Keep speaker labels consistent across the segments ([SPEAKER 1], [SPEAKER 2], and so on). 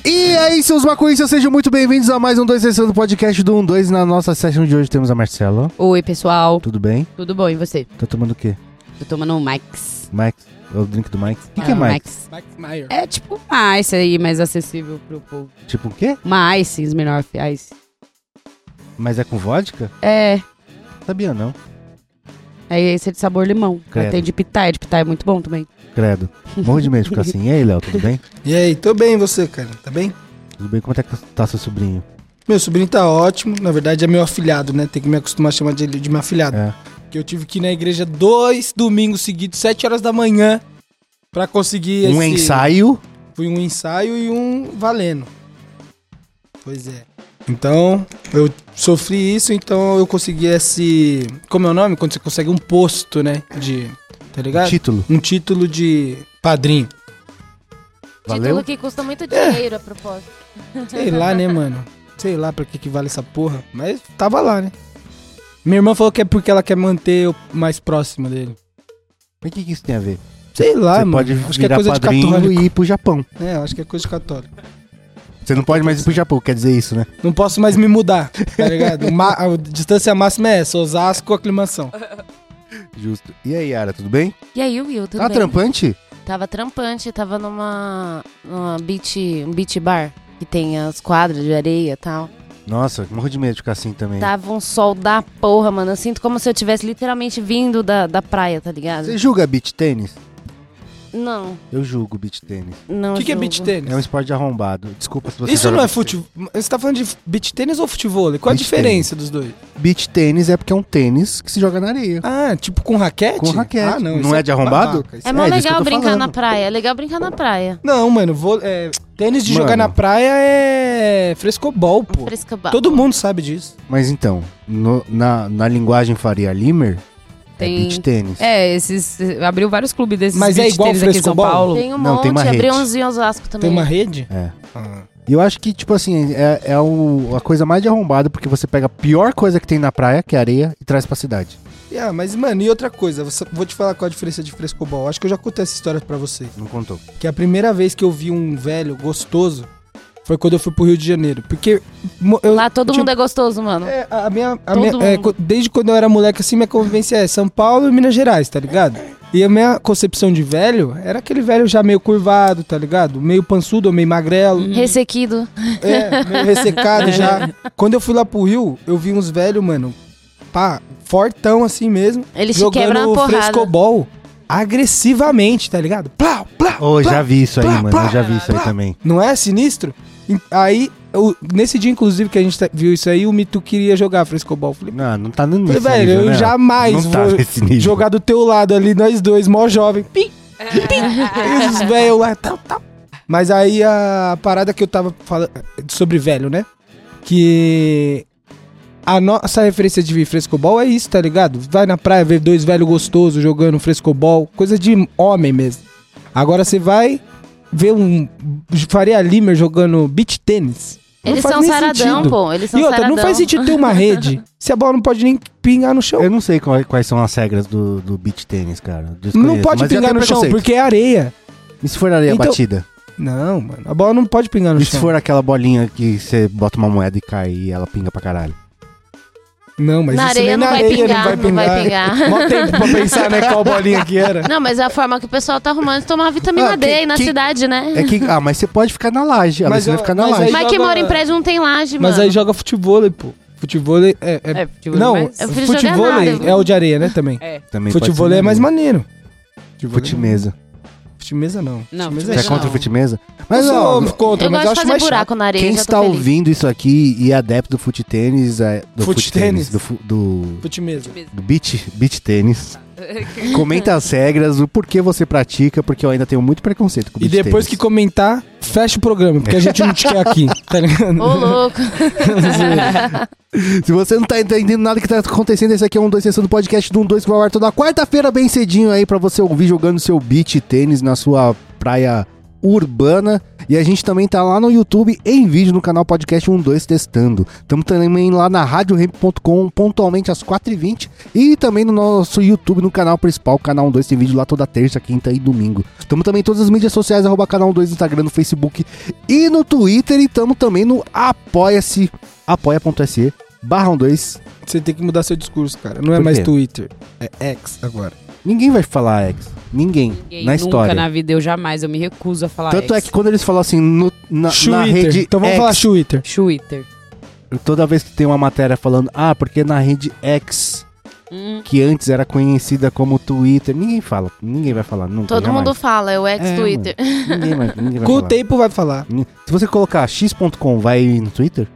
[SPEAKER 1] bem, seus maconhistas, sejam muito bem-vindos a mais um 2 Sessão do podcast do 12. Na nossa sessão de hoje temos a Marcela.
[SPEAKER 2] Oi, pessoal.
[SPEAKER 1] Tudo bem?
[SPEAKER 2] Tudo bom? E você?
[SPEAKER 1] Tá tomando o quê?
[SPEAKER 2] Tô tomando um Max.
[SPEAKER 1] Mike? É o drink do Mike? O que, que é
[SPEAKER 2] Ah,
[SPEAKER 1] Mike?
[SPEAKER 3] Max Meyer.
[SPEAKER 2] É tipo uma Ice aí, mais acessível pro povo.
[SPEAKER 1] Tipo o quê?
[SPEAKER 2] Uma Ice, Smirnoff Ice.
[SPEAKER 1] Mas é com vodka?
[SPEAKER 2] É,
[SPEAKER 1] Sabia não.
[SPEAKER 2] é esse é de sabor limão.
[SPEAKER 1] Credo.
[SPEAKER 2] Tem de pitaia, de pitaia é muito bom também.
[SPEAKER 1] Credo. Morro de medo de ficar assim. E aí, Léo, tudo bem?
[SPEAKER 3] E aí, tô bem, e você, cara? Tá bem?
[SPEAKER 1] Tudo bem? Como é que tá seu sobrinho?
[SPEAKER 3] Meu sobrinho tá ótimo. Na verdade, é meu afilhado, né? Tem que me acostumar a chamar de, de meu afilhado.
[SPEAKER 1] É.
[SPEAKER 3] Porque eu tive que ir na igreja dois domingos seguidos, sete horas da manhã, pra conseguir
[SPEAKER 1] Um
[SPEAKER 3] esse-
[SPEAKER 1] ensaio?
[SPEAKER 3] Foi um ensaio e um valendo. Pois é. Então, eu sofri isso, então eu consegui esse... Como é o nome? Quando você consegue um posto, né? De... Tá ligado?
[SPEAKER 1] Título.
[SPEAKER 3] Um título de padrinho.
[SPEAKER 1] Valeu? É.
[SPEAKER 4] Título que custa muito dinheiro, a propósito.
[SPEAKER 3] Sei lá, né, mano? Sei lá pra que, que vale essa porra. Mas tava lá, né? Minha irmã falou que é porque ela quer manter eu mais próximo dele.
[SPEAKER 1] Mas o que, que isso tem a ver?
[SPEAKER 3] Sei lá,
[SPEAKER 1] Você
[SPEAKER 3] mano.
[SPEAKER 1] pode
[SPEAKER 3] acho que é
[SPEAKER 1] virar
[SPEAKER 3] coisa de
[SPEAKER 1] padrinho
[SPEAKER 3] católico.
[SPEAKER 1] e ir pro Japão.
[SPEAKER 3] É, acho que é coisa de católico.
[SPEAKER 1] Você não pode mais ir pro Japão, quer dizer isso, né?
[SPEAKER 3] Não posso mais me mudar, tá ligado? Ma- a distância máxima é essa, Osasco, aclimação.
[SPEAKER 1] Justo. E aí, Yara, tudo bem?
[SPEAKER 4] E aí, Will, tudo
[SPEAKER 1] tá
[SPEAKER 4] bem?
[SPEAKER 1] trampante?
[SPEAKER 4] Tava trampante, tava numa, numa beach, um beach bar, que tem as quadras de areia e tal.
[SPEAKER 1] Nossa, morro de medo de ficar assim também.
[SPEAKER 4] Tava um sol da porra, mano. Eu sinto como se eu tivesse literalmente vindo da, da praia, tá ligado?
[SPEAKER 1] Você julga beach tênis?
[SPEAKER 4] Não,
[SPEAKER 1] Eu julgo beach tênis.
[SPEAKER 4] não
[SPEAKER 3] O que, que é
[SPEAKER 4] jogo.
[SPEAKER 3] beach tênis?
[SPEAKER 1] É um esporte de arrombado. Desculpa se você
[SPEAKER 3] Isso
[SPEAKER 1] joga
[SPEAKER 3] não é
[SPEAKER 1] beach tênis.
[SPEAKER 3] futebol. Você tá falando de beach tênis ou futebol? Qual a
[SPEAKER 1] Beach
[SPEAKER 3] diferença dos dois?
[SPEAKER 1] Beach tênis é porque é um tênis que se joga na areia.
[SPEAKER 3] Ah, tipo com raquete?
[SPEAKER 1] Com raquete.
[SPEAKER 3] Ah, não.
[SPEAKER 1] Não
[SPEAKER 3] isso
[SPEAKER 1] é de arrombado?
[SPEAKER 3] babaca, isso
[SPEAKER 4] É mó
[SPEAKER 1] É, disso que eu
[SPEAKER 4] legal
[SPEAKER 1] tô
[SPEAKER 4] brincar na
[SPEAKER 1] falando.
[SPEAKER 4] praia, é legal brincar na praia.
[SPEAKER 3] Não, mano, vou, é, tênis de
[SPEAKER 1] Mano.
[SPEAKER 3] jogar na praia é frescobol, pô.
[SPEAKER 4] Fresca ba-
[SPEAKER 3] Todo mundo sabe disso.
[SPEAKER 1] Mas então, no- na, na linguagem Faria Limer, é
[SPEAKER 2] Tem-
[SPEAKER 1] beach tênis.
[SPEAKER 2] É, esses. Abriu vários clubes desses
[SPEAKER 3] Mas é
[SPEAKER 2] beach
[SPEAKER 3] igual
[SPEAKER 2] tênis aqui em São
[SPEAKER 3] frescobol?
[SPEAKER 2] Paulo.
[SPEAKER 4] Tem um
[SPEAKER 1] Não, tem
[SPEAKER 4] monte,
[SPEAKER 1] uma
[SPEAKER 4] abriu
[SPEAKER 1] rede.
[SPEAKER 4] uns em Osasco
[SPEAKER 3] Tem
[SPEAKER 4] também.
[SPEAKER 3] uma rede?
[SPEAKER 1] É.
[SPEAKER 3] Ah.
[SPEAKER 1] E eu acho que, tipo assim, é, é o- a coisa mais de arrombado, porque você pega a pior coisa que tem na praia, que é areia, e traz pra cidade.
[SPEAKER 3] Yeah, mas, mano, e outra coisa, você- vou te falar qual a diferença de frescobol. Acho que eu já contei essa história pra você.
[SPEAKER 1] Não contou.
[SPEAKER 3] Que a primeira vez que eu vi um velho gostoso foi quando eu fui pro Rio de Janeiro. Porque mo- eu.
[SPEAKER 4] Lá todo
[SPEAKER 3] tipo,
[SPEAKER 4] mundo é gostoso, mano.
[SPEAKER 3] é, a minha, a
[SPEAKER 4] Todo
[SPEAKER 3] minha- é,
[SPEAKER 4] mundo.
[SPEAKER 3] co- desde quando eu era moleque, assim, minha convivência é São Paulo e Minas Gerais, tá ligado? E a minha concepção de velho era aquele velho já meio curvado, tá ligado? Meio pançudo, meio
[SPEAKER 4] Uhum.
[SPEAKER 3] magrelo.
[SPEAKER 4] Ressequido.
[SPEAKER 3] É, meio ressecado já. Quando eu fui lá pro Rio, eu vi uns velhos, mano, pá, fortão assim mesmo.
[SPEAKER 4] Eles te
[SPEAKER 3] jogando
[SPEAKER 4] quebram na porrada.
[SPEAKER 3] frescobol agressivamente, tá ligado? Plau, plau,
[SPEAKER 1] Ô,
[SPEAKER 3] plau.
[SPEAKER 1] já vi isso aí,
[SPEAKER 3] plá,
[SPEAKER 1] mano.
[SPEAKER 3] plá,
[SPEAKER 1] eu já vi isso aí
[SPEAKER 3] plá.
[SPEAKER 1] também.
[SPEAKER 3] Não é sinistro? E Aí, eu- nesse dia, inclusive, que a gente tá- viu isso aí, o Mitu queria jogar frescobol. Falei,
[SPEAKER 1] Não, não tá nem
[SPEAKER 3] falei,
[SPEAKER 1] nesse
[SPEAKER 3] velho,
[SPEAKER 1] nível,
[SPEAKER 3] eu
[SPEAKER 1] né?
[SPEAKER 3] jamais
[SPEAKER 1] não tá
[SPEAKER 3] vou
[SPEAKER 1] nesse nível.
[SPEAKER 3] jogar do teu lado ali, nós dois, mó jovem. Pim, pim. E os velhos lá, tal, tal. Mas aí a parada que eu tava falando sobre velho, né? Que a nossa referência de frescobol é isso, tá ligado? Vai na praia ver dois velhos gostosos jogando frescobol, coisa de homem mesmo. Agora você vai ver um Faria Limer jogando beach tênis. Não
[SPEAKER 4] Eles
[SPEAKER 3] faz
[SPEAKER 4] são
[SPEAKER 3] nem
[SPEAKER 4] saradão,
[SPEAKER 3] sentido.
[SPEAKER 4] pô. Eles são
[SPEAKER 3] E outra,
[SPEAKER 4] saradão.
[SPEAKER 3] não faz sentido ter uma rede se a bola não pode nem pingar no chão.
[SPEAKER 1] Eu não sei qual- quais são as regras do, do beach tênis, cara.
[SPEAKER 3] Não
[SPEAKER 1] Desconheço,
[SPEAKER 3] pode
[SPEAKER 1] mas já
[SPEAKER 3] pingar
[SPEAKER 1] tem
[SPEAKER 3] no chão,
[SPEAKER 1] preconceito.
[SPEAKER 3] porque é areia.
[SPEAKER 1] E se for areia
[SPEAKER 3] Então-
[SPEAKER 1] batida?
[SPEAKER 3] Não, mano. A bola não pode pingar no
[SPEAKER 1] E se
[SPEAKER 3] chão.
[SPEAKER 1] for aquela bolinha que você bota uma moeda e cai e ela pinga pra caralho?
[SPEAKER 3] Não, mas
[SPEAKER 4] Na
[SPEAKER 3] isso nem
[SPEAKER 4] areia não
[SPEAKER 3] na
[SPEAKER 4] vai
[SPEAKER 3] areia
[SPEAKER 4] pingar,
[SPEAKER 3] não vai pingar. Mó tempo pra pensar, né, qual bolinha que era.
[SPEAKER 4] Não, mas é a forma que o pessoal tá arrumando de tomar vitamina
[SPEAKER 1] Ah,
[SPEAKER 4] D
[SPEAKER 1] que-
[SPEAKER 4] aí na
[SPEAKER 1] que-
[SPEAKER 4] cidade, né?
[SPEAKER 1] É que, ah, mas você pode ficar na laje. A
[SPEAKER 3] Mas
[SPEAKER 1] Luciana
[SPEAKER 3] eu-
[SPEAKER 1] fica na
[SPEAKER 3] mas
[SPEAKER 1] laje.
[SPEAKER 3] aí-
[SPEAKER 4] Mas quem
[SPEAKER 3] joga-
[SPEAKER 4] mora em prédio não tem laje, mano.
[SPEAKER 3] Mas aí joga futebol, pô. Futebol é... é-
[SPEAKER 2] É, futebol
[SPEAKER 3] não,
[SPEAKER 2] mais-
[SPEAKER 4] Eu prefiro jogar
[SPEAKER 3] futebol
[SPEAKER 4] nada.
[SPEAKER 3] é o de areia, né, também.
[SPEAKER 1] Também pode
[SPEAKER 3] futebol
[SPEAKER 1] ser é
[SPEAKER 3] é mais
[SPEAKER 1] maneiro.
[SPEAKER 3] maneiro. né? Futevôlei-
[SPEAKER 1] Futimesa.
[SPEAKER 3] Futimesa não.
[SPEAKER 2] Não,
[SPEAKER 3] Futimesa
[SPEAKER 1] Você é
[SPEAKER 2] Mas não.
[SPEAKER 1] contra o futimesa? Mas,
[SPEAKER 3] eu
[SPEAKER 1] ó,
[SPEAKER 3] sou contra,
[SPEAKER 4] eu
[SPEAKER 3] é mas eu
[SPEAKER 4] gosto de
[SPEAKER 3] acho
[SPEAKER 4] fazer
[SPEAKER 3] mais
[SPEAKER 4] buraco
[SPEAKER 3] chato.
[SPEAKER 4] na areia.
[SPEAKER 1] quem
[SPEAKER 4] já tô
[SPEAKER 1] está
[SPEAKER 4] feliz.
[SPEAKER 1] ouvindo isso aqui e é adepto do fute tênis, é, do
[SPEAKER 3] Fute
[SPEAKER 1] fute tênis,
[SPEAKER 3] tênis.
[SPEAKER 1] do, fu- do,
[SPEAKER 3] Futimesa.
[SPEAKER 1] do beach, beach tênis, comenta as regras, o porquê você pratica, porque eu ainda tenho muito preconceito com
[SPEAKER 3] E
[SPEAKER 1] beach
[SPEAKER 3] depois que
[SPEAKER 1] tênis.
[SPEAKER 3] comentar, fecha o programa, porque a gente não te quer aqui, tá ligado?
[SPEAKER 4] Ô, louco.
[SPEAKER 1] Se você não tá entendendo nada que tá acontecendo, esse aqui é um 2 sessão do podcast do 1 2 que vai ao ar toda quarta-feira bem cedinho aí pra você ouvir jogando seu beach tênis na sua praia urbana. E a gente também tá lá no YouTube em vídeo no canal Podcast 12 Testando. Estamos também lá na radioremp.com, pontualmente às 4h20. E também no nosso YouTube, no canal principal, canal 12 tem vídeo lá toda terça, quinta e domingo. Estamos também em todas as mídias sociais, arroba canal 12 no Instagram, no Facebook e no Twitter. E estamos também no apoia-se, apoia.se, barra 12.
[SPEAKER 3] Você tem que mudar seu discurso, cara. Não é
[SPEAKER 1] Por
[SPEAKER 3] mais
[SPEAKER 1] quê?
[SPEAKER 3] Twitter. É X agora.
[SPEAKER 1] Ninguém vai falar ex. Ninguém.
[SPEAKER 2] Ninguém,
[SPEAKER 1] na
[SPEAKER 2] nunca
[SPEAKER 1] história.
[SPEAKER 2] na vida, eu jamais, eu me recuso a falar
[SPEAKER 1] Tanto é
[SPEAKER 2] ex.
[SPEAKER 1] que quando eles falam assim no- na, na
[SPEAKER 3] Twitter.
[SPEAKER 1] rede
[SPEAKER 3] Então vamos
[SPEAKER 1] X,
[SPEAKER 3] falar Twitter.
[SPEAKER 2] Twitter.
[SPEAKER 1] toda vez que tem uma matéria falando, ah, porque na rede X,
[SPEAKER 2] Hum,
[SPEAKER 1] é que antes era conhecida como Twitter, ninguém fala, ninguém vai falar, nunca,
[SPEAKER 4] Todo mundo fala, é o
[SPEAKER 1] É,
[SPEAKER 4] ex-Twitter.
[SPEAKER 1] fala. Ninguém vai, ninguém vai
[SPEAKER 3] Com o
[SPEAKER 1] falar.
[SPEAKER 3] tempo vai falar.
[SPEAKER 1] Ni- Se você colocar x.com, vai no Twitter?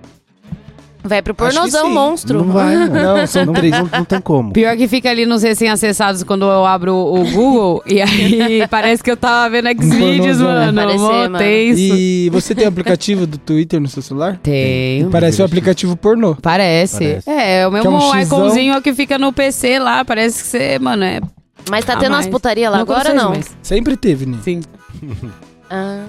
[SPEAKER 4] Vai pro
[SPEAKER 3] Acho que
[SPEAKER 4] pornozão
[SPEAKER 3] sim.
[SPEAKER 4] monstro.
[SPEAKER 1] Não vai, mano.
[SPEAKER 3] Não, são
[SPEAKER 1] não,
[SPEAKER 3] três.
[SPEAKER 1] Não, não tem como.
[SPEAKER 2] Pior que fica ali nos recém-acessados quando eu abro o Google e aí parece que eu tava vendo Xvideos,
[SPEAKER 3] pornozão.
[SPEAKER 2] mano.
[SPEAKER 4] Aparecer,
[SPEAKER 2] Mó
[SPEAKER 4] mano.
[SPEAKER 2] tenso.
[SPEAKER 3] E você tem aplicativo do Twitter no seu celular?
[SPEAKER 2] Tenho.
[SPEAKER 3] Parece um aplicativo pornô.
[SPEAKER 2] Parece.
[SPEAKER 1] Parece.
[SPEAKER 2] É, é o
[SPEAKER 3] Que é
[SPEAKER 2] mesmo
[SPEAKER 3] um xizão.
[SPEAKER 2] iconzinho que fica no PC lá. Parece que você, mano, é.
[SPEAKER 4] Mas tá
[SPEAKER 2] Ah,
[SPEAKER 4] tendo
[SPEAKER 2] mas-
[SPEAKER 4] umas putaria lá
[SPEAKER 2] Não
[SPEAKER 4] agora,
[SPEAKER 2] vocês,
[SPEAKER 4] não?
[SPEAKER 2] mas-
[SPEAKER 3] Sempre teve, né?
[SPEAKER 2] Sim.
[SPEAKER 4] Ah.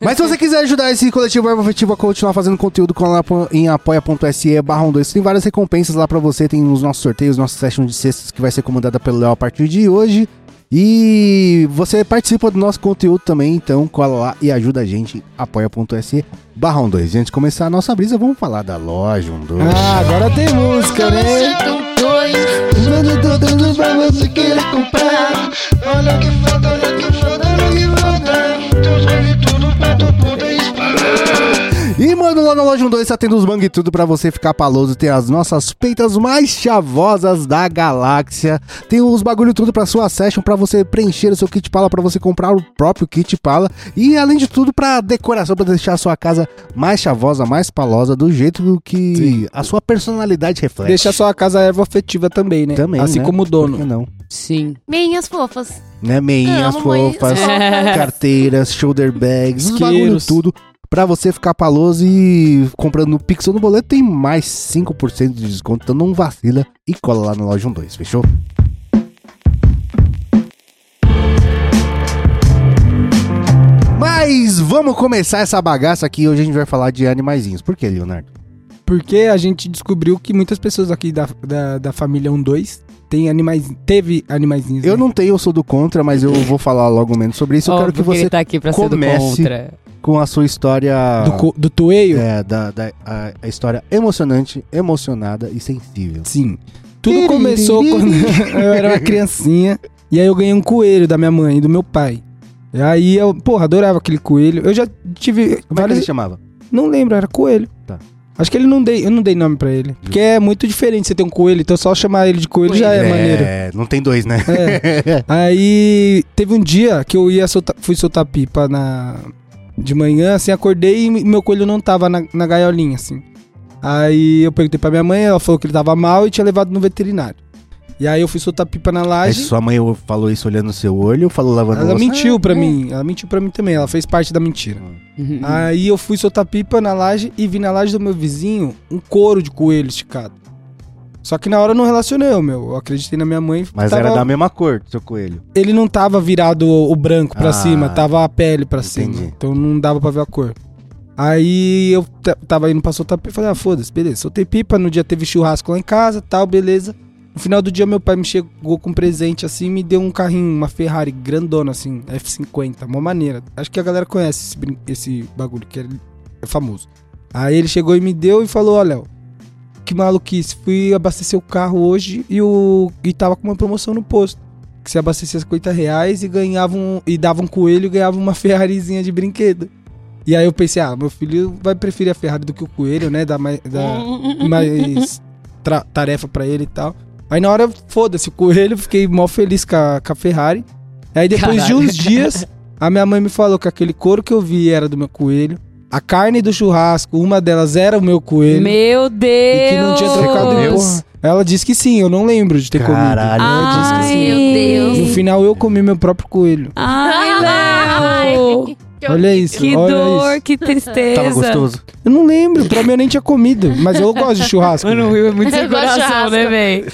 [SPEAKER 1] Mas se você quiser ajudar esse coletivo afetivo a continuar fazendo conteúdo com ela em apoia.se barra 12, tem várias recompensas lá pra você, tem os nossos sorteios, nossa session de sextas que vai ser comandada pelo Léo a partir de hoje. E você participa do nosso conteúdo também, então cola lá e ajuda a gente em apoia.se barra 12. Antes de começar a nossa brisa, vamos falar da loja 12.
[SPEAKER 3] Ah, agora tem música, né?
[SPEAKER 1] E, mano, lá na Loja 12 tá tendo os bang tudo pra você ficar paloso. Tem as nossas peitas mais chavosas da galáxia. Tem os bagulho tudo pra sua session, pra você preencher o seu kit pala, pra você comprar o próprio kit pala. E, além de tudo, pra decoração, pra deixar a sua casa mais chavosa, mais palosa, do jeito que
[SPEAKER 3] Sim.
[SPEAKER 1] a sua personalidade reflete.
[SPEAKER 3] Deixa só a casa erva afetiva também, né?
[SPEAKER 1] Também,
[SPEAKER 3] Assim
[SPEAKER 1] né?
[SPEAKER 3] como
[SPEAKER 1] Por
[SPEAKER 3] o
[SPEAKER 1] que
[SPEAKER 3] dono.
[SPEAKER 1] não?
[SPEAKER 2] Sim.
[SPEAKER 4] Meinhas fofas.
[SPEAKER 1] Né? Meinhas
[SPEAKER 4] Amo meinhas
[SPEAKER 1] fofas,
[SPEAKER 3] É.
[SPEAKER 4] fofas.
[SPEAKER 1] carteiras, shoulder bags, os bagulho
[SPEAKER 3] Isqueiros.
[SPEAKER 1] tudo. Pra você ficar paloso e comprando no Pixel no boleto tem mais 5% de desconto, então não vacila e cola lá no Loja 12, fechou? Mas vamos começar essa bagaça aqui, hoje a gente vai falar de animaizinhos. Por que, Leonardo?
[SPEAKER 3] Porque a gente descobriu que muitas pessoas aqui da, da, da família 1-2 tem animais. Teve animaizinhos.
[SPEAKER 1] Eu
[SPEAKER 3] né?
[SPEAKER 1] não tenho, eu sou do contra, mas eu vou falar logo menos sobre isso. Eu quero que
[SPEAKER 2] Óbvio
[SPEAKER 1] você,
[SPEAKER 2] ele tá aqui pra
[SPEAKER 1] comece-
[SPEAKER 2] ser do contra.
[SPEAKER 1] com a sua história...
[SPEAKER 3] Do, co- do Toeio?
[SPEAKER 1] É, da, da- a, a história emocionante, emocionada e sensível.
[SPEAKER 3] Sim. Tudo começou quando eu era uma criancinha. E aí eu ganhei um coelho da minha mãe e do meu pai. E aí eu, porra, adorava aquele coelho. Eu já tive
[SPEAKER 1] Como é que
[SPEAKER 3] várias
[SPEAKER 1] ele chamava?
[SPEAKER 3] Não lembro, era coelho.
[SPEAKER 1] Tá.
[SPEAKER 3] Acho que ele não dei, eu não dei nome pra ele. Porque é muito diferente você ter um coelho, então só chamar ele de coelho, já é, maneiro.
[SPEAKER 1] não tem dois, né?
[SPEAKER 3] É. Aí teve um dia que eu ia soltar, fui soltar pipa na de manhã, assim, acordei e meu coelho não tava na, na gaiolinha, assim. Aí eu perguntei pra minha mãe, ela falou que ele tava mal e tinha levado no veterinário. E aí eu fui soltar pipa na
[SPEAKER 1] Aí
[SPEAKER 3] laje.
[SPEAKER 1] É, sua mãe falou isso olhando o seu olho, falou lavando
[SPEAKER 3] Ela
[SPEAKER 1] louça.
[SPEAKER 3] mentiu pra mim, ela mentiu pra mim também, ela fez parte da mentira.
[SPEAKER 2] Uhum.
[SPEAKER 3] Aí eu fui soltar pipa na laje e vi na laje do meu vizinho um couro de coelho esticado. Só que na hora eu não relacionei, o meu. Eu acreditei na minha mãe.
[SPEAKER 1] Mas
[SPEAKER 3] tava-
[SPEAKER 1] era da mesma cor, seu coelho.
[SPEAKER 3] Ele não tava virado o o branco pra
[SPEAKER 1] Ah,
[SPEAKER 3] cima, tava a pele pra
[SPEAKER 1] entendi.
[SPEAKER 3] cima. Então não dava pra ver a cor. Aí eu t- tava indo pra soltar pipa, falei, ah, foda-se, beleza. Soltei pipa, no dia teve churrasco lá em casa, tal, beleza. No final do dia meu pai me chegou com um presente assim, e me deu um carrinho, uma Ferrari grandona assim, F50, uma maneira. Acho que a galera conhece esse, brin- esse bagulho, que é, é famoso. Aí ele chegou e me deu e falou, ó, Léo, que maluquice, fui abastecer o carro hoje e, o, e tava com uma promoção no posto que se abastecia 50 reais e ganhava um, e dava um coelho e ganhava uma Ferrarizinha de brinquedo. E aí eu pensei, ah, meu filho vai preferir a Ferrari do que o coelho, né? Dá mais, dá mais tra- tarefa pra ele e tal. Aí na hora, foda-se, o coelho, fiquei mó feliz com a, com a Ferrari. Aí depois de
[SPEAKER 2] Caralho.
[SPEAKER 3] uns dias, a minha mãe me falou que aquele couro que eu vi era do meu coelho. A carne do churrasco, uma delas era o meu coelho.
[SPEAKER 2] Meu
[SPEAKER 3] e
[SPEAKER 2] Deus!
[SPEAKER 3] que não tinha trocado de porra. Ela disse que sim, eu não lembro de ter comido.
[SPEAKER 1] Caralho, eu disse que
[SPEAKER 2] Ai,
[SPEAKER 1] sim.
[SPEAKER 4] Meu Deus.
[SPEAKER 3] No final eu comi meu próprio coelho.
[SPEAKER 2] Ai, Léo!
[SPEAKER 3] Olha isso,
[SPEAKER 2] Que
[SPEAKER 3] olha
[SPEAKER 2] dor,
[SPEAKER 3] isso.
[SPEAKER 2] que tristeza.
[SPEAKER 1] Tava gostoso.
[SPEAKER 3] Eu não lembro, pra mim eu nem tinha comido, mas eu gosto de churrasco. né?
[SPEAKER 2] Mano, o Will é muito
[SPEAKER 4] Eu
[SPEAKER 2] sem
[SPEAKER 4] gosto de
[SPEAKER 2] coração,
[SPEAKER 4] churrasco.
[SPEAKER 2] né, véi?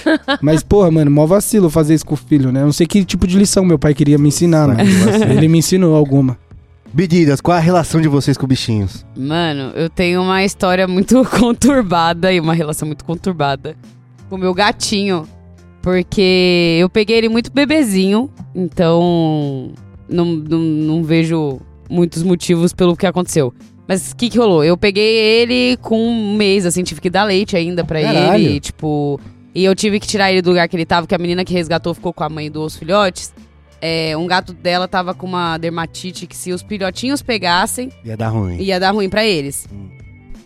[SPEAKER 3] Mas porra, mano, mó vacilo fazer isso com o filho, né? Eu não sei que tipo de lição meu pai queria me ensinar, né?
[SPEAKER 1] Saca, vacilo.
[SPEAKER 3] Ele me ensinou alguma.
[SPEAKER 1] Medidas, qual a relação de vocês com bichinhos?
[SPEAKER 2] Mano, eu tenho uma história muito conturbada e uma relação muito conturbada com o meu gatinho. Porque eu peguei ele muito bebezinho, então não, não, não vejo muitos motivos pelo que aconteceu. Mas o que, que rolou? Eu peguei ele com um mês, assim, tive que dar leite ainda pra
[SPEAKER 1] Caralho.
[SPEAKER 2] ele, tipo. E eu tive que tirar ele do lugar que ele tava, porque a menina que resgatou ficou com a mãe dos filhotes. É, um gato dela tava com uma dermatite que se os filhotinhos pegassem,
[SPEAKER 1] Ia dar ruim.
[SPEAKER 2] ia dar ruim pra eles.
[SPEAKER 1] Hum.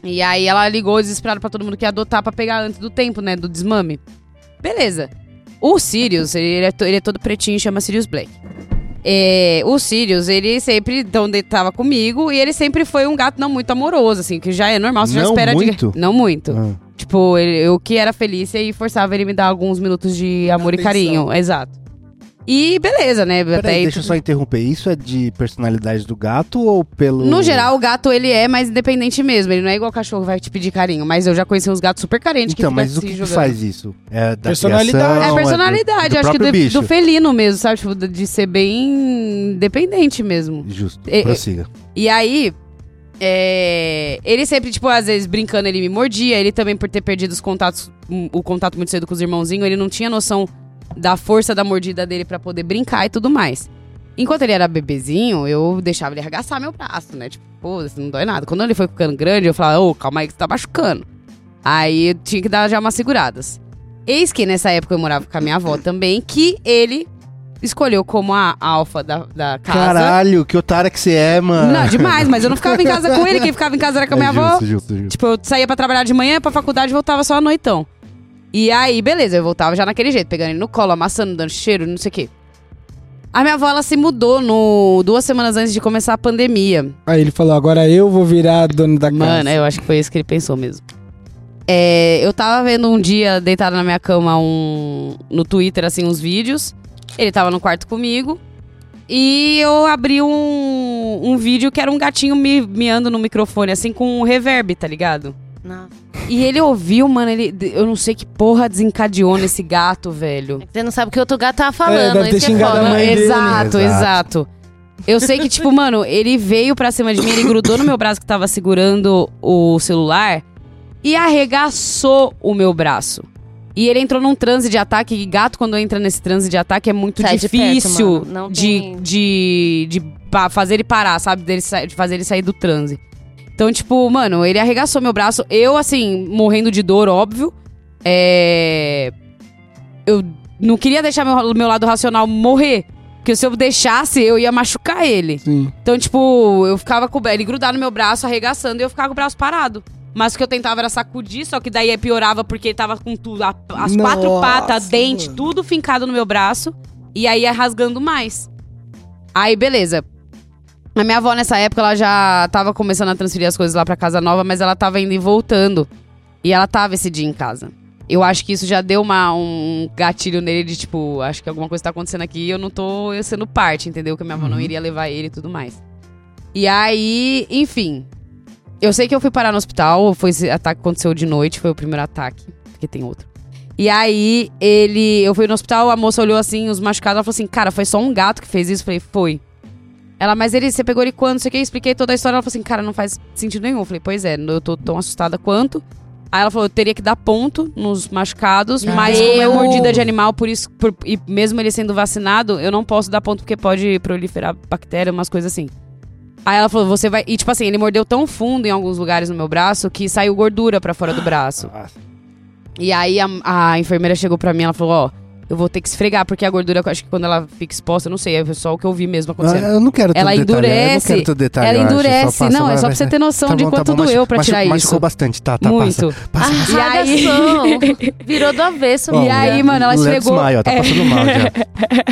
[SPEAKER 2] E aí ela ligou desesperada pra todo mundo que ia adotar pra pegar antes do tempo, né, do desmame. Beleza. O Sirius, ele é, to- ele é todo pretinho, chama Sirius Black. É, o Sirius, ele sempre, então, ele tava comigo, e ele sempre foi um gato não muito amoroso, assim, que já é normal, você já
[SPEAKER 1] Não
[SPEAKER 2] espera
[SPEAKER 1] muito?
[SPEAKER 2] de... Não muito.
[SPEAKER 1] Ah.
[SPEAKER 2] Tipo, ele- eu que era feliz e forçava ele me dar alguns minutos de amor e
[SPEAKER 3] Atenção.
[SPEAKER 2] carinho. Exato. E beleza, né? até
[SPEAKER 1] Peraí,
[SPEAKER 2] aí
[SPEAKER 1] deixa eu só interromper. Isso é de personalidade do gato ou pelo.
[SPEAKER 2] No geral, o gato, ele é mais independente mesmo. Ele não é igual o cachorro, vai te pedir carinho. Mas eu já conheci uns gatos super carentes
[SPEAKER 1] Então,
[SPEAKER 2] que
[SPEAKER 1] mas o
[SPEAKER 2] ficam
[SPEAKER 1] que,
[SPEAKER 2] se
[SPEAKER 1] que
[SPEAKER 2] jogando.
[SPEAKER 1] faz isso? É da
[SPEAKER 3] Personalidade.
[SPEAKER 1] criação,
[SPEAKER 2] É
[SPEAKER 1] do-
[SPEAKER 2] a personalidade,
[SPEAKER 1] do
[SPEAKER 2] acho que
[SPEAKER 1] próprio
[SPEAKER 2] do,
[SPEAKER 1] bicho.
[SPEAKER 2] do felino mesmo, sabe? Tipo, de de ser bem independente mesmo.
[SPEAKER 1] Justo,
[SPEAKER 2] É, é.
[SPEAKER 1] prossiga.
[SPEAKER 2] E aí, é, ele sempre, tipo, às vezes brincando, ele me mordia. Ele também, por ter perdido os contatos, hum, o contato muito cedo com os irmãozinhos, ele não tinha noção da força da mordida dele pra poder brincar e tudo mais. Enquanto ele era bebezinho, eu deixava ele arregaçar meu braço, né? Tipo, pô, isso não dói nada. Quando ele foi ficando grande, eu falava, ô, calma aí que você tá machucando. Aí eu tinha que dar já umas seguradas. Eis que nessa época eu morava com a minha avó também, que ele escolheu como a alfa da, da casa.
[SPEAKER 1] Caralho, que otária que você é, mano.
[SPEAKER 2] Não, demais, mas eu não ficava em casa com ele, quem ficava em casa era com a minha
[SPEAKER 1] É
[SPEAKER 2] avó.
[SPEAKER 1] Justo, justo, justo.
[SPEAKER 2] Tipo, eu saía pra trabalhar de manhã, pra faculdade, voltava só à noitão. E aí, beleza, eu voltava já naquele jeito, pegando ele no colo, amassando, dando cheiro, não sei o quê. A minha avó, ela se mudou no, duas semanas antes de começar a pandemia.
[SPEAKER 3] Aí ele falou, agora eu vou virar dono da casa.
[SPEAKER 1] é
[SPEAKER 2] Mano, eu acho que foi isso que ele pensou mesmo. É, eu tava vendo um dia, deitado na minha cama, um, no Twitter, assim, uns vídeos. Ele tava no quarto comigo. E eu abri um, um vídeo que era um gatinho mi- miando no microfone, assim, com um reverb, tá ligado?
[SPEAKER 4] Nossa.
[SPEAKER 2] E ele ouviu, mano, ele, eu não sei que porra desencadeou nesse gato, velho.
[SPEAKER 4] É que Você não sabe o que o outro gato tava
[SPEAKER 3] É,
[SPEAKER 4] falando.
[SPEAKER 3] deve
[SPEAKER 4] É,
[SPEAKER 3] ter
[SPEAKER 4] isso que é
[SPEAKER 3] xingado a
[SPEAKER 4] foda.
[SPEAKER 3] mãe dele.
[SPEAKER 1] Exato.
[SPEAKER 2] exato, exato. Eu sei que, tipo, mano, ele veio pra cima de mim, ele grudou no meu braço que tava segurando o celular e arregaçou o meu braço. E ele entrou num transe de ataque, e gato, quando entra nesse transe de ataque, é muito
[SPEAKER 4] Sai de perto,
[SPEAKER 2] difícil
[SPEAKER 4] mano. Não
[SPEAKER 2] de,
[SPEAKER 4] tem-
[SPEAKER 2] de, de pa- fazer ele parar, sabe? Dele sa- de fazer ele sair do transe. Então, tipo, mano, ele arregaçou meu braço. Eu, assim, morrendo de dor, óbvio. É. Eu não queria deixar meu, meu lado racional morrer. Porque se eu deixasse, eu ia machucar ele.
[SPEAKER 3] Sim.
[SPEAKER 2] Então, tipo, eu ficava com o ele grudado no meu braço, arregaçando, e eu ficava com o braço parado. Mas o que eu tentava era sacudir, só que daí piorava porque ele tava com tudo, a- as quatro
[SPEAKER 3] Nossa,
[SPEAKER 2] patas, dente,
[SPEAKER 3] mano.
[SPEAKER 2] tudo fincado no meu braço. E aí ia rasgando mais. Aí, beleza. A minha avó, nessa época, ela já tava começando a transferir as coisas lá pra casa nova, mas ela tava indo e voltando. E ela tava esse dia em casa. Eu acho que isso já deu uma, um gatilho nele de tipo, acho que alguma coisa tá acontecendo aqui e eu não tô eu sendo parte, entendeu? Que a minha avó não iria levar ele e tudo mais. E aí, enfim. Eu sei que eu fui parar no hospital, foi esse ataque que aconteceu de noite, foi o primeiro ataque, porque tem outro. E aí, ele. Eu fui no hospital, a moça olhou assim, os machucados, ela falou assim: Cara, foi só um gato que fez isso? Eu falei: Foi. Ela, mas ele, você pegou ele quando? Não sei o que, expliquei toda a história. Ela falou assim, cara, não faz sentido nenhum. Eu falei, pois é, eu tô tão assustada quanto. Aí ela falou, eu teria que dar ponto nos machucados,
[SPEAKER 4] Meu
[SPEAKER 2] mas como é
[SPEAKER 4] Deus.
[SPEAKER 2] mordida de animal, por isso, por- e mesmo ele sendo vacinado, eu não posso dar ponto porque pode proliferar bactéria, umas coisas assim. Aí ela falou, você vai. E tipo assim, ele mordeu tão fundo em alguns lugares no meu braço que saiu gordura pra fora do braço.
[SPEAKER 1] Nossa,
[SPEAKER 2] E aí a, a enfermeira chegou pra mim, ela falou, ó, eu vou ter que esfregar, porque a gordura, eu acho que quando ela fica exposta, eu não sei, é só o que eu vi mesmo acontecendo.
[SPEAKER 1] Ah, Eu não quero tanto
[SPEAKER 2] Ela
[SPEAKER 1] detalhe, eu não
[SPEAKER 2] endurece,
[SPEAKER 1] quero tanto detalhe,
[SPEAKER 2] ela
[SPEAKER 1] eu acho, só
[SPEAKER 2] endurece.
[SPEAKER 1] passa,
[SPEAKER 2] não,
[SPEAKER 1] vai,
[SPEAKER 2] é só
[SPEAKER 1] vai,
[SPEAKER 2] pra você
[SPEAKER 1] vai.
[SPEAKER 2] ter noção
[SPEAKER 1] Tá
[SPEAKER 2] de
[SPEAKER 1] bom, tá
[SPEAKER 2] quanto
[SPEAKER 1] bom,
[SPEAKER 2] doeu
[SPEAKER 1] machu-
[SPEAKER 2] pra
[SPEAKER 1] machu-
[SPEAKER 2] tirar isso.
[SPEAKER 1] Machucou bastante, tá, tá, passa.
[SPEAKER 2] Muito.
[SPEAKER 1] Passa, Tá passa.
[SPEAKER 2] E aí-
[SPEAKER 4] Arragação. Virou do avesso,
[SPEAKER 1] Ó,
[SPEAKER 2] e aí, mano, ela
[SPEAKER 1] o Léo
[SPEAKER 2] esfregou- É.
[SPEAKER 1] desmaia, né? ó, tá passando mal já.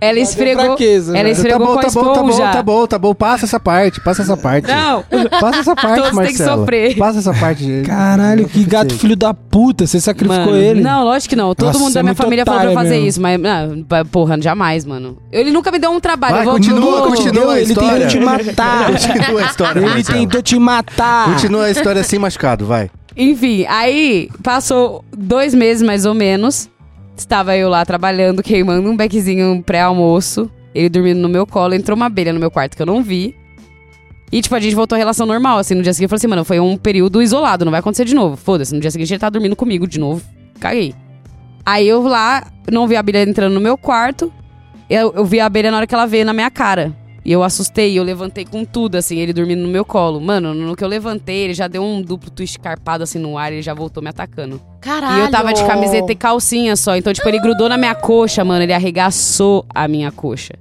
[SPEAKER 2] Ela esfregou.
[SPEAKER 3] é Fraqueza,
[SPEAKER 2] Ela
[SPEAKER 3] né?
[SPEAKER 1] Tá
[SPEAKER 2] esfregou
[SPEAKER 1] bom,
[SPEAKER 2] com a
[SPEAKER 1] tá bom, tá bom,
[SPEAKER 2] esponja.
[SPEAKER 1] tá bom, tá bom. Passa essa parte, passa essa parte.
[SPEAKER 2] Não,
[SPEAKER 1] Passa essa parte,
[SPEAKER 2] Todos têm que
[SPEAKER 1] Marcela.
[SPEAKER 2] sofrer.
[SPEAKER 1] Passa essa parte. gente.
[SPEAKER 3] Caralho, que gato filho da puta. Você sacrificou
[SPEAKER 2] mano,
[SPEAKER 3] ele?
[SPEAKER 2] Não, lógico que não. Todo
[SPEAKER 3] Nossa,
[SPEAKER 2] mundo
[SPEAKER 3] é
[SPEAKER 2] da minha
[SPEAKER 3] muito
[SPEAKER 2] família falou pra eu
[SPEAKER 3] otário
[SPEAKER 2] fazer
[SPEAKER 3] mesmo.
[SPEAKER 2] isso, mas, não, pa- porra, jamais, mano. Ele nunca me deu um trabalho.
[SPEAKER 1] Vai,
[SPEAKER 2] eu vou
[SPEAKER 1] continua,
[SPEAKER 2] eu vou-
[SPEAKER 1] continua.
[SPEAKER 3] Entendeu?
[SPEAKER 1] a
[SPEAKER 3] Ele
[SPEAKER 1] história.
[SPEAKER 3] tentou te matar.
[SPEAKER 1] Continua a história.
[SPEAKER 3] ele
[SPEAKER 1] Marcela.
[SPEAKER 3] tentou te matar.
[SPEAKER 1] Continua a história assim machucado, vai.
[SPEAKER 2] Enfim, aí passou dois meses mais ou menos. Estava eu lá trabalhando, queimando um bequezinho pré-almoço. Ele dormindo no meu colo, entrou uma abelha no meu quarto que eu não vi. E, tipo, a gente voltou à relação normal, assim, no dia seguinte. Eu falei assim, mano, foi um período isolado, não vai acontecer de novo. Foda-se, no dia seguinte ele tá dormindo comigo de novo. Caguei. Aí eu lá, não vi a abelha entrando no meu quarto. Eu, eu vi a abelha na hora que ela veio na minha cara. E eu assustei, eu levantei com tudo, assim, ele dormindo no meu colo. Mano, no que eu levantei, ele já deu um duplo twist carpado, assim, no ar, ele já voltou me atacando.
[SPEAKER 4] Caralho.
[SPEAKER 2] E eu tava de camiseta e calcinha só. Então, tipo, ele grudou na minha coxa, mano. Ele arregaçou a minha coxa.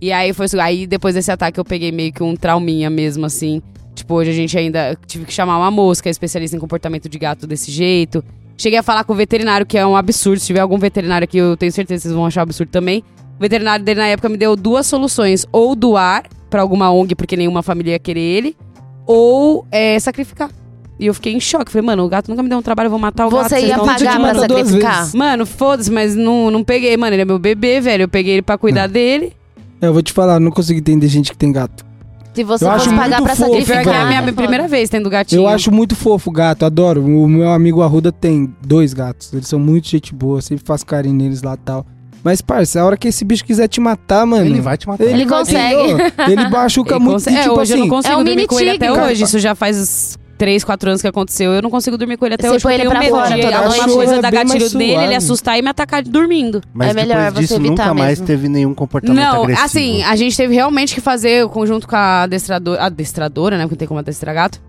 [SPEAKER 2] E aí foi isso. Aí depois desse ataque eu peguei meio que um trauminha mesmo, assim. Tipo, hoje a gente ainda. eu Tive que chamar uma mosca, especialista em comportamento de gato desse jeito. Cheguei a falar com o veterinário, que é um absurdo. Se tiver algum veterinário aqui, eu tenho certeza que vocês vão achar um absurdo também. O veterinário dele na época me deu duas soluções: ou doar pra alguma ONG, porque nenhuma família ia querer ele, ou é, sacrificar. E eu fiquei em choque. Falei, mano, o gato nunca me deu um trabalho, eu vou matar o gato.
[SPEAKER 4] Você
[SPEAKER 2] vocês
[SPEAKER 4] ia
[SPEAKER 2] tão
[SPEAKER 3] Então, a gente
[SPEAKER 4] pagar pra
[SPEAKER 3] mandou duas
[SPEAKER 4] sacrificar?
[SPEAKER 3] vezes.
[SPEAKER 2] Mano, foda-se, mas não, não peguei, mano. Ele é meu bebê, velho. Eu peguei ele pra cuidar dele.
[SPEAKER 3] Eu vou te falar, eu não consigo entender gente que tem gato.
[SPEAKER 4] Se você
[SPEAKER 3] Eu
[SPEAKER 4] fosse
[SPEAKER 3] acho
[SPEAKER 4] pagar
[SPEAKER 3] muito
[SPEAKER 4] pra
[SPEAKER 3] fofo,
[SPEAKER 2] Pior
[SPEAKER 4] sacrificar.
[SPEAKER 2] que é a minha
[SPEAKER 4] foda.
[SPEAKER 2] primeira vez tendo gatinho.
[SPEAKER 3] Eu acho muito fofo gato, adoro. O meu amigo Arruda tem dois gatos. Eles são muito gente boa, sempre faço carinho neles lá e tal. Mas, parça, a hora que esse bicho quiser te matar, mano.
[SPEAKER 1] Ele vai te matar.
[SPEAKER 4] Ele
[SPEAKER 3] vai-
[SPEAKER 4] consegue.
[SPEAKER 3] Ele machuca
[SPEAKER 2] Ele
[SPEAKER 3] muito.
[SPEAKER 2] conse-
[SPEAKER 3] e,
[SPEAKER 2] é,
[SPEAKER 3] tipo
[SPEAKER 2] hoje eu não
[SPEAKER 3] assim,
[SPEAKER 2] consigo
[SPEAKER 4] é um
[SPEAKER 2] dormir
[SPEAKER 4] mini
[SPEAKER 2] com ele até
[SPEAKER 4] tigre,
[SPEAKER 3] cara.
[SPEAKER 2] hoje. Isso já faz uns 3, 4 anos que aconteceu. Eu não consigo dormir com ele até
[SPEAKER 4] Você
[SPEAKER 2] hoje.
[SPEAKER 4] põe
[SPEAKER 2] porque
[SPEAKER 4] ele
[SPEAKER 2] eu
[SPEAKER 4] pra
[SPEAKER 2] tenho
[SPEAKER 4] fora
[SPEAKER 2] medo de
[SPEAKER 4] toda
[SPEAKER 2] alguma
[SPEAKER 4] noite.
[SPEAKER 2] coisa
[SPEAKER 3] É
[SPEAKER 2] da
[SPEAKER 3] bem mais
[SPEAKER 2] gatilho dele, ele
[SPEAKER 3] suave.
[SPEAKER 2] assustar e me atacar dormindo.
[SPEAKER 1] Mas
[SPEAKER 4] É melhor
[SPEAKER 1] depois disso,
[SPEAKER 4] você evitar
[SPEAKER 1] nunca mais
[SPEAKER 4] mesmo.
[SPEAKER 1] teve nenhum comportamento
[SPEAKER 2] Não,
[SPEAKER 1] agressivo.
[SPEAKER 2] assim, a gente teve realmente que fazer, conjunto com a adestradora, adestradora né? Porque não tem como adestrar gato.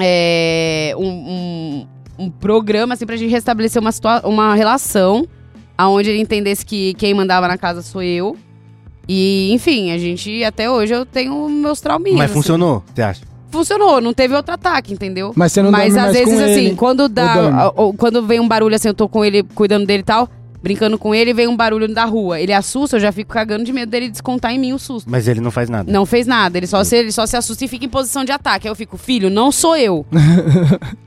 [SPEAKER 2] É, um, um, um programa, assim, pra gente restabelecer uma, situa- uma relação aonde ele entendesse que quem mandava na casa sou eu. E, enfim, a gente, até hoje, eu tenho meus trauminhas.
[SPEAKER 1] Mas
[SPEAKER 2] assim.
[SPEAKER 1] funcionou, você acha?
[SPEAKER 2] Funcionou, não teve outro ataque, entendeu?
[SPEAKER 3] Mas você não
[SPEAKER 2] Mas
[SPEAKER 3] dorme
[SPEAKER 2] às
[SPEAKER 3] mais
[SPEAKER 2] vezes,
[SPEAKER 3] com
[SPEAKER 2] assim,
[SPEAKER 3] ele.
[SPEAKER 2] quando dá.
[SPEAKER 3] dorme?
[SPEAKER 2] a- ou quando vem um barulho assim, eu tô com ele cuidando dele e tal, brincando com ele, vem um barulho da rua. Ele assusta, eu já fico cagando de medo dele descontar em mim o susto.
[SPEAKER 1] Mas ele não faz nada.
[SPEAKER 2] Não fez nada, ele
[SPEAKER 3] É.
[SPEAKER 2] só, se, ele só se assusta e fica em posição de ataque. Aí eu fico, filho, não sou eu.
[SPEAKER 3] É.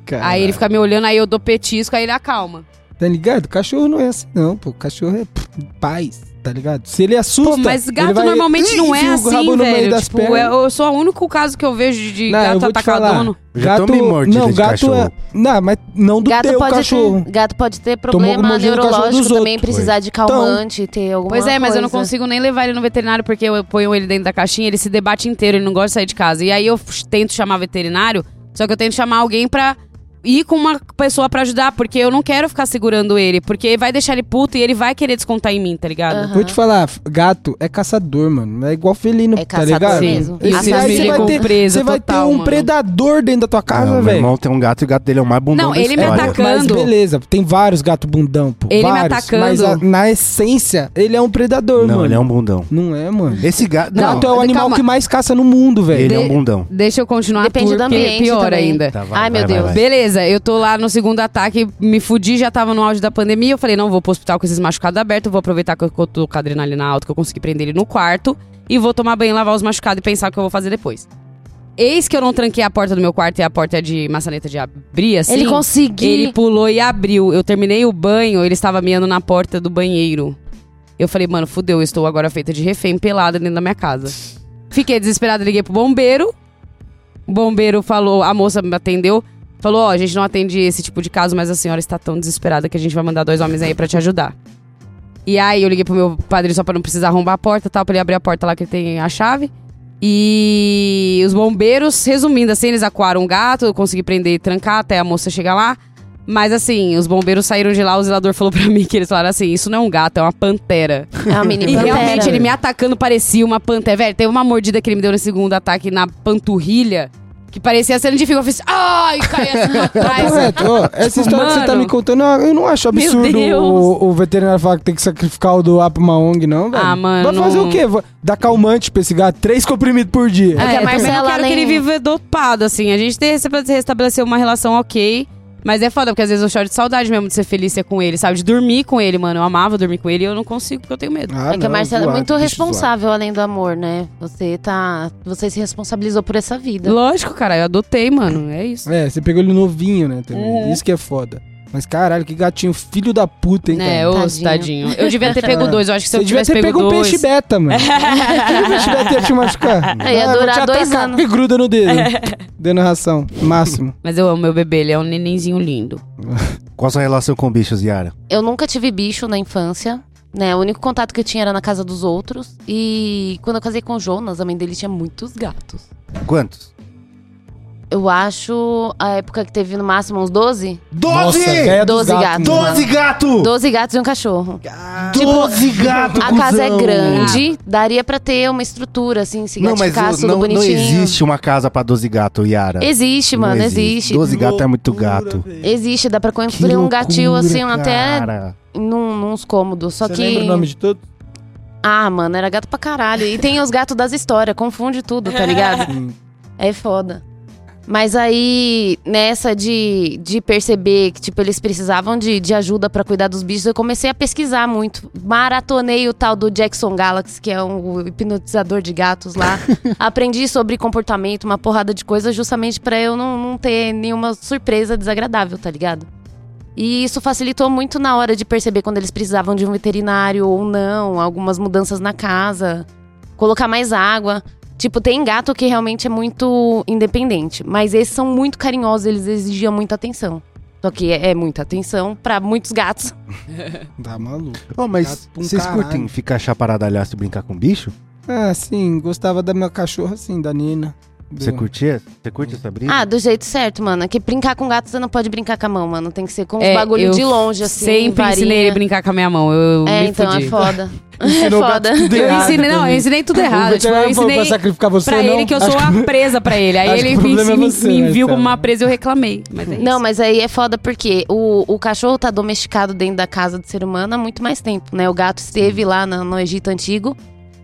[SPEAKER 3] Cara,
[SPEAKER 2] Aí ele fica me olhando, aí eu dou petisco, aí ele acalma.
[SPEAKER 3] Tá ligado? Cachorro não é assim, não, pô. Cachorro é pff, paz, tá ligado? Se ele assusta.
[SPEAKER 2] Pô, mas
[SPEAKER 3] ele
[SPEAKER 2] gato
[SPEAKER 3] vai-
[SPEAKER 2] normalmente
[SPEAKER 3] Ih,
[SPEAKER 2] não é
[SPEAKER 3] enfia o rabo
[SPEAKER 2] assim,
[SPEAKER 3] no meio
[SPEAKER 2] velho.
[SPEAKER 3] das
[SPEAKER 2] Tipo,
[SPEAKER 3] pernas.
[SPEAKER 2] eu, eu sou o único caso que eu vejo de
[SPEAKER 3] Não, eu
[SPEAKER 2] gato
[SPEAKER 3] vou te
[SPEAKER 2] atacar
[SPEAKER 3] falar.
[SPEAKER 2] dono.
[SPEAKER 1] Eu já tomei mordida
[SPEAKER 3] não,
[SPEAKER 1] de
[SPEAKER 3] gato
[SPEAKER 1] cachorro.
[SPEAKER 3] É, não, mas não do
[SPEAKER 4] gato
[SPEAKER 3] teu
[SPEAKER 4] pode
[SPEAKER 3] cachorro.
[SPEAKER 4] Ter, gato pode ter
[SPEAKER 3] Tomou alguma
[SPEAKER 4] problema
[SPEAKER 3] mordida no cachorro Então,
[SPEAKER 4] neurológico
[SPEAKER 3] dos
[SPEAKER 4] também,
[SPEAKER 3] outros.
[SPEAKER 4] precisar de calmante, ter alguma
[SPEAKER 2] Pois é, mas eu não
[SPEAKER 4] Tipo, coisa.
[SPEAKER 2] consigo nem levar ele no veterinário porque eu ponho ele dentro da caixinha, ele se debate inteiro, ele não gosta de sair de casa. E aí eu f- tento chamar veterinário, só que eu tento chamar alguém pra ir com uma pessoa pra ajudar, porque eu não quero ficar segurando ele, porque vai deixar ele puto e ele vai querer descontar em mim, tá ligado?
[SPEAKER 4] Aham.
[SPEAKER 3] Vou te falar, f- gato é caçador, mano. É igual felino,
[SPEAKER 4] É
[SPEAKER 3] tá
[SPEAKER 4] caçador
[SPEAKER 3] ligado?
[SPEAKER 4] mesmo.
[SPEAKER 2] E
[SPEAKER 3] Esse-
[SPEAKER 2] o
[SPEAKER 4] Caçador.
[SPEAKER 3] aí você
[SPEAKER 2] Cecília
[SPEAKER 4] Ele
[SPEAKER 3] vai
[SPEAKER 2] com
[SPEAKER 3] ter,
[SPEAKER 2] presa
[SPEAKER 3] você vai ter
[SPEAKER 2] total,
[SPEAKER 3] um
[SPEAKER 2] mano.
[SPEAKER 3] predador dentro da tua
[SPEAKER 1] Não,
[SPEAKER 3] casa,
[SPEAKER 1] meu
[SPEAKER 3] velho.
[SPEAKER 1] irmão tem um gato e o gato dele é o mais bundão
[SPEAKER 2] Não,
[SPEAKER 1] da
[SPEAKER 2] ele me
[SPEAKER 1] história.
[SPEAKER 2] atacou.
[SPEAKER 3] Mas
[SPEAKER 2] atacando.
[SPEAKER 3] beleza, tem vários gatos bundão, pô.
[SPEAKER 2] Ele me
[SPEAKER 3] vários,
[SPEAKER 2] atacando.
[SPEAKER 3] Mas a- na essência, ele é um predador,
[SPEAKER 1] Não,
[SPEAKER 3] mano.
[SPEAKER 1] ele é um bundão.
[SPEAKER 3] Não é, mano.
[SPEAKER 1] Esse gato... Não,
[SPEAKER 3] Gato é o
[SPEAKER 2] calma.
[SPEAKER 3] animal que mais caça no mundo, velho.
[SPEAKER 1] ele é
[SPEAKER 2] de-
[SPEAKER 1] um bundão.
[SPEAKER 2] Deixa eu continuar
[SPEAKER 4] Depende
[SPEAKER 2] porque é
[SPEAKER 4] do ambiente
[SPEAKER 2] pior
[SPEAKER 4] também.
[SPEAKER 2] ainda.
[SPEAKER 1] Tá, vai,
[SPEAKER 4] Ai, meu
[SPEAKER 1] vai, vai,
[SPEAKER 4] Deus.
[SPEAKER 1] vai.
[SPEAKER 2] Beleza, eu tô lá no segundo ataque, me fudi, já tava no auge da pandemia. Eu falei, não, vou pro hospital com esses machucados abertos, vou aproveitar que eu que eu tô com a adrenalina alta, que eu consegui prender ele no quarto, e vou tomar banho, lavar os machucados e pensar o que eu vou fazer depois. Eis que eu não tranquei a porta do meu quarto e a porta é de maçaneta de abrir, assim.
[SPEAKER 4] Ele conseguiu.
[SPEAKER 2] Ele pulou e abriu. Eu terminei o banho, ele estava miando na porta do banheiro. Eu falei, mano, fudeu, eu estou agora feita de refém, pelada dentro da minha casa. Fiquei desesperada, liguei pro bombeiro. O bombeiro falou, a moça me atendeu. Falou, ó, a gente não atende esse tipo de caso, mas a senhora está tão desesperada que a gente vai mandar dois homens aí pra te ajudar. E aí eu liguei pro meu padrinho só pra não precisar arrombar a porta e tal, pra ele abrir a porta lá que ele tem a chave. E os bombeiros, resumindo assim, eles acuaram o gato, eu consegui prender e trancar até a moça chegar lá. Mas assim, os bombeiros saíram de lá, o zelador falou pra mim que eles falaram assim: isso não é um gato, é uma pantera.
[SPEAKER 4] É uma mini
[SPEAKER 2] E
[SPEAKER 4] pantera.
[SPEAKER 2] realmente ele me atacando parecia uma pantera. Velho, teve uma mordida que ele me deu no segundo ataque na panturrilha, que parecia cena de filme. Eu fiz, ai, caiu assim pra trás.
[SPEAKER 3] Correto, Tá ó, essa história que você tá
[SPEAKER 2] Mano.
[SPEAKER 3] me contando, eu eu não acho
[SPEAKER 2] Meu
[SPEAKER 3] absurdo
[SPEAKER 2] Deus.
[SPEAKER 3] o, o veterinário falar que tem que sacrificar o doar pra uma ONG, não, velho.
[SPEAKER 2] Ah, mano,
[SPEAKER 3] Vai fazer
[SPEAKER 2] não-
[SPEAKER 3] o quê? Vai Dar calmante pra esse gato? Três comprimidos por dia.
[SPEAKER 4] É que a
[SPEAKER 2] mas também não
[SPEAKER 4] Marcela
[SPEAKER 2] quero que ele
[SPEAKER 4] nem-
[SPEAKER 2] viva dopado, assim. A gente tem essa- pra restabelecer uma relação ok. Mas é foda, porque às vezes eu choro de saudade mesmo de ser feliz ser com ele, sabe? De dormir com ele, mano. Eu amava dormir com ele e eu não consigo, porque eu tenho medo.
[SPEAKER 3] Ah,
[SPEAKER 4] É que
[SPEAKER 3] não,
[SPEAKER 4] a Marcela é
[SPEAKER 3] zoado,
[SPEAKER 4] muito
[SPEAKER 3] bicho
[SPEAKER 4] responsável além do amor, né? Você tá. Você se responsabilizou por essa vida.
[SPEAKER 2] Lógico, cara, eu adotei, mano. É isso.
[SPEAKER 3] zoado. É, você pegou ele novinho, né, também.
[SPEAKER 2] Uhum.
[SPEAKER 3] Isso que é foda. Mas caralho, que gatinho filho da puta, hein, cara.
[SPEAKER 2] Né, ô,
[SPEAKER 4] Tadinho.
[SPEAKER 2] tadinho. Eu devia ter pego dois, eu acho que se eu
[SPEAKER 3] Então, Você devia
[SPEAKER 2] tivesse
[SPEAKER 3] ter
[SPEAKER 2] pego,
[SPEAKER 3] pego um
[SPEAKER 2] dois.
[SPEAKER 3] peixe beta, mano. o peixe beta ia te machucar.
[SPEAKER 4] É, ia
[SPEAKER 3] Ah, vou
[SPEAKER 4] durar
[SPEAKER 3] te
[SPEAKER 4] dois
[SPEAKER 3] atacar.
[SPEAKER 4] anos.
[SPEAKER 3] E gruda no dedo. Dando ração. Máximo.
[SPEAKER 2] Mas eu amo meu bebê, ele é um nenenzinho lindo.
[SPEAKER 1] Qual a sua relação com bichos, Yara?
[SPEAKER 4] Eu nunca tive bicho na infância. Né, o único contato que eu tinha era na casa dos outros. E quando eu casei com o Jonas, a mãe dele tinha muitos gatos.
[SPEAKER 1] Quantos?
[SPEAKER 4] Eu acho a época que teve no máximo uns 12.
[SPEAKER 3] Nossa,
[SPEAKER 1] 12!
[SPEAKER 3] véia dos
[SPEAKER 4] 12
[SPEAKER 3] gatos.
[SPEAKER 4] gatos.
[SPEAKER 1] 12 gato!
[SPEAKER 4] 12 gatos e um cachorro.
[SPEAKER 1] 12 gato!
[SPEAKER 4] tipo, A casa é
[SPEAKER 1] cuzão!
[SPEAKER 4] grande, daria pra ter uma estrutura, assim, se
[SPEAKER 1] Não, mas
[SPEAKER 4] gatificasse
[SPEAKER 1] o-
[SPEAKER 4] tudo
[SPEAKER 1] não, não
[SPEAKER 4] bonitinho.
[SPEAKER 1] existe uma casa pra 12 gato, Yara.
[SPEAKER 4] Existe,
[SPEAKER 1] Não
[SPEAKER 4] mano, existe.
[SPEAKER 1] 12 gato é muito gato.
[SPEAKER 4] Existe, dá pra construir
[SPEAKER 1] Que
[SPEAKER 4] um gatil
[SPEAKER 1] loucura,
[SPEAKER 4] assim, até
[SPEAKER 1] cara.
[SPEAKER 4] num, nos cômodos. Só
[SPEAKER 3] Você
[SPEAKER 4] que.
[SPEAKER 3] lembra o nome de todo?
[SPEAKER 4] Ah, mano, era gato pra caralho. E tem os gatos das histórias, confunde tudo, tá ligado? É foda. Mas aí, nessa de, de perceber que, tipo, eles precisavam de, de ajuda pra cuidar dos bichos, eu comecei a pesquisar muito. Maratonei o tal do Jackson Galaxy, que é um hipnotizador de gatos lá. Aprendi sobre comportamento, uma porrada de coisa, justamente pra eu não, não ter nenhuma surpresa desagradável, tá ligado? E isso facilitou muito na hora de perceber quando eles precisavam de um veterinário ou não, algumas mudanças na casa, colocar mais água. Tipo, tem gato que realmente é muito independente, mas esses são muito carinhosos, eles exigiam muita atenção. Só que é, é muita atenção pra muitos gatos.
[SPEAKER 3] Tá maluco.
[SPEAKER 1] Ô, mas
[SPEAKER 3] Gato pra um
[SPEAKER 1] vocês
[SPEAKER 3] caralho.
[SPEAKER 1] curtem ficar chaparadalhaço e brincar com bicho?
[SPEAKER 3] Ah, sim, gostava da minha cachorra, assim, da Nina.
[SPEAKER 1] Você
[SPEAKER 3] Do-
[SPEAKER 1] curtia? Você curte essa briga?
[SPEAKER 4] Ah, do jeito certo, mano. É que brincar com gato você não pode brincar com a mão, mano. Tem que ser com os
[SPEAKER 2] É,
[SPEAKER 4] bagulho
[SPEAKER 2] eu
[SPEAKER 4] de longe, assim.
[SPEAKER 2] Sempre
[SPEAKER 4] varinha.
[SPEAKER 2] ensinei ele a brincar com a minha mão. Eu
[SPEAKER 4] É,
[SPEAKER 2] me
[SPEAKER 4] então
[SPEAKER 2] fudi.
[SPEAKER 4] é foda. é
[SPEAKER 3] Ensinou o gato
[SPEAKER 4] foda.
[SPEAKER 3] tudo
[SPEAKER 2] Eu
[SPEAKER 3] errado
[SPEAKER 2] ensinei, não,
[SPEAKER 3] também.
[SPEAKER 2] eu ensinei tudo
[SPEAKER 3] O é
[SPEAKER 2] errado. Tipo, eu
[SPEAKER 3] veterinário falou pra
[SPEAKER 2] ensinei
[SPEAKER 3] sacrificar você,
[SPEAKER 2] pra
[SPEAKER 3] não?
[SPEAKER 2] ele que eu sou
[SPEAKER 3] Acho
[SPEAKER 2] uma presa pra ele. Aí
[SPEAKER 3] acho que
[SPEAKER 2] ele
[SPEAKER 3] o problema
[SPEAKER 2] me,
[SPEAKER 3] é você,
[SPEAKER 2] me
[SPEAKER 3] né,
[SPEAKER 2] viu
[SPEAKER 3] cara?
[SPEAKER 2] como uma presa e eu reclamei. Mas é
[SPEAKER 4] Não,
[SPEAKER 2] isso.
[SPEAKER 4] mas aí é foda porque o, o cachorro tá domesticado dentro da casa do ser humano há muito mais tempo, né? O gato esteve lá na- no, Egito Antigo,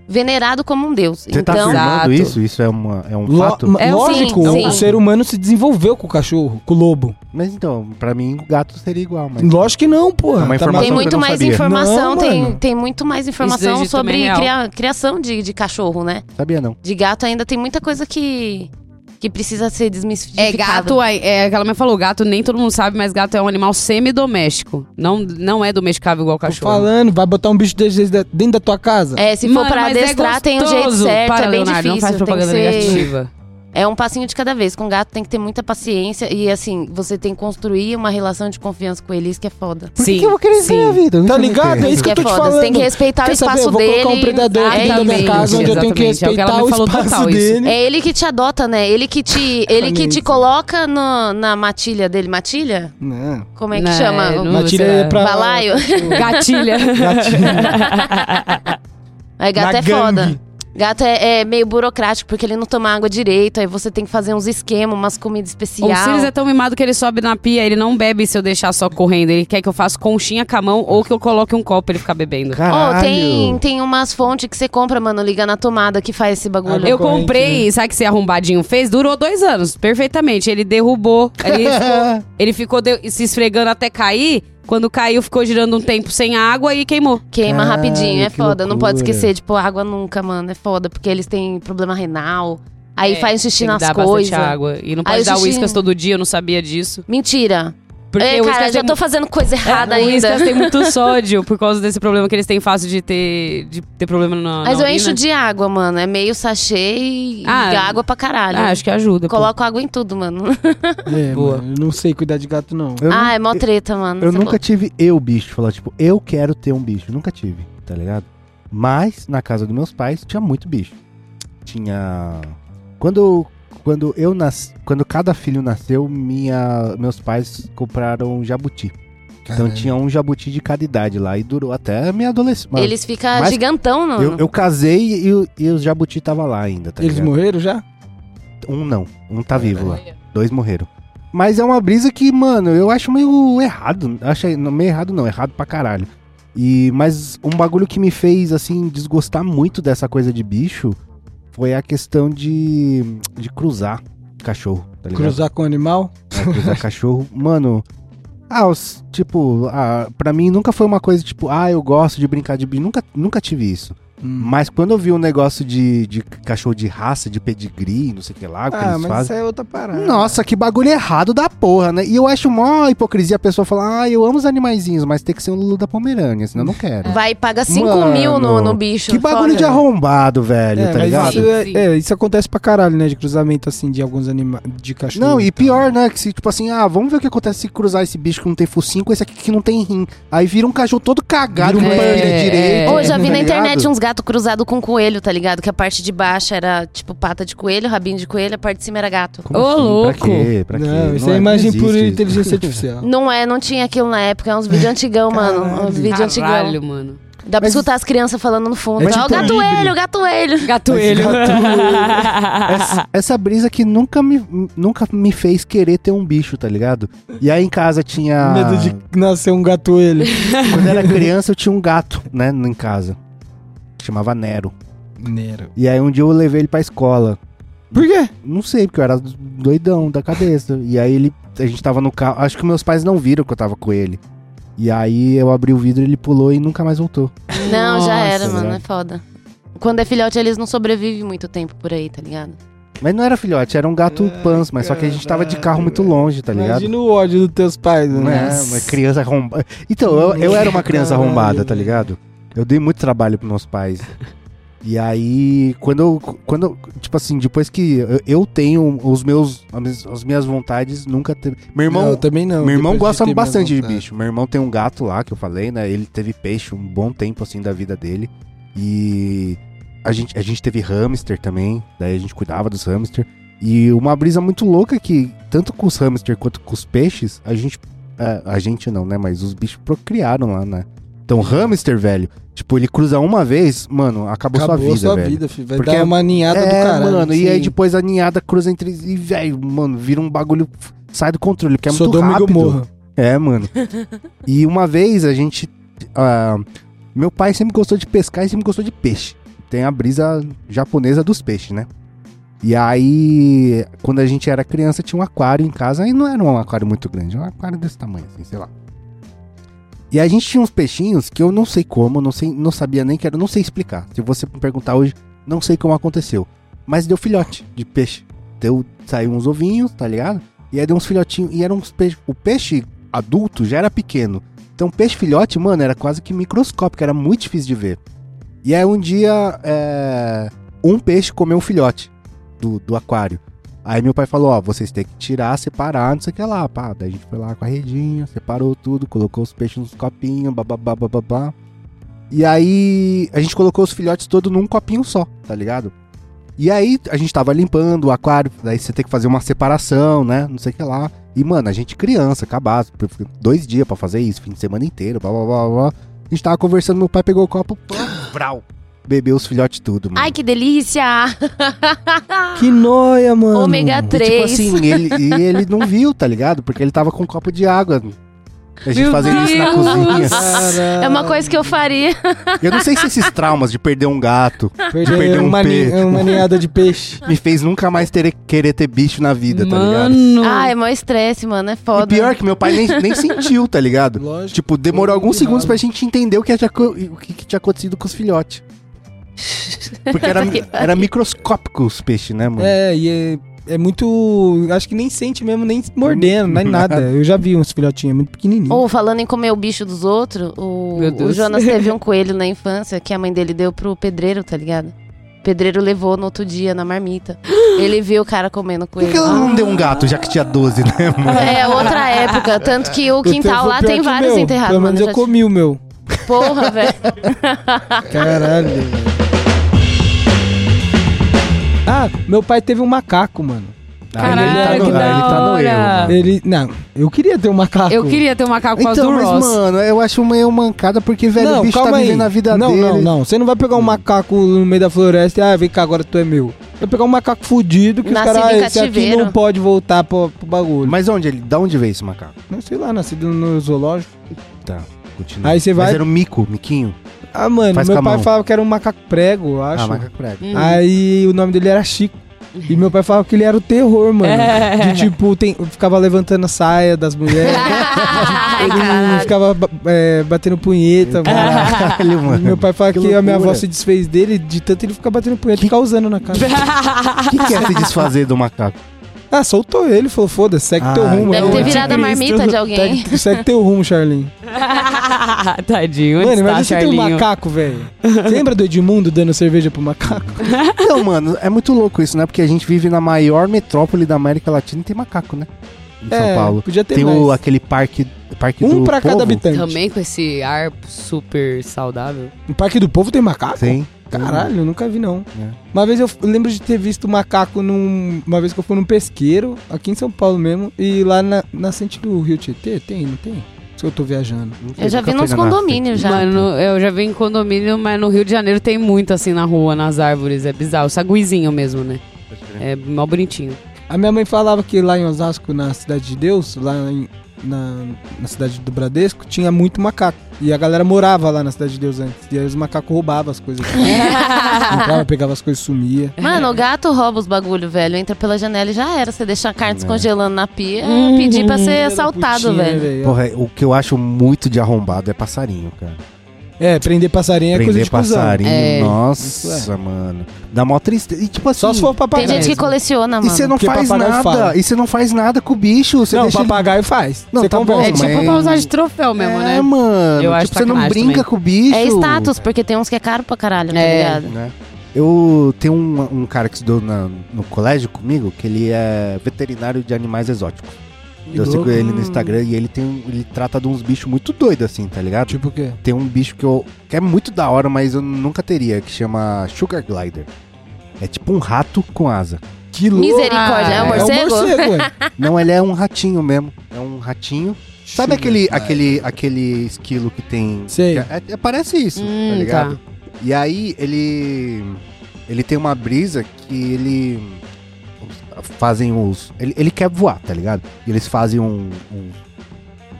[SPEAKER 4] venerado como um deus.
[SPEAKER 1] Você tá
[SPEAKER 4] então,
[SPEAKER 1] afirmando
[SPEAKER 2] Exato.
[SPEAKER 1] isso? Isso é, uma, é um
[SPEAKER 3] Lo-
[SPEAKER 1] fato?
[SPEAKER 3] ma-
[SPEAKER 4] É, sim,
[SPEAKER 3] Lógico,
[SPEAKER 4] sim.
[SPEAKER 3] o ser humano se desenvolveu com o cachorro, com o lobo.
[SPEAKER 1] Mas então, pra mim, o gato seria igual, mas...
[SPEAKER 3] Lógico que não, porra.
[SPEAKER 1] É uma
[SPEAKER 3] Tá
[SPEAKER 1] informação
[SPEAKER 3] maluco.
[SPEAKER 4] tem
[SPEAKER 1] eu
[SPEAKER 4] muito
[SPEAKER 1] não
[SPEAKER 4] mais
[SPEAKER 1] sabia.
[SPEAKER 4] informação,
[SPEAKER 3] Não,
[SPEAKER 4] tem,
[SPEAKER 3] mano.
[SPEAKER 4] tem muito mais informação
[SPEAKER 2] Egito também é
[SPEAKER 4] sobre
[SPEAKER 2] real.
[SPEAKER 4] cria- criação de, de cachorro, né?
[SPEAKER 1] Sabia não.
[SPEAKER 4] De gato ainda tem muita coisa que, que precisa ser desmistificada.
[SPEAKER 2] É gato, é, é aquela minha falou, gato nem todo mundo sabe, mas gato é um animal semidoméstico. Não, não é domesticável igual
[SPEAKER 3] Tô
[SPEAKER 2] cachorro.
[SPEAKER 3] falando, vai botar um bicho desse desse dentro da tua casa?
[SPEAKER 4] É, se
[SPEAKER 2] Mano,
[SPEAKER 4] for pra
[SPEAKER 2] mas é
[SPEAKER 4] adestrar, tem um jeito
[SPEAKER 2] gostoso.
[SPEAKER 4] certo,
[SPEAKER 2] Para,
[SPEAKER 4] é bem
[SPEAKER 2] Leonardo,
[SPEAKER 4] difícil.
[SPEAKER 2] Não faz
[SPEAKER 4] tem que
[SPEAKER 2] propaganda
[SPEAKER 4] ser-
[SPEAKER 2] negativa.
[SPEAKER 4] É um passinho de cada vez. Com gato tem que ter muita paciência e, assim, você tem que construir uma relação de confiança com eles que é foda.
[SPEAKER 1] Por que
[SPEAKER 2] Sim,
[SPEAKER 1] que eu vou querer ver
[SPEAKER 2] sim.
[SPEAKER 1] a vida? Eu nunca
[SPEAKER 3] Tá
[SPEAKER 1] me
[SPEAKER 3] ligado?
[SPEAKER 1] entendi.
[SPEAKER 3] É isso que eu tô te
[SPEAKER 4] foda.
[SPEAKER 3] falando.
[SPEAKER 4] Você tem que respeitar
[SPEAKER 3] Quer
[SPEAKER 4] o espaço
[SPEAKER 3] saber? Eu vou
[SPEAKER 4] dele.
[SPEAKER 3] colocar um predador aqui dentro da minha
[SPEAKER 2] Exatamente,
[SPEAKER 3] casa, onde eu tenho que
[SPEAKER 2] exatamente. É o que ela me
[SPEAKER 3] respeitar o
[SPEAKER 2] falou
[SPEAKER 3] espaço
[SPEAKER 2] total, isso.
[SPEAKER 3] dele.
[SPEAKER 4] É ele que te adota, né? Ele que te, ele que te
[SPEAKER 3] Exatamente.
[SPEAKER 4] coloca no- na matilha dele. Matilha?
[SPEAKER 3] Né, Não.
[SPEAKER 4] Como é que
[SPEAKER 2] Não,
[SPEAKER 4] chama?
[SPEAKER 2] não-
[SPEAKER 4] O-
[SPEAKER 3] Matilha
[SPEAKER 2] será?
[SPEAKER 3] é pra...
[SPEAKER 4] Balaio?
[SPEAKER 2] Gatilha.
[SPEAKER 4] Aí gato
[SPEAKER 3] Na
[SPEAKER 4] é foda.
[SPEAKER 3] gangue.
[SPEAKER 4] Gato é, é meio burocrático, porque ele não toma água direito. Aí você tem que fazer uns esquemas, umas comidas
[SPEAKER 2] o Sirius é
[SPEAKER 4] especiais.
[SPEAKER 2] tão mimado que ele sobe na pia, ele não bebe se eu deixar só correndo. Ele quer que eu faça conchinha com a mão ou que eu coloque um copo pra ele ficar bebendo.
[SPEAKER 1] Caralho.
[SPEAKER 4] tem, tem umas fontes que você compra, mano, liga na tomada que faz esse bagulho.
[SPEAKER 3] Água
[SPEAKER 2] Eu
[SPEAKER 3] corrente,
[SPEAKER 2] comprei, sabe o que esse arrombadinho fez? Durou dois anos, perfeitamente. Ele derrubou, ele ficou, ele ficou de- se esfregando até cair. Quando caiu, ficou girando um tempo sem água e queimou.
[SPEAKER 4] Queima
[SPEAKER 1] Caralho,
[SPEAKER 4] rapidinho, é
[SPEAKER 1] que
[SPEAKER 4] foda. Não pode
[SPEAKER 1] loucura.
[SPEAKER 4] esquecer, tipo, água nunca, mano. É foda, porque eles têm problema renal. Aí faz xixi
[SPEAKER 2] É, Tem que
[SPEAKER 4] nas
[SPEAKER 2] dar bastante
[SPEAKER 4] coisas.
[SPEAKER 2] água. E não
[SPEAKER 4] Aí
[SPEAKER 2] pode
[SPEAKER 4] o
[SPEAKER 2] dar
[SPEAKER 4] xixi-
[SPEAKER 2] uíscas todo dia, eu não sabia disso.
[SPEAKER 4] Mentira.
[SPEAKER 2] Porque
[SPEAKER 4] é,
[SPEAKER 2] o
[SPEAKER 4] cara,
[SPEAKER 2] uíscas tem
[SPEAKER 4] já
[SPEAKER 2] É,
[SPEAKER 4] tô fazendo coisa errada
[SPEAKER 2] O
[SPEAKER 4] ainda.
[SPEAKER 2] uíscas tem muito sódio por causa desse problema que eles têm fácil de ter, de ter problema na.
[SPEAKER 4] Mas
[SPEAKER 2] na
[SPEAKER 4] eu
[SPEAKER 2] urina.
[SPEAKER 4] encho de água, mano. É meio sachê e
[SPEAKER 2] Ah,
[SPEAKER 4] e água pra caralho.
[SPEAKER 2] Ah, acho que ajuda. pô.
[SPEAKER 4] Coloco água em tudo, mano.
[SPEAKER 3] É,
[SPEAKER 2] Boa.
[SPEAKER 3] mano, eu não sei cuidar de gato, não.
[SPEAKER 1] Eu,
[SPEAKER 4] ah, é mó
[SPEAKER 1] eu-
[SPEAKER 4] treta, mano.
[SPEAKER 1] eu
[SPEAKER 4] Cê é
[SPEAKER 1] nunca
[SPEAKER 4] louco.
[SPEAKER 1] tive eu bicho. Falar, tipo, eu quero ter um bicho. Nunca tive, tá ligado? Mas, na casa dos meus pais, tinha muito bicho. Tinha... Quando... Quando eu nas... quando cada filho nasceu, minha... meus pais compraram um jabuti. Então tinha um jabuti de cada idade lá e durou até a minha adolescência.
[SPEAKER 4] Eles né? ficam
[SPEAKER 1] mas-
[SPEAKER 4] gigantão, mano.
[SPEAKER 1] Eu, eu casei e, o- e os jabuti tava lá ainda, tá
[SPEAKER 3] Eles
[SPEAKER 1] ligado?
[SPEAKER 3] morreram já?
[SPEAKER 1] Um não. Um tá vivo lá. Dois morreram. Mas é uma brisa que, mano, eu acho meio errado. Acho não, meio errado não, errado pra caralho. E, mas um bagulho que me fez, assim, desgostar muito dessa coisa de bicho foi a questão de, de cruzar cachorro, tá ligado?
[SPEAKER 3] Cruzar com o animal?
[SPEAKER 1] É, cruzar cachorro. Mano, ah, os- tipo, ah, pra mim nunca foi uma coisa tipo, ah, eu gosto de brincar de bicho. Nunca, nunca tive isso.
[SPEAKER 3] Hum.
[SPEAKER 1] Mas quando eu vi um negócio de, de cachorro de raça, de pedigree, não sei o que lá, o que
[SPEAKER 3] Ah,
[SPEAKER 1] eles
[SPEAKER 3] mas
[SPEAKER 1] fazem.
[SPEAKER 3] isso é outra parada.
[SPEAKER 1] Nossa, que bagulho errado da porra, né? E eu acho mó hipocrisia a pessoa falar, ah, eu amo os animaizinhos, mas tem que ser um Lulu da Pomerânia, senão eu não quero.
[SPEAKER 4] Vai e paga 5
[SPEAKER 1] Mano,
[SPEAKER 4] mil no, no bicho.
[SPEAKER 1] Que bagulho
[SPEAKER 4] Foda.
[SPEAKER 1] de arrombado, velho,
[SPEAKER 3] É,
[SPEAKER 1] tá
[SPEAKER 3] mas
[SPEAKER 1] ligado?
[SPEAKER 3] Isso, é-
[SPEAKER 2] Sim, sim.
[SPEAKER 3] é, isso acontece pra caralho, né? De cruzamento, assim, de alguns animais, de cachorro.
[SPEAKER 1] Não, e
[SPEAKER 3] tal.
[SPEAKER 1] pior, né? Que se, tipo assim, ah, vamos ver o que acontece se cruzar esse bicho que não tem focinho com esse aqui que não tem rim. Aí vira um cachorro todo cagado,
[SPEAKER 3] Vira
[SPEAKER 1] não
[SPEAKER 3] um
[SPEAKER 1] banha
[SPEAKER 2] é,
[SPEAKER 1] direito.
[SPEAKER 2] é.
[SPEAKER 4] Ô, já vi
[SPEAKER 1] tá
[SPEAKER 4] na
[SPEAKER 1] ligado?
[SPEAKER 4] internet uns gatos cruzados com coelho, tá ligado? Que a parte de baixo era tipo pata de coelho, rabinho de coelho, a parte de cima era gato.
[SPEAKER 1] Como assim?
[SPEAKER 2] Ô, louco.
[SPEAKER 1] Pra quê? Pra quê?
[SPEAKER 3] Não, isso
[SPEAKER 1] é-
[SPEAKER 3] é imagem
[SPEAKER 1] existe
[SPEAKER 3] por
[SPEAKER 1] isso.
[SPEAKER 3] inteligência artificial.
[SPEAKER 4] Não é, não tinha aquilo na época. É uns vídeos antigão, mano. Uns vídeos antigão.
[SPEAKER 2] Caralho, mano.
[SPEAKER 4] Dá pra
[SPEAKER 3] Mas-
[SPEAKER 4] escutar as crianças falando no fundo.
[SPEAKER 3] É
[SPEAKER 4] Ó,
[SPEAKER 3] tipo
[SPEAKER 4] gato
[SPEAKER 3] um
[SPEAKER 4] gatoelho,
[SPEAKER 3] híbrido.
[SPEAKER 4] gatoelho.
[SPEAKER 2] Gatoelho. É tá
[SPEAKER 1] Essa, essa brisa que nunca me, nunca me fez querer ter um bicho, tá ligado? E aí em casa tinha.
[SPEAKER 3] Medo de nascer um gato ele.
[SPEAKER 1] Quando eu era criança, eu tinha um gato, né, em casa. Chamava Nero.
[SPEAKER 3] Nero.
[SPEAKER 1] E aí um dia eu levei ele pra escola.
[SPEAKER 3] Por quê?
[SPEAKER 1] Não sei, porque eu era doidão da cabeça. E aí ele. A gente tava no carro. Acho que meus pais não viram que eu tava com ele. E aí eu abri o vidro, ele pulou e nunca mais voltou.
[SPEAKER 4] Não,
[SPEAKER 2] Nossa,
[SPEAKER 4] já era, mano. É
[SPEAKER 1] velho.
[SPEAKER 4] foda. Quando é filhote, eles não sobrevivem muito tempo por aí, tá ligado?
[SPEAKER 1] Mas não era filhote, era um gato
[SPEAKER 3] Ai,
[SPEAKER 1] pans, mas só que a gente tava de carro muito longe, tá ligado?
[SPEAKER 3] Imagina o ódio dos teus pais,
[SPEAKER 1] Não é,
[SPEAKER 3] né?
[SPEAKER 1] uma criança arrombada. Então, eu, eu era uma criança
[SPEAKER 3] Caralho,
[SPEAKER 1] arrombada, tá
[SPEAKER 3] velho.
[SPEAKER 1] ligado? Eu dei muito trabalho pros meus pais. E aí, quando eu, quando eu- tipo assim, depois que eu, eu tenho os meus, as minhas- as minhas vontades, nunca teve. Meu irmão,
[SPEAKER 3] Não, eu também não.
[SPEAKER 1] meu irmão
[SPEAKER 3] Depois de
[SPEAKER 1] gosta
[SPEAKER 3] ter minhas
[SPEAKER 1] bastante de
[SPEAKER 3] vontades.
[SPEAKER 1] bicho. Meu irmão tem um gato lá que eu falei, né? Ele teve peixe um bom tempo assim da vida dele. E a gente, a gente teve hamster também, daí a gente cuidava dos hamster. E uma brisa muito louca é que, tanto com os hamster quanto com os peixes, a gente. é, a gente não, né? Mas os bichos procriaram lá, né? Então, hamster, velho, tipo, ele cruza uma vez, mano, acabou, sua
[SPEAKER 3] Acabou
[SPEAKER 1] vida,
[SPEAKER 3] sua
[SPEAKER 1] velho.
[SPEAKER 3] vida, filho. Vai
[SPEAKER 1] Porque
[SPEAKER 3] dar uma ninhada do
[SPEAKER 1] É,
[SPEAKER 3] caralho.
[SPEAKER 1] mano, e aí
[SPEAKER 3] assim.
[SPEAKER 1] depois a ninhada cruza entre. E, velho, mano, vira um bagulho. Sai do controle, porque é muito
[SPEAKER 3] Sodoma e
[SPEAKER 1] rápido.
[SPEAKER 3] Gomorra.
[SPEAKER 1] É, mano. e uma vez a gente. ah, meu pai sempre gostou de pescar e sempre gostou de peixe. Tem a brisa japonesa dos peixes, né? E aí, quando a gente era criança, tinha um aquário em casa. E não era um aquário muito grande, era um aquário desse tamanho, assim, sei lá. E a gente tinha uns peixinhos que eu não sei como, não, sei, não sabia nem que era, não sei explicar. Se você me perguntar hoje, não sei como aconteceu. Mas deu filhote de peixe. Deu, saiu uns ovinhos, tá ligado? E aí deu uns filhotinhos. E eram uns peixes. O peixe adulto já era pequeno. Então, peixe filhote, mano, era quase que microscópico, era muito difícil de ver. E aí, um dia, é, um peixe comeu um filhote do, do aquário. Aí, meu pai falou: Ó, vocês têm que tirar, separar, não sei o que lá. Pá. Daí a gente foi lá com a redinha, separou tudo, colocou os peixes nos copinhos, bababá, bababá. E aí, a gente colocou os filhotes todos num copinho só, tá ligado? E aí, a gente tava limpando o aquário, daí você tem que fazer uma separação, né? Não sei o que lá. E, mano, a gente criança, acabado, dois dias pra fazer isso, fim de semana inteiro, blá blá blá blá. A gente tava conversando, meu pai pegou o copo, pô, vral, bebeu os filhotes tudo, mano.
[SPEAKER 4] Ai, que delícia!
[SPEAKER 3] Que noia, mano.
[SPEAKER 4] Ômega
[SPEAKER 1] E,
[SPEAKER 4] 3.
[SPEAKER 1] Tipo assim, ele, e ele não viu, tá ligado? Porque ele tava com um copo de água. A gente
[SPEAKER 2] Meu
[SPEAKER 1] fazendo isso na
[SPEAKER 2] Deus!
[SPEAKER 1] cozinha.
[SPEAKER 3] Caralho.
[SPEAKER 4] É uma coisa que eu faria.
[SPEAKER 1] Eu não sei se esses traumas de perder um gato
[SPEAKER 3] Perdeu,
[SPEAKER 1] Perdeu um
[SPEAKER 3] uma,
[SPEAKER 1] pe-
[SPEAKER 3] ni- é uma ninhada de peixe.
[SPEAKER 1] me fez nunca mais ter, querer ter bicho na vida, tá ligado?
[SPEAKER 2] Mano.
[SPEAKER 4] Ah, é mó estresse, mano. É
[SPEAKER 1] E
[SPEAKER 4] foda.
[SPEAKER 1] pior que meu pai nem, nem sentiu, tá ligado?
[SPEAKER 3] Lógico.
[SPEAKER 1] Tipo, demorou alguns
[SPEAKER 3] Errado.
[SPEAKER 1] segundos pra gente entender o que, tinha, co- o que, que tinha acontecido com os filhotes. Porque era, era microscópico os peixes, né, mano?
[SPEAKER 3] É, e é, é muito. Acho que nem sente mesmo, nem mordendo, nem nada. Eu já vi uns filhotinhos muito pequenininhos.
[SPEAKER 4] Ou falando em comer o bicho dos outros, o,
[SPEAKER 2] Meu
[SPEAKER 4] o
[SPEAKER 2] Deus.
[SPEAKER 4] Jonas teve um coelho na infância que a mãe dele deu pro pedreiro, tá ligado? O pedreiro levou no outro dia na marmita. Ele viu o cara comendo
[SPEAKER 1] Por
[SPEAKER 4] coelho.
[SPEAKER 1] que ela não deu um gato, já que tinha 12, né, mano?
[SPEAKER 4] É, outra época. Tanto que o
[SPEAKER 3] Eu tenho-
[SPEAKER 4] quintal
[SPEAKER 3] foi
[SPEAKER 4] lá
[SPEAKER 3] pior
[SPEAKER 4] tem
[SPEAKER 3] que o
[SPEAKER 4] vários
[SPEAKER 3] meu.
[SPEAKER 4] enterrados.
[SPEAKER 3] Pelo
[SPEAKER 4] mano,
[SPEAKER 3] menos
[SPEAKER 4] já
[SPEAKER 3] eu
[SPEAKER 4] te-
[SPEAKER 3] comi o meu.
[SPEAKER 4] Porra, velho.
[SPEAKER 3] Caralho. velho. ah, meu pai teve um macaco, mano.
[SPEAKER 1] aí
[SPEAKER 2] Caralho,
[SPEAKER 1] ele tá no,
[SPEAKER 2] que
[SPEAKER 1] aí
[SPEAKER 2] da
[SPEAKER 1] ele tá no eu,
[SPEAKER 2] hora.
[SPEAKER 1] mano.
[SPEAKER 3] Ele. Não, eu queria ter um macaco.
[SPEAKER 2] Eu queria ter um macaco por causa
[SPEAKER 1] Então,
[SPEAKER 2] do
[SPEAKER 1] mas,
[SPEAKER 2] Ross.
[SPEAKER 1] mano, eu acho meio mancada porque, velho,
[SPEAKER 3] não,
[SPEAKER 1] o bicho tá
[SPEAKER 3] calma aí.
[SPEAKER 1] vivendo a vida
[SPEAKER 3] não,
[SPEAKER 1] dele.
[SPEAKER 3] Não, não, Você não vai pegar um macaco no meio da floresta e, ah, vem cá, agora tu é meu. Vai pegar um macaco fudido que
[SPEAKER 4] Nascido
[SPEAKER 3] os caras,
[SPEAKER 4] em
[SPEAKER 3] ah, esse aqui
[SPEAKER 4] cativeiro."
[SPEAKER 3] não pode voltar pro, pro bagulho.
[SPEAKER 1] Mas onde ele, da onde veio esse macaco?
[SPEAKER 3] Mas, sei lá, nascido no zoológico.
[SPEAKER 1] Tá, continua.
[SPEAKER 3] Aí você
[SPEAKER 1] Mas
[SPEAKER 3] vai.
[SPEAKER 1] era um mico, miquinho?
[SPEAKER 3] Ah, mano,
[SPEAKER 1] Faz com
[SPEAKER 3] meu
[SPEAKER 1] a
[SPEAKER 3] pai
[SPEAKER 1] mão.
[SPEAKER 3] falava que era um macaco prego, eu acho.
[SPEAKER 1] Ah, macaco prego.
[SPEAKER 2] Hum.
[SPEAKER 3] Aí o nome dele era Chico. E meu pai falava que ele era o terror, mano. De tipo, tem, ficava levantando a saia das mulheres.
[SPEAKER 4] Ai,
[SPEAKER 3] ele
[SPEAKER 4] caralho.
[SPEAKER 3] ficava ba- é, batendo punheta, mano.
[SPEAKER 1] Caralho, mano.
[SPEAKER 3] Meu pai fala
[SPEAKER 1] Que
[SPEAKER 3] que, a minha avó
[SPEAKER 1] loucura.
[SPEAKER 3] se desfez dele de tanto ele ficar batendo punheta e causando na casa.
[SPEAKER 1] O que, que é se desfazer do macaco?
[SPEAKER 3] Ah, soltou ele, falou, foda-se, segue
[SPEAKER 1] Ah,
[SPEAKER 3] teu rumo.
[SPEAKER 4] Deve
[SPEAKER 3] é o
[SPEAKER 4] ter virado a
[SPEAKER 3] anticristo.
[SPEAKER 4] marmita de alguém.
[SPEAKER 3] Segue- Segue teu rumo, Charlin.
[SPEAKER 2] Ah, Tadinho,
[SPEAKER 3] Mano,
[SPEAKER 2] onde
[SPEAKER 3] imagina
[SPEAKER 2] tá,
[SPEAKER 3] você tem um
[SPEAKER 2] Charlinho?
[SPEAKER 3] macaco, velho. Você lembra do Edmundo dando cerveja pro macaco?
[SPEAKER 1] Então, mano, é muito louco isso, né? Porque a gente vive na maior metrópole da América Latina e tem macaco, né? Em São Paulo.
[SPEAKER 3] É, podia ter
[SPEAKER 1] Tem
[SPEAKER 3] mais.
[SPEAKER 1] o, aquele parque, parque do
[SPEAKER 3] um pra cada
[SPEAKER 1] povo.
[SPEAKER 3] habitante.
[SPEAKER 2] Também com esse ar super saudável.
[SPEAKER 3] No Parque do Povo tem macaco?
[SPEAKER 1] Tem.
[SPEAKER 3] Caralho, eu nunca vi não.
[SPEAKER 1] É.
[SPEAKER 3] Uma vez eu f- lembro de ter visto macaco num. Uma vez que eu fui num pesqueiro, aqui em São Paulo mesmo, e lá na nascente do Rio Tietê, tem, não tem? Se eu tô viajando.
[SPEAKER 1] Não sei,
[SPEAKER 4] Eu já
[SPEAKER 1] Hum. nunca
[SPEAKER 4] vi
[SPEAKER 1] fui
[SPEAKER 4] nos
[SPEAKER 1] na Nasce.
[SPEAKER 4] condomínios já.
[SPEAKER 2] Mano, eu já vi em condomínio, mas no Rio de Janeiro tem muito assim na rua, nas árvores. É bizarro. Saguizinho mesmo, né? É mó bonitinho.
[SPEAKER 3] A minha mãe falava que lá em Osasco, na Cidade de Deus, lá em- na, na cidade do Bradesco, tinha muito macaco. E a galera morava lá na Cidade de Deus antes. E aí os macacos roubavam as coisas. Entrava, pegava as coisas e sumia.
[SPEAKER 4] Mano, o gato rouba os bagulho, velho. Entra pela janela e já era. Você deixa a carne descongelando na pia, é
[SPEAKER 2] Uhum.
[SPEAKER 4] pedir pra ser assaltado,
[SPEAKER 3] Putinha,
[SPEAKER 4] velho.
[SPEAKER 1] Porra, o que eu acho muito de arrombado é passarinho, cara.
[SPEAKER 3] É, prender passarinho é coisa
[SPEAKER 1] Prender
[SPEAKER 3] de cuzão.
[SPEAKER 1] passarinho,
[SPEAKER 2] É.
[SPEAKER 1] nossa, mano. Dá mó tristeza. E tipo assim,
[SPEAKER 3] Só se for papagaio.
[SPEAKER 4] Tem gente que
[SPEAKER 3] mesmo.
[SPEAKER 4] coleciona,
[SPEAKER 1] e
[SPEAKER 4] mano.
[SPEAKER 1] você não
[SPEAKER 3] Porque
[SPEAKER 1] faz
[SPEAKER 3] papagaio
[SPEAKER 1] nada.
[SPEAKER 3] fala.
[SPEAKER 1] E você não faz nada com o bicho. Você
[SPEAKER 3] não,
[SPEAKER 1] deixa ele-
[SPEAKER 3] papagaio faz.
[SPEAKER 1] Não,
[SPEAKER 3] você
[SPEAKER 1] tá bom,
[SPEAKER 3] conversa. né?
[SPEAKER 2] É
[SPEAKER 1] mas-
[SPEAKER 2] tipo pra usar de troféu mesmo,
[SPEAKER 1] é,
[SPEAKER 2] né?
[SPEAKER 1] mano.
[SPEAKER 2] Eu
[SPEAKER 1] tipo,
[SPEAKER 2] acho
[SPEAKER 1] você não
[SPEAKER 2] sacanagem
[SPEAKER 1] brinca com o bicho.
[SPEAKER 4] É status, porque tem uns que é caro pra caralho, tá
[SPEAKER 2] É.
[SPEAKER 4] ligado?
[SPEAKER 1] né? Eu tenho um, um cara que estudou na- no colégio comigo, que ele é veterinário de animais exóticos.
[SPEAKER 3] é
[SPEAKER 1] eu sigo ele no Instagram e ele tem um, ele trata de uns bichos muito doidos, assim, tá ligado?
[SPEAKER 3] Tipo o quê?
[SPEAKER 1] Tem um bicho que, eu, que é muito da hora, mas eu nunca teria, que chama Sugar Glider. É tipo um rato com asa.
[SPEAKER 3] Que louco.
[SPEAKER 4] Misericórdia, é um
[SPEAKER 1] Ah,
[SPEAKER 3] É um
[SPEAKER 4] morcego?
[SPEAKER 3] morcego, ué.
[SPEAKER 1] Não, ele é um ratinho mesmo. É um ratinho. Sabe aquele, aquele, aquele esquilo que tem.
[SPEAKER 3] Sei.
[SPEAKER 1] que é- é- parece isso,
[SPEAKER 2] Hum,
[SPEAKER 1] tá ligado? E aí ele. Ele tem uma brisa que ele. Fazem os. Ele, ele quer voar, tá ligado? E eles fazem um. um-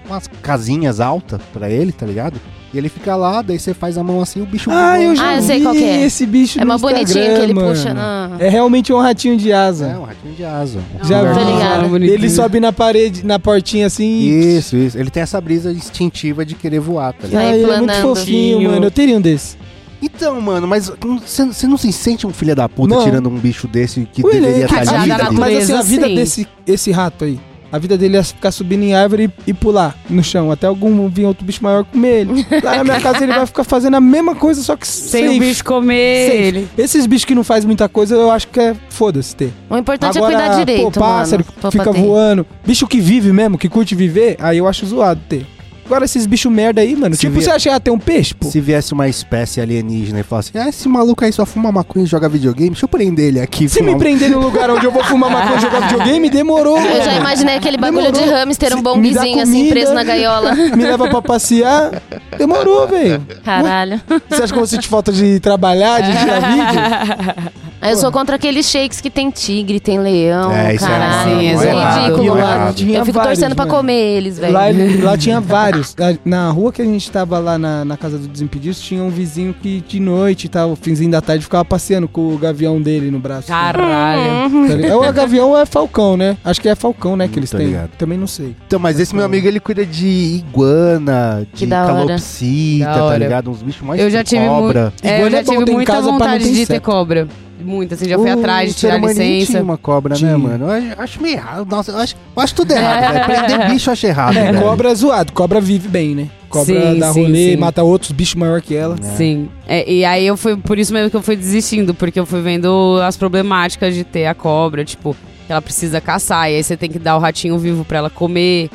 [SPEAKER 1] umas casinhas altas pra ele, tá ligado? E ele fica lá, daí você faz a mão assim, o bicho.
[SPEAKER 3] Ah,
[SPEAKER 1] voa.
[SPEAKER 3] eu já
[SPEAKER 4] Ah, eu
[SPEAKER 3] vi
[SPEAKER 4] sei qual que é.
[SPEAKER 3] esse bicho
[SPEAKER 4] É
[SPEAKER 3] no
[SPEAKER 4] mais bonitinho que ele
[SPEAKER 3] Instagram,
[SPEAKER 4] puxa. ah.
[SPEAKER 3] mano.
[SPEAKER 4] Não.
[SPEAKER 3] É realmente um ratinho de
[SPEAKER 1] É,
[SPEAKER 3] asa.
[SPEAKER 1] um ratinho de asa.
[SPEAKER 3] Já
[SPEAKER 2] Ah,
[SPEAKER 3] vi.
[SPEAKER 4] Tô ligado.
[SPEAKER 2] tá bonitinho.
[SPEAKER 3] Ele sobe na parede, na portinha assim.
[SPEAKER 1] Isso, isso. Ele tem essa brisa instintiva de querer voar, tá ligado?
[SPEAKER 4] Vai
[SPEAKER 3] Ah, ele é muito
[SPEAKER 4] planando.
[SPEAKER 3] fofinho,
[SPEAKER 2] Fofinho.
[SPEAKER 3] mano. Eu teria um desse.
[SPEAKER 1] Então, mano, mas você não se sente um filho da puta
[SPEAKER 3] Não.
[SPEAKER 1] tirando um bicho desse que
[SPEAKER 3] Ué, ele é
[SPEAKER 1] deveria estar
[SPEAKER 2] encaixado
[SPEAKER 1] livre?
[SPEAKER 2] na
[SPEAKER 1] ali? tá
[SPEAKER 3] Mas assim, a
[SPEAKER 2] Natureza,
[SPEAKER 3] vida
[SPEAKER 2] sim.
[SPEAKER 3] desse esse rato aí. A vida dele é ficar subindo em árvore e, e pular no chão. Até algum vir outro bicho maior comer ele. Lá na minha casa ele vai ficar fazendo a mesma coisa, só que
[SPEAKER 2] Sem
[SPEAKER 3] safe.
[SPEAKER 2] o bicho comer
[SPEAKER 3] Safe.
[SPEAKER 2] ele.
[SPEAKER 3] Esses bichos que não faz muita coisa, eu acho que é foda-se ter.
[SPEAKER 4] O importante
[SPEAKER 3] Agora,
[SPEAKER 4] é cuidar
[SPEAKER 3] pô,
[SPEAKER 4] direito,
[SPEAKER 3] pássaro
[SPEAKER 4] mano.
[SPEAKER 3] que
[SPEAKER 4] Pô,
[SPEAKER 3] fica
[SPEAKER 4] pra ter.
[SPEAKER 3] voando. Bicho que vive mesmo, que curte viver, aí eu acho zoado ter. Agora esses bichos merda aí, mano.
[SPEAKER 1] Se
[SPEAKER 3] tipo,
[SPEAKER 1] vier-
[SPEAKER 3] você acha que ah, tem um peixe, pô?
[SPEAKER 1] Se viesse uma espécie alienígena e falasse, ah, esse maluco aí só fuma maconha e joga videogame, deixa eu prender ele aqui.
[SPEAKER 3] Se me
[SPEAKER 1] fumar- um
[SPEAKER 3] prender no lugar onde eu vou fumar maconha e jogar videogame, demorou.
[SPEAKER 4] Eu já
[SPEAKER 3] mano.
[SPEAKER 4] imaginei aquele bagulho
[SPEAKER 3] Demorou.
[SPEAKER 4] de hamster,
[SPEAKER 3] Se-
[SPEAKER 4] um
[SPEAKER 3] me dá
[SPEAKER 4] bombizinho assim
[SPEAKER 3] comida.
[SPEAKER 4] preso na gaiola.
[SPEAKER 3] Me leva pra passear. Demorou, velho.
[SPEAKER 4] Caralho.
[SPEAKER 3] Você acha que eu vou sentir falta de trabalhar, de tirar vídeo?
[SPEAKER 4] Aí Eu sou contra aqueles shakes que tem tigre, tem leão,
[SPEAKER 1] É, isso é
[SPEAKER 4] caralho.
[SPEAKER 2] errado,
[SPEAKER 4] Isso
[SPEAKER 2] é errado,
[SPEAKER 4] ridículo,
[SPEAKER 1] é
[SPEAKER 4] mano.
[SPEAKER 1] errado.
[SPEAKER 4] Eu fico torcendo pra comer eles, velho.
[SPEAKER 3] Lá, ele- lá tinha vários. Na- Na rua que a gente tava lá na, na casa do Desimpedidos, tinha um vizinho que de noite, tava, finzinho da tarde, ficava passeando com o gavião dele no braço. né?
[SPEAKER 2] Caralho.
[SPEAKER 3] Tá ligado? Ou é gavião ou é falcão, né? Acho que é falcão, né, que eles
[SPEAKER 1] Tô
[SPEAKER 3] têm.
[SPEAKER 1] ligado.
[SPEAKER 3] Também não sei.
[SPEAKER 1] Então, mas esse meu amigo, ele cuida de iguana, de
[SPEAKER 4] Que da hora.
[SPEAKER 1] calopsita,
[SPEAKER 2] Da
[SPEAKER 1] tá
[SPEAKER 2] hora.
[SPEAKER 1] ligado? Uns bichos mais
[SPEAKER 2] Eu já tive
[SPEAKER 1] cobra.
[SPEAKER 2] muito. É, eu
[SPEAKER 3] Iguana
[SPEAKER 2] já
[SPEAKER 3] é bom
[SPEAKER 2] tive
[SPEAKER 3] ter em
[SPEAKER 2] muita
[SPEAKER 3] casa pra não
[SPEAKER 2] vontade
[SPEAKER 3] ter
[SPEAKER 2] de ter
[SPEAKER 3] inseto. Uh,
[SPEAKER 2] cobra. Muito, assim, já fui
[SPEAKER 1] O
[SPEAKER 2] atrás de
[SPEAKER 1] ser
[SPEAKER 2] tirar
[SPEAKER 1] humano
[SPEAKER 3] é
[SPEAKER 1] nem tinha
[SPEAKER 2] licença.
[SPEAKER 1] uma cobra, né,
[SPEAKER 3] Tinha.
[SPEAKER 1] mano? Eu acho- acho meio errado. Nossa, eu acho, eu acho tudo errado, velho. Prender bicho eu acho errado,
[SPEAKER 3] É,
[SPEAKER 1] velho.
[SPEAKER 3] cobra é zoado. Cobra vive bem, né? Cobra
[SPEAKER 2] Sim,
[SPEAKER 3] dá
[SPEAKER 2] sim,
[SPEAKER 3] rolê,
[SPEAKER 2] sim.
[SPEAKER 3] mata outros bichos maior que ela.
[SPEAKER 2] Sim. É, e aí eu fui, por isso mesmo que eu fui desistindo, porque eu fui vendo as problemáticas de ter a cobra, tipo, que ela precisa caçar, e aí você tem que dar o ratinho vivo pra ela comer.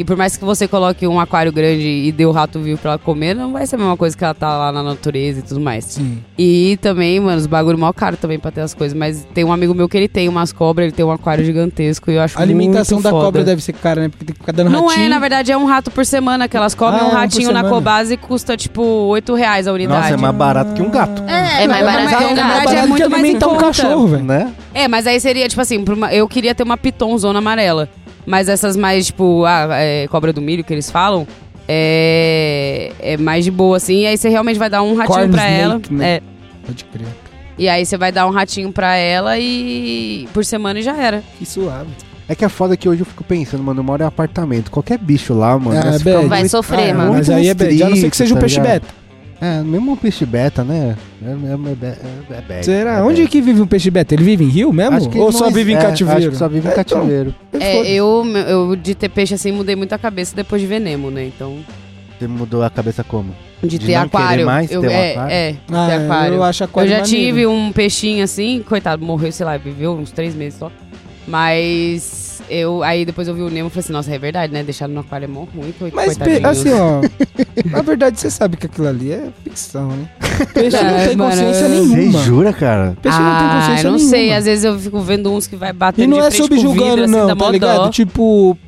[SPEAKER 2] E por mais que você coloque um aquário grande e dê o rato vivo pra ela comer, não vai ser a mesma coisa que ela tá lá na natureza e tudo mais.
[SPEAKER 3] Sim.
[SPEAKER 2] E também, mano, os bagulho mó caro também pra ter as coisas. Mas tem um amigo meu que ele tem umas cobras, ele tem um aquário gigantesco e eu acho
[SPEAKER 3] A alimentação
[SPEAKER 2] muito
[SPEAKER 3] da
[SPEAKER 2] foda.
[SPEAKER 3] cobra deve ser cara, né? Porque tem que ficar dando
[SPEAKER 2] Não
[SPEAKER 3] ratinho.
[SPEAKER 2] é, na verdade, é um rato por semana que elas comem.
[SPEAKER 3] Ah, é um
[SPEAKER 2] um
[SPEAKER 3] por
[SPEAKER 2] ratinho na
[SPEAKER 3] semana.
[SPEAKER 2] Cobase custa, tipo, 8 reais a unidade.
[SPEAKER 1] Nossa, é mais barato que um gato,
[SPEAKER 2] É,
[SPEAKER 4] É
[SPEAKER 2] mas
[SPEAKER 4] mais barato
[SPEAKER 2] na
[SPEAKER 4] que um
[SPEAKER 2] verdade
[SPEAKER 4] gato.
[SPEAKER 2] é
[SPEAKER 3] que
[SPEAKER 2] muito mais em
[SPEAKER 3] alimentar um
[SPEAKER 2] conta.
[SPEAKER 3] cachorro, velho.
[SPEAKER 1] né?
[SPEAKER 2] É, mas aí seria, tipo assim, pra uma- eu queria ter uma pitonzona amarela. Mas essas mais, tipo, a é, cobra do milho que eles falam, é, é mais de boa, assim. E aí você realmente vai dar um ratinho
[SPEAKER 3] Corn
[SPEAKER 2] pra ela.
[SPEAKER 3] snake, né?
[SPEAKER 2] É.
[SPEAKER 3] Pode crer.
[SPEAKER 2] E aí você vai dar um ratinho pra ela e por semana e já era.
[SPEAKER 3] Que suave.
[SPEAKER 1] É que é foda que hoje eu fico pensando, mano, eu moro em apartamento. Qualquer bicho lá, mano.
[SPEAKER 3] Ah,
[SPEAKER 1] já
[SPEAKER 3] é
[SPEAKER 1] se fica
[SPEAKER 3] bad.
[SPEAKER 1] muito-
[SPEAKER 4] Vai sofrer,
[SPEAKER 1] Ah,
[SPEAKER 4] mano.
[SPEAKER 3] Mas aí é bad. A não ser que seja um
[SPEAKER 1] Tá
[SPEAKER 3] peixe
[SPEAKER 1] ligado?
[SPEAKER 3] beta.
[SPEAKER 1] É, mesmo um peixe beta, né? É, é, é, be- é, é bad,
[SPEAKER 3] Será?
[SPEAKER 1] é
[SPEAKER 3] Onde
[SPEAKER 1] bad.
[SPEAKER 3] que vive um peixe beta? Ele vive em rio mesmo?
[SPEAKER 1] Acho que
[SPEAKER 3] Ou
[SPEAKER 1] não
[SPEAKER 3] só
[SPEAKER 1] ex-
[SPEAKER 3] vive em
[SPEAKER 1] é,
[SPEAKER 3] cativeiro?
[SPEAKER 1] Acho que só vive em
[SPEAKER 3] É, então,
[SPEAKER 1] cativeiro.
[SPEAKER 2] É, eu, eu de ter peixe assim mudei muito a cabeça depois de veneno, né? Então.
[SPEAKER 3] é.
[SPEAKER 1] Você mudou a cabeça como?
[SPEAKER 2] De,
[SPEAKER 1] De
[SPEAKER 2] ter
[SPEAKER 1] não
[SPEAKER 2] aquário.
[SPEAKER 1] querer mais
[SPEAKER 2] eu,
[SPEAKER 1] ter um
[SPEAKER 2] é,
[SPEAKER 1] aquário?
[SPEAKER 2] é, de
[SPEAKER 3] Ah,
[SPEAKER 2] ter aquário.
[SPEAKER 3] eu acho
[SPEAKER 2] Eu
[SPEAKER 3] aquário
[SPEAKER 2] já
[SPEAKER 3] maneiro.
[SPEAKER 2] tive um peixinho assim, coitado, morreu, sei lá, viveu uns três meses só. Mas eu. Aí depois eu vi o Nemo e falei assim, nossa, é verdade, né? Deixar no aquário é mó ruim, coi-
[SPEAKER 3] Mas, pe-
[SPEAKER 2] coitadinho.
[SPEAKER 3] assim, ó. na verdade, você sabe que aquilo ali é ficção, né? Peixe não
[SPEAKER 2] É,
[SPEAKER 3] tem
[SPEAKER 2] mano,
[SPEAKER 3] consciência
[SPEAKER 2] é-
[SPEAKER 1] Você
[SPEAKER 3] nenhuma.
[SPEAKER 1] jura, cara?
[SPEAKER 3] Peixe não tem
[SPEAKER 2] Ah,
[SPEAKER 3] consciência
[SPEAKER 2] eu não
[SPEAKER 3] nenhuma.
[SPEAKER 2] sei, às vezes eu fico vendo uns que vai bater
[SPEAKER 3] E não
[SPEAKER 2] de
[SPEAKER 3] é
[SPEAKER 2] frente com
[SPEAKER 3] subjugando,
[SPEAKER 2] vidro, assim,
[SPEAKER 3] não,
[SPEAKER 2] dá
[SPEAKER 3] tá
[SPEAKER 2] mó
[SPEAKER 3] ligado?
[SPEAKER 2] dó.
[SPEAKER 3] Tipo,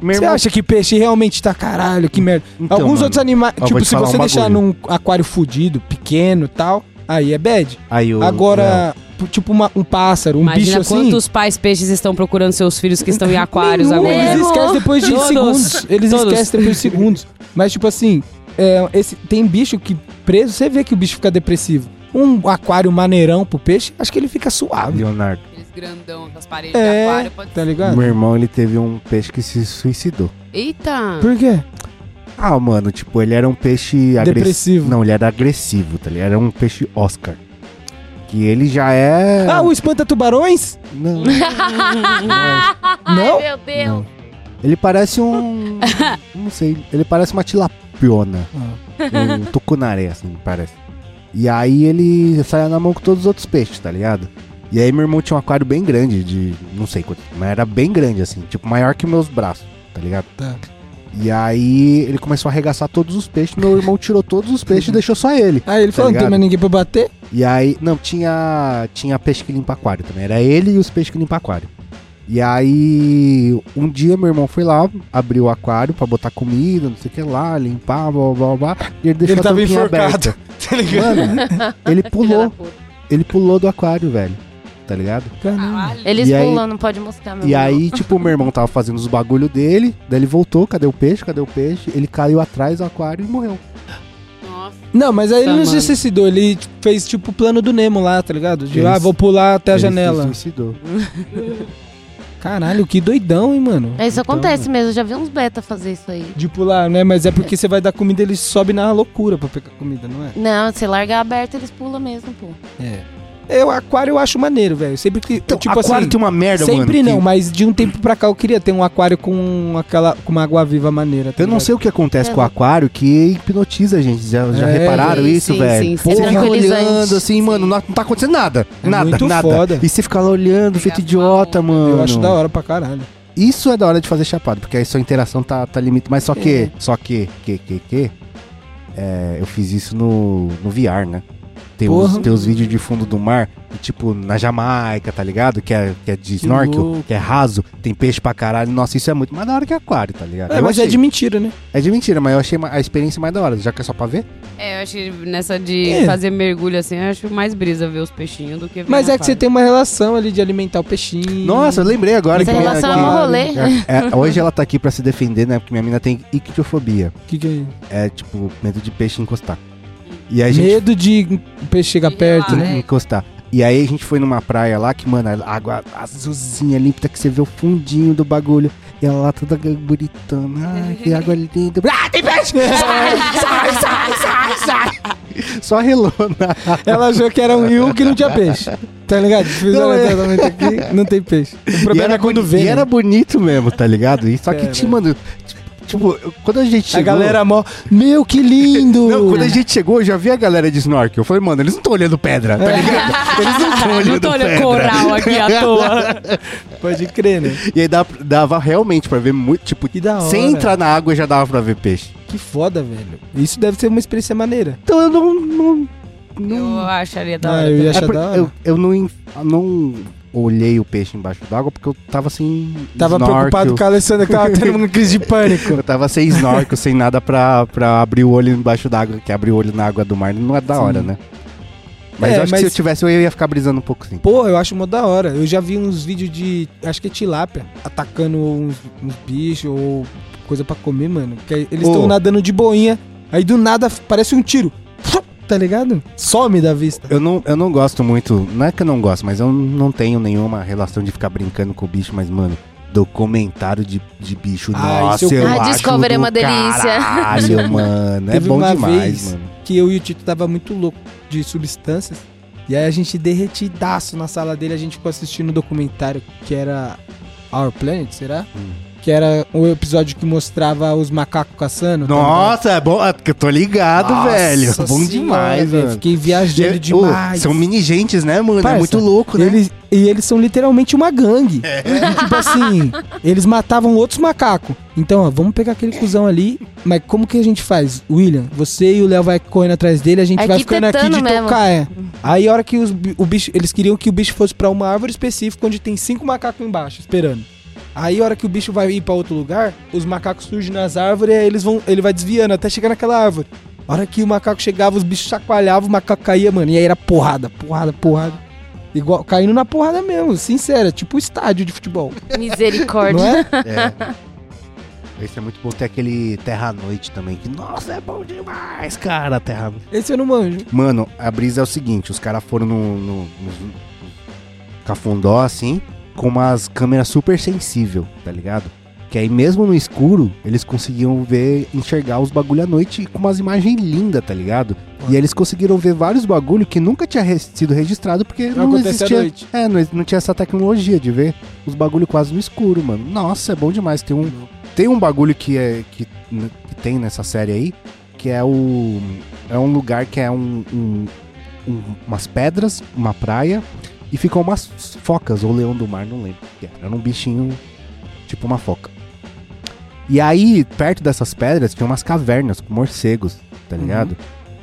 [SPEAKER 1] Meu
[SPEAKER 3] você
[SPEAKER 1] irmão-
[SPEAKER 3] acha que peixe realmente tá caralho, que merda.
[SPEAKER 1] Então,
[SPEAKER 3] Alguns
[SPEAKER 1] mano,
[SPEAKER 3] outros animais,
[SPEAKER 1] ó, vou
[SPEAKER 3] tipo,
[SPEAKER 1] te
[SPEAKER 3] se
[SPEAKER 1] falar
[SPEAKER 3] você
[SPEAKER 1] um
[SPEAKER 3] deixar
[SPEAKER 1] bagulho.
[SPEAKER 3] num aquário fudido, pequeno e tal, aí é bad.
[SPEAKER 1] Aí o-
[SPEAKER 3] Agora, p- tipo uma- um pássaro, um
[SPEAKER 2] Imagina
[SPEAKER 3] bicho assim... Então,
[SPEAKER 2] quantos pais peixes estão procurando seus filhos que estão em aquários
[SPEAKER 3] nenhum,
[SPEAKER 2] agora.
[SPEAKER 3] Eles
[SPEAKER 4] Mesmo?
[SPEAKER 3] esquecem depois de
[SPEAKER 2] Todos.
[SPEAKER 3] segundos. Eles
[SPEAKER 2] Todos.
[SPEAKER 3] esquecem depois de segundos. Mas, tipo assim, é, esse, tem bicho que preso, você vê que o bicho fica depressivo. Um aquário maneirão pro peixe, acho que ele fica
[SPEAKER 1] Não,
[SPEAKER 3] suave,
[SPEAKER 1] Leonardo.
[SPEAKER 2] Aqueles grandão, aquelas paredes de
[SPEAKER 3] É,
[SPEAKER 2] aquário. Pode...
[SPEAKER 3] tá ligado?
[SPEAKER 1] Meu irmão, ele teve um peixe que se suicidou.
[SPEAKER 2] Eita!
[SPEAKER 3] Por quê?
[SPEAKER 1] Ah, mano, tipo, ele era um peixe agressivo.
[SPEAKER 3] Depressivo.
[SPEAKER 1] Não, ele era agressivo, tá ligado? Era um peixe Oscar. Que ele já é.
[SPEAKER 3] Ah, o espanta-tubarões?
[SPEAKER 1] Não.
[SPEAKER 3] Não?
[SPEAKER 4] Meu Deus.
[SPEAKER 1] Não. Ele parece um. não sei. Ele parece uma tilapiona. Um tucunaré, assim, parece. E aí ele saia na mão com todos os outros peixes, tá ligado? E aí meu irmão tinha um aquário bem grande, de não sei quanto, mas era bem grande, assim, tipo, maior que meus braços, tá ligado?
[SPEAKER 3] Tá.
[SPEAKER 1] E aí ele começou a arregaçar todos os peixes, meu irmão tirou todos os peixes e deixou só ele.
[SPEAKER 3] Aí ele
[SPEAKER 1] Tá
[SPEAKER 3] falou, não tem
[SPEAKER 1] ligado?
[SPEAKER 3] mais ninguém pra bater?
[SPEAKER 1] E aí, não, tinha tinha peixe que limpa aquário também. Era ele e os peixes que limpa aquário. E aí, um dia meu irmão foi lá, abriu o aquário pra botar comida, não sei o que lá, limpar, blá blá blá. blá e ele deixou
[SPEAKER 3] Ele
[SPEAKER 1] a
[SPEAKER 3] tava
[SPEAKER 1] tampinha
[SPEAKER 3] enforcado. Tá
[SPEAKER 1] aberta. Mano, ele pulou, ele pulou do aquário, velho. Tá ligado?
[SPEAKER 3] Caramba.
[SPEAKER 4] Eles
[SPEAKER 1] E aí-
[SPEAKER 4] pulam, não pode moscar, meu
[SPEAKER 1] E
[SPEAKER 4] irmão.
[SPEAKER 1] aí, tipo, meu irmão tava fazendo os bagulho dele, daí ele voltou, cadê o peixe? Cadê o peixe? Ele caiu atrás do aquário e morreu.
[SPEAKER 2] Nossa.
[SPEAKER 3] Não, mas aí ele não
[SPEAKER 2] Tá,
[SPEAKER 3] se
[SPEAKER 2] mano.
[SPEAKER 3] suicidou, ele tipo, fez tipo o plano do Nemo lá, tá ligado? De,
[SPEAKER 1] Ele
[SPEAKER 3] ah,
[SPEAKER 1] se-
[SPEAKER 3] vou pular até a
[SPEAKER 1] Ele se
[SPEAKER 3] janela. Então,
[SPEAKER 1] suicidou.
[SPEAKER 3] Caralho, que doidão, hein, mano?
[SPEAKER 2] É,
[SPEAKER 4] Mas É, Isso acontece mesmo, eu já vi uns beta fazer isso aí.
[SPEAKER 3] De pular, né? Mas é porque você vai dar comida, ele sobe na loucura pra pegar comida, não é?
[SPEAKER 4] Não, você larga aberto, eles pulam mesmo, pô.
[SPEAKER 3] É. Eu, aquário eu acho maneiro, velho. Sempre que.
[SPEAKER 1] Então,
[SPEAKER 3] tipo
[SPEAKER 1] aquário
[SPEAKER 3] assim.
[SPEAKER 1] tem uma merda, mano.
[SPEAKER 3] sempre
[SPEAKER 1] que-
[SPEAKER 3] não, mas de um tempo pra cá eu queria ter um aquário com aquela. com uma água viva maneira. tá
[SPEAKER 1] Então, Eu não
[SPEAKER 3] ligado?
[SPEAKER 1] sei o que acontece com o aquário que hipnotiza a gente. Já, já
[SPEAKER 3] É.
[SPEAKER 1] repararam
[SPEAKER 2] Sim,
[SPEAKER 1] isso,
[SPEAKER 2] sim,
[SPEAKER 1] velho?
[SPEAKER 2] sim, sim.
[SPEAKER 1] Pô,
[SPEAKER 4] É
[SPEAKER 1] fica
[SPEAKER 4] tranquilizante.
[SPEAKER 1] olhando assim, mano, não não tá acontecendo nada.
[SPEAKER 3] É
[SPEAKER 1] nada,
[SPEAKER 3] muito
[SPEAKER 1] nada.
[SPEAKER 3] foda.
[SPEAKER 1] E você fica lá olhando, feito
[SPEAKER 2] Pegar
[SPEAKER 1] idiota,
[SPEAKER 2] a mão.
[SPEAKER 1] mano.
[SPEAKER 3] Eu acho da hora pra caralho.
[SPEAKER 1] Isso é da hora de fazer chapado, porque aí sua interação tá, tá limite. Mas só que, só que, que, que, que. é, eu fiz isso no, no VR, né? Tem os,
[SPEAKER 3] Porra.
[SPEAKER 1] tem os vídeos de fundo do mar, e, tipo, na Jamaica, tá ligado? Que é, que é de snorkel,
[SPEAKER 3] louco.
[SPEAKER 1] que é raso, tem peixe pra caralho. Nossa, isso é muito mais da hora que aquário, tá ligado?
[SPEAKER 3] É,
[SPEAKER 1] Eu
[SPEAKER 3] mas é
[SPEAKER 1] achei.
[SPEAKER 3] de mentira, né?
[SPEAKER 1] É de mentira, mas eu achei ma- a experiência mais da hora, já que é só pra ver.
[SPEAKER 2] É, eu acho que nessa de
[SPEAKER 3] É.
[SPEAKER 2] fazer mergulho assim, eu acho mais brisa ver os peixinhos do que ver
[SPEAKER 3] Mas
[SPEAKER 2] no
[SPEAKER 3] é que você
[SPEAKER 2] aquário.
[SPEAKER 3] tem uma relação ali de alimentar o peixinho.
[SPEAKER 1] Nossa, eu lembrei agora
[SPEAKER 4] Essa
[SPEAKER 1] que.
[SPEAKER 4] relação
[SPEAKER 1] que-
[SPEAKER 4] é um rolê.
[SPEAKER 1] É, é, hoje ela tá aqui pra se defender, né? Porque minha mina tem ictiofobia.
[SPEAKER 3] Que que é isso?
[SPEAKER 1] É tipo, medo de peixe encostar. E aí a É, gente.
[SPEAKER 3] Medo de o peixe chegar
[SPEAKER 2] De
[SPEAKER 3] perto,
[SPEAKER 2] relar,
[SPEAKER 3] né?
[SPEAKER 2] né?
[SPEAKER 1] de Encostar. E aí a gente foi numa praia lá que, mano, a água azulzinha, límpida, que você vê o fundinho do bagulho. E ela lá toda bonitona. Ai, que água linda. Ah, tem peixe! Sai, sai, sai, sai, sai! Só relou né? na água.
[SPEAKER 3] Ela achou que era um rio que não tinha peixe. Tá ligado? Fizeram
[SPEAKER 1] Não, é.
[SPEAKER 3] tratamento aqui, não tem peixe. O
[SPEAKER 1] E
[SPEAKER 3] problema
[SPEAKER 1] era
[SPEAKER 3] é quando
[SPEAKER 1] boni-
[SPEAKER 3] vê.
[SPEAKER 1] E
[SPEAKER 3] né?
[SPEAKER 1] era bonito mesmo, tá ligado? E só que,
[SPEAKER 3] É,
[SPEAKER 1] ti- mano, ti- tipo, eu- quando a gente
[SPEAKER 3] A
[SPEAKER 1] chegou.
[SPEAKER 3] galera mó. Meu, que lindo!
[SPEAKER 1] Não, quando a gente chegou, eu já vi a galera de snorkel. Eu falei, mano, eles não estão olhando pedra,
[SPEAKER 3] É.
[SPEAKER 1] tá ligado? Eles não estão olhando
[SPEAKER 2] Não tô olhando
[SPEAKER 1] pedra.
[SPEAKER 2] coral aqui à toa.
[SPEAKER 3] Pode crer, né?
[SPEAKER 1] E aí dava, dava realmente pra ver muito, tipo,
[SPEAKER 3] Que da hora.
[SPEAKER 1] sem entrar na água já dava pra ver peixe.
[SPEAKER 3] Que foda, velho. Isso deve ser uma experiência maneira.
[SPEAKER 1] Então eu não. não, não
[SPEAKER 2] Eu acharia da
[SPEAKER 3] Ah,
[SPEAKER 2] hora.
[SPEAKER 3] eu ia
[SPEAKER 2] também.
[SPEAKER 1] É
[SPEAKER 3] achar
[SPEAKER 1] por-
[SPEAKER 3] da hora.
[SPEAKER 1] eu, eu não, en- não olhei o peixe embaixo d'água porque eu tava sem.
[SPEAKER 3] Tava
[SPEAKER 1] snorkel.
[SPEAKER 3] preocupado com a Alessandra que tava tendo uma crise de pânico.
[SPEAKER 1] Eu tava sem snorkel, sem nada pra, pra abrir o olho embaixo d'água, que abrir o olho na água do mar não é da hora, né? Mas
[SPEAKER 3] É,
[SPEAKER 1] eu acho
[SPEAKER 3] mas-
[SPEAKER 1] que se eu tivesse, eu ia ficar brisando um pouco sim.
[SPEAKER 3] Porra, eu acho mó da hora. Eu já vi uns vídeos de. Acho que é tilápia. Atacando uns, uns bichos ou coisa pra comer, mano. Que aí eles
[SPEAKER 1] Ô.
[SPEAKER 3] estão nadando de boinha. Aí do nada f- parece um tiro. tá ligado? Some da vista.
[SPEAKER 1] Eu não, eu não gosto muito, não é que eu não gosto, mas eu não tenho nenhuma relação de ficar brincando com o bicho, mas, mano, documentário de, de bicho,
[SPEAKER 3] Ah,
[SPEAKER 1] nossa,
[SPEAKER 3] isso eu
[SPEAKER 1] eu
[SPEAKER 4] curto. Ah,
[SPEAKER 1] acho
[SPEAKER 4] Discovery é uma
[SPEAKER 1] do
[SPEAKER 4] delícia.
[SPEAKER 1] Caralho, mano, é
[SPEAKER 3] Teve
[SPEAKER 1] bom
[SPEAKER 3] uma
[SPEAKER 1] demais,
[SPEAKER 3] vez-
[SPEAKER 1] mano.
[SPEAKER 3] Que eu e o Tito tava muito louco de substâncias. E aí a gente derretidaço na sala dele, a gente ficou assistindo um documentário que era Our Planet, será?
[SPEAKER 1] Hum.
[SPEAKER 3] Que era o episódio que mostrava os macacos caçando. tá ligado?
[SPEAKER 1] Nossa, é bom, é que eu tô ligado,
[SPEAKER 3] Nossa
[SPEAKER 1] velho,
[SPEAKER 3] senhora,
[SPEAKER 1] bom demais,
[SPEAKER 3] velho.
[SPEAKER 1] mano.
[SPEAKER 3] Fiquei viajando
[SPEAKER 1] Eu-
[SPEAKER 3] demais.
[SPEAKER 1] ô, são mini gentes, né, mano?
[SPEAKER 3] Parça,
[SPEAKER 1] é muito louco, né? É.
[SPEAKER 3] Eles- e eles são literalmente uma gangue. E, tipo assim, eles matavam outros macacos. Então, ó, vamos pegar aquele cuzão ali. Mas como que a gente faz? William, você e o Léo vai correndo atrás dele, a gente vai ficando aqui de
[SPEAKER 4] É Arquitetando mesmo.
[SPEAKER 3] tocar. É. Aí a hora que os bi- o bicho. Eles queriam que o bicho fosse pra uma árvore específica onde tem cinco macacos embaixo, esperando. Aí a hora que o bicho vai ir pra outro lugar, os macacos surgem nas árvores e aí eles vão, ele vai desviando até chegar naquela árvore. A hora que o macaco chegava, os bichos chacoalhavam, o macaco caía, mano. E aí era porrada, porrada, porrada. Igual, caindo na porrada mesmo, sincera, tipo estádio de futebol.
[SPEAKER 4] Misericórdia.
[SPEAKER 3] Não é?
[SPEAKER 1] É. Esse é muito bom. Tem aquele Terra à Noite também, que, nossa, é bom demais, cara, Terra à Noite.
[SPEAKER 3] Esse eu não manjo.
[SPEAKER 1] Mano, a brisa é o seguinte, os caras foram no, no, nos- nos cafundó, assim, com umas câmeras super sensível, tá ligado? Que aí mesmo no escuro, eles conseguiam ver, enxergar os bagulho à noite com umas imagens lindas, tá ligado? E aí eles conseguiram ver vários bagulho que nunca tinha res- sido registrado, porque
[SPEAKER 3] Não
[SPEAKER 1] não,
[SPEAKER 3] acontece à
[SPEAKER 1] existia...
[SPEAKER 3] noite.
[SPEAKER 1] É, não, não tinha essa tecnologia de ver os bagulho quase no escuro, mano. Nossa, é bom demais. Tem um, tem um bagulho que, é, que, n- que tem nessa série aí, que é o. É um lugar que é um, um- um- umas pedras, uma praia, e ficam umas focas, ou leão do mar, não lembro o que era. Era um bichinho, tipo uma foca. E aí, perto dessas pedras, tinha umas cavernas com morcegos, tá ligado?
[SPEAKER 3] Uhum.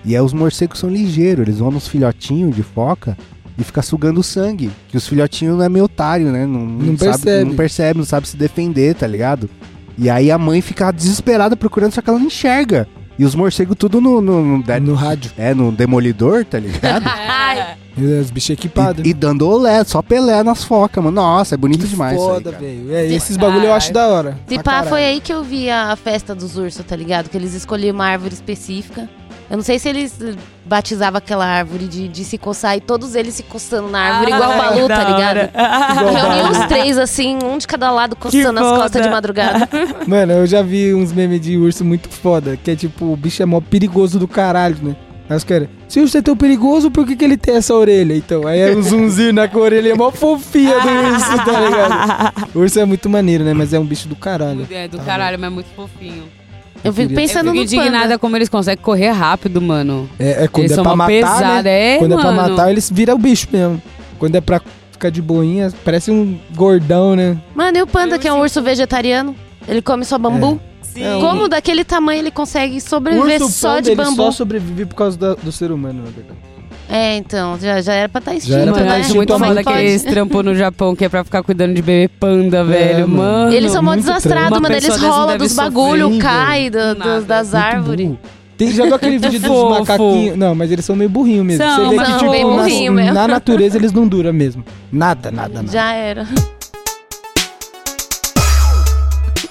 [SPEAKER 1] E aí os morcegos são ligeiros, eles vão nos filhotinhos de foca e fica sugando o sangue. Que os filhotinhos não é meio otário, né? Não, sabe,
[SPEAKER 3] Não percebe.
[SPEAKER 1] Não percebe, não sabe se defender, tá ligado? E aí a mãe fica desesperada procurando, só que ela não enxerga. E os morcegos tudo no, no, no de-
[SPEAKER 3] No rádio.
[SPEAKER 1] é, no demolidor, tá ligado?
[SPEAKER 2] Ai.
[SPEAKER 3] Os bichos equipados.
[SPEAKER 1] E, e dando olé, só pelé nas focas, mano. Nossa, é bonito
[SPEAKER 3] Que
[SPEAKER 1] demais isso aí,
[SPEAKER 3] Foda,
[SPEAKER 1] cara.
[SPEAKER 3] velho. É, esses bagulho eu acho
[SPEAKER 2] Ah,
[SPEAKER 3] da hora.
[SPEAKER 4] Se
[SPEAKER 3] Pra
[SPEAKER 4] pá,
[SPEAKER 3] caralho.
[SPEAKER 4] foi aí que eu vi a festa dos ursos, tá ligado? Que eles escolhiam uma árvore específica. Eu não sei se eles batizavam aquela árvore de, de se coçar e todos eles se coçando
[SPEAKER 2] Ah,
[SPEAKER 4] na árvore, igual o Balu, tá ligado?
[SPEAKER 3] Igual
[SPEAKER 4] Reuniu
[SPEAKER 3] barulho.
[SPEAKER 4] os três, assim, um de cada lado, coçando as
[SPEAKER 2] foda.
[SPEAKER 4] costas de madrugada.
[SPEAKER 3] Mano, eu já vi uns memes de urso muito foda, que é tipo, o bicho é mó perigoso do caralho, né? Aí os caras, se o urso é tão perigoso, por que, que ele tem essa orelha? Então, aí é um zoomzinho na orelha, é mó fofinha do urso, tá ligado? O urso é muito maneiro, né? Mas é um bicho do caralho.
[SPEAKER 2] É do caralho, mas é muito fofinho.
[SPEAKER 4] Eu fico
[SPEAKER 2] Eu
[SPEAKER 3] queria.
[SPEAKER 4] pensando
[SPEAKER 2] fico
[SPEAKER 4] no
[SPEAKER 2] indignada
[SPEAKER 4] panda.
[SPEAKER 2] como eles conseguem correr rápido, mano.
[SPEAKER 3] É, é quando
[SPEAKER 2] eles
[SPEAKER 3] é
[SPEAKER 2] são
[SPEAKER 3] pra
[SPEAKER 2] uma
[SPEAKER 3] matar,
[SPEAKER 2] pesada,
[SPEAKER 3] né?
[SPEAKER 2] é,
[SPEAKER 3] Quando é
[SPEAKER 2] mano.
[SPEAKER 3] pra matar, eles viram o bicho mesmo. Quando é pra ficar de boinha, parece um gordão, né?
[SPEAKER 4] Mano, e o panda, que é um urso vegetariano? Ele come só bambu?
[SPEAKER 2] Sim.
[SPEAKER 3] É, um-
[SPEAKER 4] Como daquele tamanho ele consegue sobreviver
[SPEAKER 3] urso
[SPEAKER 4] só
[SPEAKER 3] panda,
[SPEAKER 4] de
[SPEAKER 3] ele
[SPEAKER 4] bambu?
[SPEAKER 3] só sobrevive por causa da- do ser humano, na verdade.
[SPEAKER 4] É, então, já, já era pra estar extinto,
[SPEAKER 3] Já era pra
[SPEAKER 2] Mano,
[SPEAKER 3] tá
[SPEAKER 2] eu
[SPEAKER 4] né?
[SPEAKER 2] acho muito
[SPEAKER 3] Como é
[SPEAKER 2] foda
[SPEAKER 3] que
[SPEAKER 2] que eles trampam no Japão, que é pra ficar cuidando de bebê panda, velho.
[SPEAKER 3] É, mano.
[SPEAKER 2] Mano.
[SPEAKER 4] Eles são mó
[SPEAKER 3] muito
[SPEAKER 4] desastrados,
[SPEAKER 2] trampo.
[SPEAKER 4] mano.
[SPEAKER 2] Uma
[SPEAKER 4] Eles
[SPEAKER 2] pessoa dessa não
[SPEAKER 4] rolam
[SPEAKER 2] deve
[SPEAKER 4] dos
[SPEAKER 2] sofrer,
[SPEAKER 4] bagulho,
[SPEAKER 3] velho.
[SPEAKER 4] cai do-
[SPEAKER 2] Nada.
[SPEAKER 4] dos- das
[SPEAKER 3] Muito
[SPEAKER 4] árvores.
[SPEAKER 3] burro. Tem, já viu aquele vídeo dos
[SPEAKER 2] Fofo.
[SPEAKER 3] macaquinhos? Não, mas eles são meio burrinho mesmo.
[SPEAKER 2] São,
[SPEAKER 3] Você vê que,
[SPEAKER 4] são
[SPEAKER 3] tipo,
[SPEAKER 4] bem
[SPEAKER 3] na-
[SPEAKER 4] burrinho
[SPEAKER 3] na,
[SPEAKER 4] mesmo.
[SPEAKER 3] natureza eles não duram mesmo. Nada, nada, nada.
[SPEAKER 4] Já era.
[SPEAKER 3] É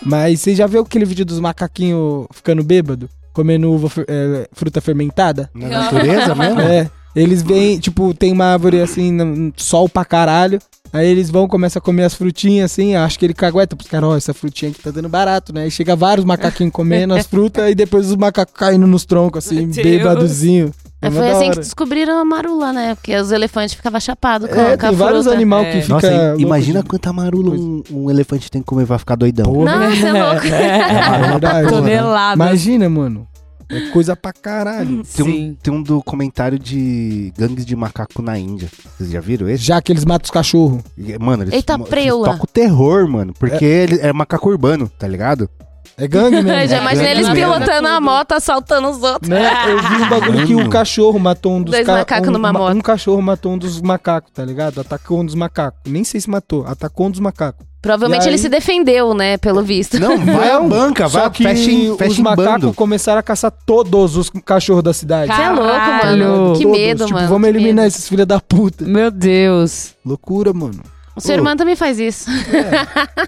[SPEAKER 3] Mas você já viu aquele vídeo dos macaquinhos ficando bêbado? Comendo uva, fer- é, fruta fermentada?
[SPEAKER 1] Na natureza mesmo?
[SPEAKER 3] É. Eles vêm, tipo, tem uma árvore assim, no- sol pra caralho. Aí eles vão, começa a comer as frutinhas assim, acho que ele cagueta, porque, cara, ó, essa frutinha aqui tá dando barato, né? Aí chega vários macaquinhos comendo as frutas e depois os macacos caindo nos troncos, assim,
[SPEAKER 2] Deus.
[SPEAKER 3] bêbadozinho. É mó
[SPEAKER 4] Foi
[SPEAKER 3] da
[SPEAKER 4] assim que
[SPEAKER 3] hora.
[SPEAKER 4] descobriram a marula, né? Porque os elefantes ficavam chapados com,
[SPEAKER 3] É,
[SPEAKER 4] com a
[SPEAKER 3] tem vários
[SPEAKER 4] fruta.
[SPEAKER 3] animais
[SPEAKER 2] É.
[SPEAKER 3] que ficam.
[SPEAKER 1] Nossa, imagina quanta marula um, um elefante tem que comer, vai ficar doidão.
[SPEAKER 4] Nossa, é louco.
[SPEAKER 1] É
[SPEAKER 3] verdade.
[SPEAKER 1] porra, né?
[SPEAKER 2] Toneladas.
[SPEAKER 3] Imagina, mano. É coisa pra caralho.
[SPEAKER 1] Tem um,
[SPEAKER 2] Sim.
[SPEAKER 1] tem um documentário de gangues de macaco na Índia. Vocês já viram esse?
[SPEAKER 3] Já que eles matam os cachorros.
[SPEAKER 1] E, Mano, eles,
[SPEAKER 4] Eita,
[SPEAKER 1] mo- eles
[SPEAKER 4] preula.
[SPEAKER 1] tocam o terror, mano. Porque ele é macaco urbano, tá ligado?
[SPEAKER 3] É gangue
[SPEAKER 4] Eu
[SPEAKER 3] mesmo.
[SPEAKER 4] já imaginei eles
[SPEAKER 1] É.
[SPEAKER 4] pilotando a moto, assaltando os outros.
[SPEAKER 3] né? Eu vi um bagulho que o
[SPEAKER 1] Mano.
[SPEAKER 3] cachorro matou um dos
[SPEAKER 4] Dois
[SPEAKER 3] ca-
[SPEAKER 4] macacos
[SPEAKER 3] um,
[SPEAKER 4] numa
[SPEAKER 3] ma-
[SPEAKER 4] moto.
[SPEAKER 3] Um cachorro matou um dos macacos, tá ligado? Atacou um dos macacos. Nem sei se matou. Atacou um dos macacos.
[SPEAKER 4] Provavelmente
[SPEAKER 3] E aí-
[SPEAKER 4] ele se defendeu, né? Pelo visto.
[SPEAKER 1] Não, vai à
[SPEAKER 3] Não,
[SPEAKER 1] banca, vai
[SPEAKER 3] Só que
[SPEAKER 1] fecha em, fecha
[SPEAKER 3] os
[SPEAKER 1] em
[SPEAKER 3] macacos
[SPEAKER 1] bando.
[SPEAKER 3] começaram a caçar todos os cachorros da cidade.
[SPEAKER 4] Você é
[SPEAKER 2] Caralho.
[SPEAKER 4] louco, mano. Que
[SPEAKER 3] Todos.
[SPEAKER 4] medo,
[SPEAKER 3] tipo,
[SPEAKER 4] mano.
[SPEAKER 3] Vamos
[SPEAKER 4] que
[SPEAKER 3] eliminar
[SPEAKER 4] medo.
[SPEAKER 3] esses filhos da puta.
[SPEAKER 2] Meu Deus.
[SPEAKER 3] Loucura, mano.
[SPEAKER 4] O ser humano também faz isso.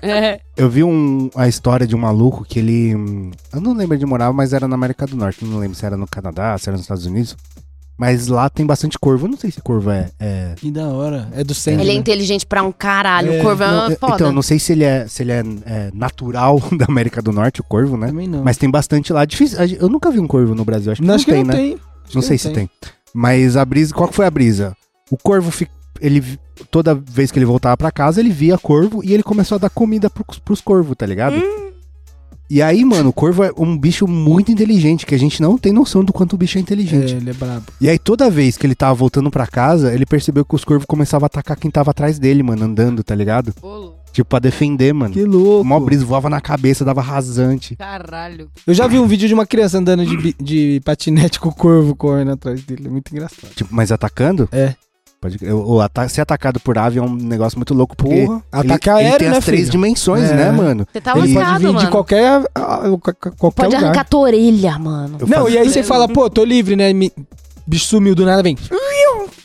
[SPEAKER 2] É.
[SPEAKER 1] Eu vi um- a história de um maluco que ele. hum, Eu não lembro de morava, mas era na América do Norte. Não lembro se era no Canadá, se era nos Estados Unidos. Mas lá tem bastante corvo. Eu não sei se corvo é. é-
[SPEAKER 3] Que da hora. É do centro.
[SPEAKER 4] Ele é
[SPEAKER 3] né?
[SPEAKER 4] inteligente pra um caralho.
[SPEAKER 3] É,
[SPEAKER 4] o Corvão
[SPEAKER 1] não,
[SPEAKER 4] é
[SPEAKER 1] eu-
[SPEAKER 4] foda.
[SPEAKER 1] então, eu não sei se ele é, se ele é, é, natural da América do Norte, o corvo, né?
[SPEAKER 3] Também não.
[SPEAKER 1] Mas tem bastante lá. Difícil. a gente- Eu nunca vi um corvo no Brasil. Acho que
[SPEAKER 3] Não,
[SPEAKER 1] não,
[SPEAKER 3] acho que
[SPEAKER 1] tem,
[SPEAKER 3] não
[SPEAKER 1] né?
[SPEAKER 3] tem.
[SPEAKER 1] Não sei se tem. Mas a brisa. Qual que foi a brisa? O corvo fi- Ele, vi- toda vez que ele voltava pra casa, ele via corvo e ele começou a dar comida pro, pros corvos, tá ligado?
[SPEAKER 3] Hum.
[SPEAKER 1] E aí, mano, o corvo é um bicho muito inteligente, que a gente não tem noção do quanto o bicho é inteligente.
[SPEAKER 3] É, ele é brabo.
[SPEAKER 1] E aí, toda vez que ele tava voltando pra casa, ele percebeu que os corvos começavam a atacar quem tava atrás dele, mano, andando, tá ligado?
[SPEAKER 2] Bolo.
[SPEAKER 1] Tipo, pra defender, mano.
[SPEAKER 3] Que louco.
[SPEAKER 1] O maior brisa voava na cabeça, dava rasante.
[SPEAKER 2] Caralho.
[SPEAKER 3] Eu já vi um vídeo de uma criança andando de, bi- de patinete com o corvo correndo atrás dele. É muito engraçado.
[SPEAKER 1] Tipo, mas atacando?
[SPEAKER 3] É.
[SPEAKER 1] Pode, eu, ou ata- ser atacado por ave é um negócio muito louco, porque
[SPEAKER 3] Porra.
[SPEAKER 1] ele,
[SPEAKER 3] Ataque
[SPEAKER 1] ele
[SPEAKER 3] aéreo,
[SPEAKER 1] tem
[SPEAKER 3] né,
[SPEAKER 1] as três
[SPEAKER 3] filho?
[SPEAKER 1] dimensões,
[SPEAKER 3] É.
[SPEAKER 1] né, mano?
[SPEAKER 4] Você tá
[SPEAKER 1] Ele
[SPEAKER 3] Ele pode
[SPEAKER 4] lascado,
[SPEAKER 3] vir
[SPEAKER 4] mano.
[SPEAKER 3] de qualquer, ah, ah, qualquer
[SPEAKER 4] Pode
[SPEAKER 3] lugar.
[SPEAKER 4] arrancar um tua orelha, mano.
[SPEAKER 1] Eu
[SPEAKER 3] Não,
[SPEAKER 1] faz-
[SPEAKER 3] e aí você fala, pô, tô livre, né? Me... Bicho sumiu do nada, vem.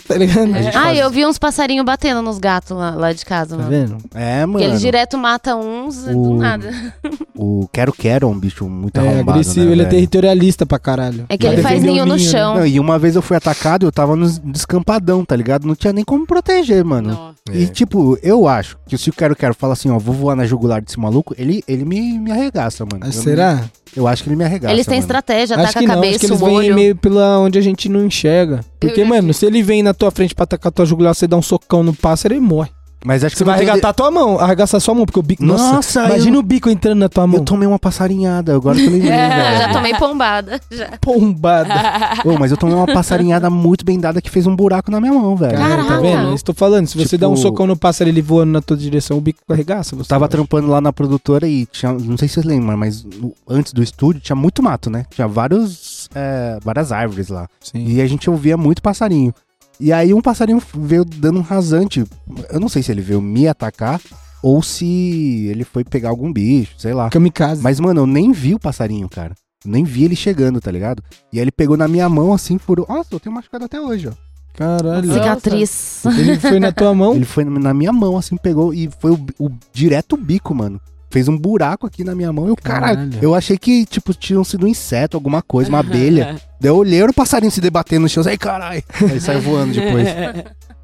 [SPEAKER 3] Tá ligado?
[SPEAKER 1] A gente
[SPEAKER 4] Ah,
[SPEAKER 1] faz-
[SPEAKER 4] eu vi uns passarinhos batendo nos gatos lá, lá de casa,
[SPEAKER 3] Tá
[SPEAKER 4] mano.
[SPEAKER 3] vendo?
[SPEAKER 1] É,
[SPEAKER 4] E
[SPEAKER 1] mano.
[SPEAKER 4] eles direto matam uns do
[SPEAKER 1] O-
[SPEAKER 4] nada.
[SPEAKER 1] O Quero Quero é um bicho muito
[SPEAKER 3] É
[SPEAKER 1] arrombado,
[SPEAKER 3] agressivo,
[SPEAKER 1] né,
[SPEAKER 3] ele é
[SPEAKER 1] velho?
[SPEAKER 3] territorialista pra caralho.
[SPEAKER 4] É que
[SPEAKER 1] Vai
[SPEAKER 4] ele faz
[SPEAKER 3] defender o
[SPEAKER 4] ninho no
[SPEAKER 3] ninho, né?
[SPEAKER 4] chão.
[SPEAKER 1] Não, e uma vez eu fui atacado, eu tava no descampadão, tá ligado? Não tinha nem como proteger, mano.
[SPEAKER 2] Não.
[SPEAKER 3] É.
[SPEAKER 1] E, tipo, eu acho que se o Quero Quero fala assim, ó, vou voar na jugular desse maluco, ele, ele me, me arregaça, mano.
[SPEAKER 3] Ah,
[SPEAKER 1] Eu
[SPEAKER 3] será?
[SPEAKER 1] me- Eu acho que ele me arregaça.
[SPEAKER 4] Eles têm
[SPEAKER 1] mano.
[SPEAKER 4] estratégia,
[SPEAKER 3] Acho
[SPEAKER 4] ataca
[SPEAKER 3] que
[SPEAKER 4] tá a
[SPEAKER 3] não, acho que
[SPEAKER 4] cabeça,
[SPEAKER 3] eles
[SPEAKER 4] o
[SPEAKER 3] vêm
[SPEAKER 4] olho. Uhum.
[SPEAKER 3] meio pela onde a gente não enxerga. Porque,
[SPEAKER 2] Eu já
[SPEAKER 3] mano,
[SPEAKER 2] vi.
[SPEAKER 3] se ele vem na tua frente pra atacar tua jugular, você dá um socão no pássaro, ele morre.
[SPEAKER 1] Mas acho que
[SPEAKER 3] Você
[SPEAKER 1] eu
[SPEAKER 3] vai
[SPEAKER 1] não tenho-
[SPEAKER 3] arregatar a tua mão, arregaçar sua mão, porque o bico. Nossa,
[SPEAKER 1] Nossa,
[SPEAKER 3] imagina
[SPEAKER 1] eu-
[SPEAKER 3] o bico entrando na tua mão.
[SPEAKER 1] Eu tomei uma passarinhada, agora que eu lembrei, velho.
[SPEAKER 4] É, Já tomei pombada. Já.
[SPEAKER 3] pombada.
[SPEAKER 1] Ô, mas eu tomei uma passarinhada muito bem dada que fez um buraco na minha mão, velho.
[SPEAKER 4] Caralho.
[SPEAKER 3] Tá vendo? Estou falando, se você
[SPEAKER 1] Tipo-
[SPEAKER 3] dá um socão no pássaro ele voando na tua direção, o bico arregaça. Você
[SPEAKER 1] Tava trampando lá na produtora e tinha. Não sei se vocês lembram, mas no- antes do estúdio tinha muito mato, né? Tinha vários, é, várias árvores lá.
[SPEAKER 3] Sim.
[SPEAKER 1] E a gente ouvia muito passarinho. E aí um passarinho veio dando um rasante. Eu não sei se ele veio me atacar ou se ele foi pegar algum bicho, sei lá.
[SPEAKER 3] Kamikaze.
[SPEAKER 1] Mas, mano, eu nem vi o passarinho, cara. Eu Nem vi ele chegando, tá ligado? E aí ele pegou na minha mão assim, furou. Nossa, eu tenho machucado até hoje, ó.
[SPEAKER 3] Caralho.
[SPEAKER 2] Nossa.
[SPEAKER 4] Cicatriz.
[SPEAKER 3] Ele foi na tua mão.
[SPEAKER 1] Ele foi na minha mão, assim, pegou e foi o, o- direto o bico, mano. Fez um buraco aqui na minha mão e eu, caralho,
[SPEAKER 3] Caralho.
[SPEAKER 1] eu achei que, tipo, tinham sido um inseto, alguma coisa, uma abelha. Daí eu olhei, era o passarinho se debatendo no chão, ai, caralho. Aí ele saiu voando depois.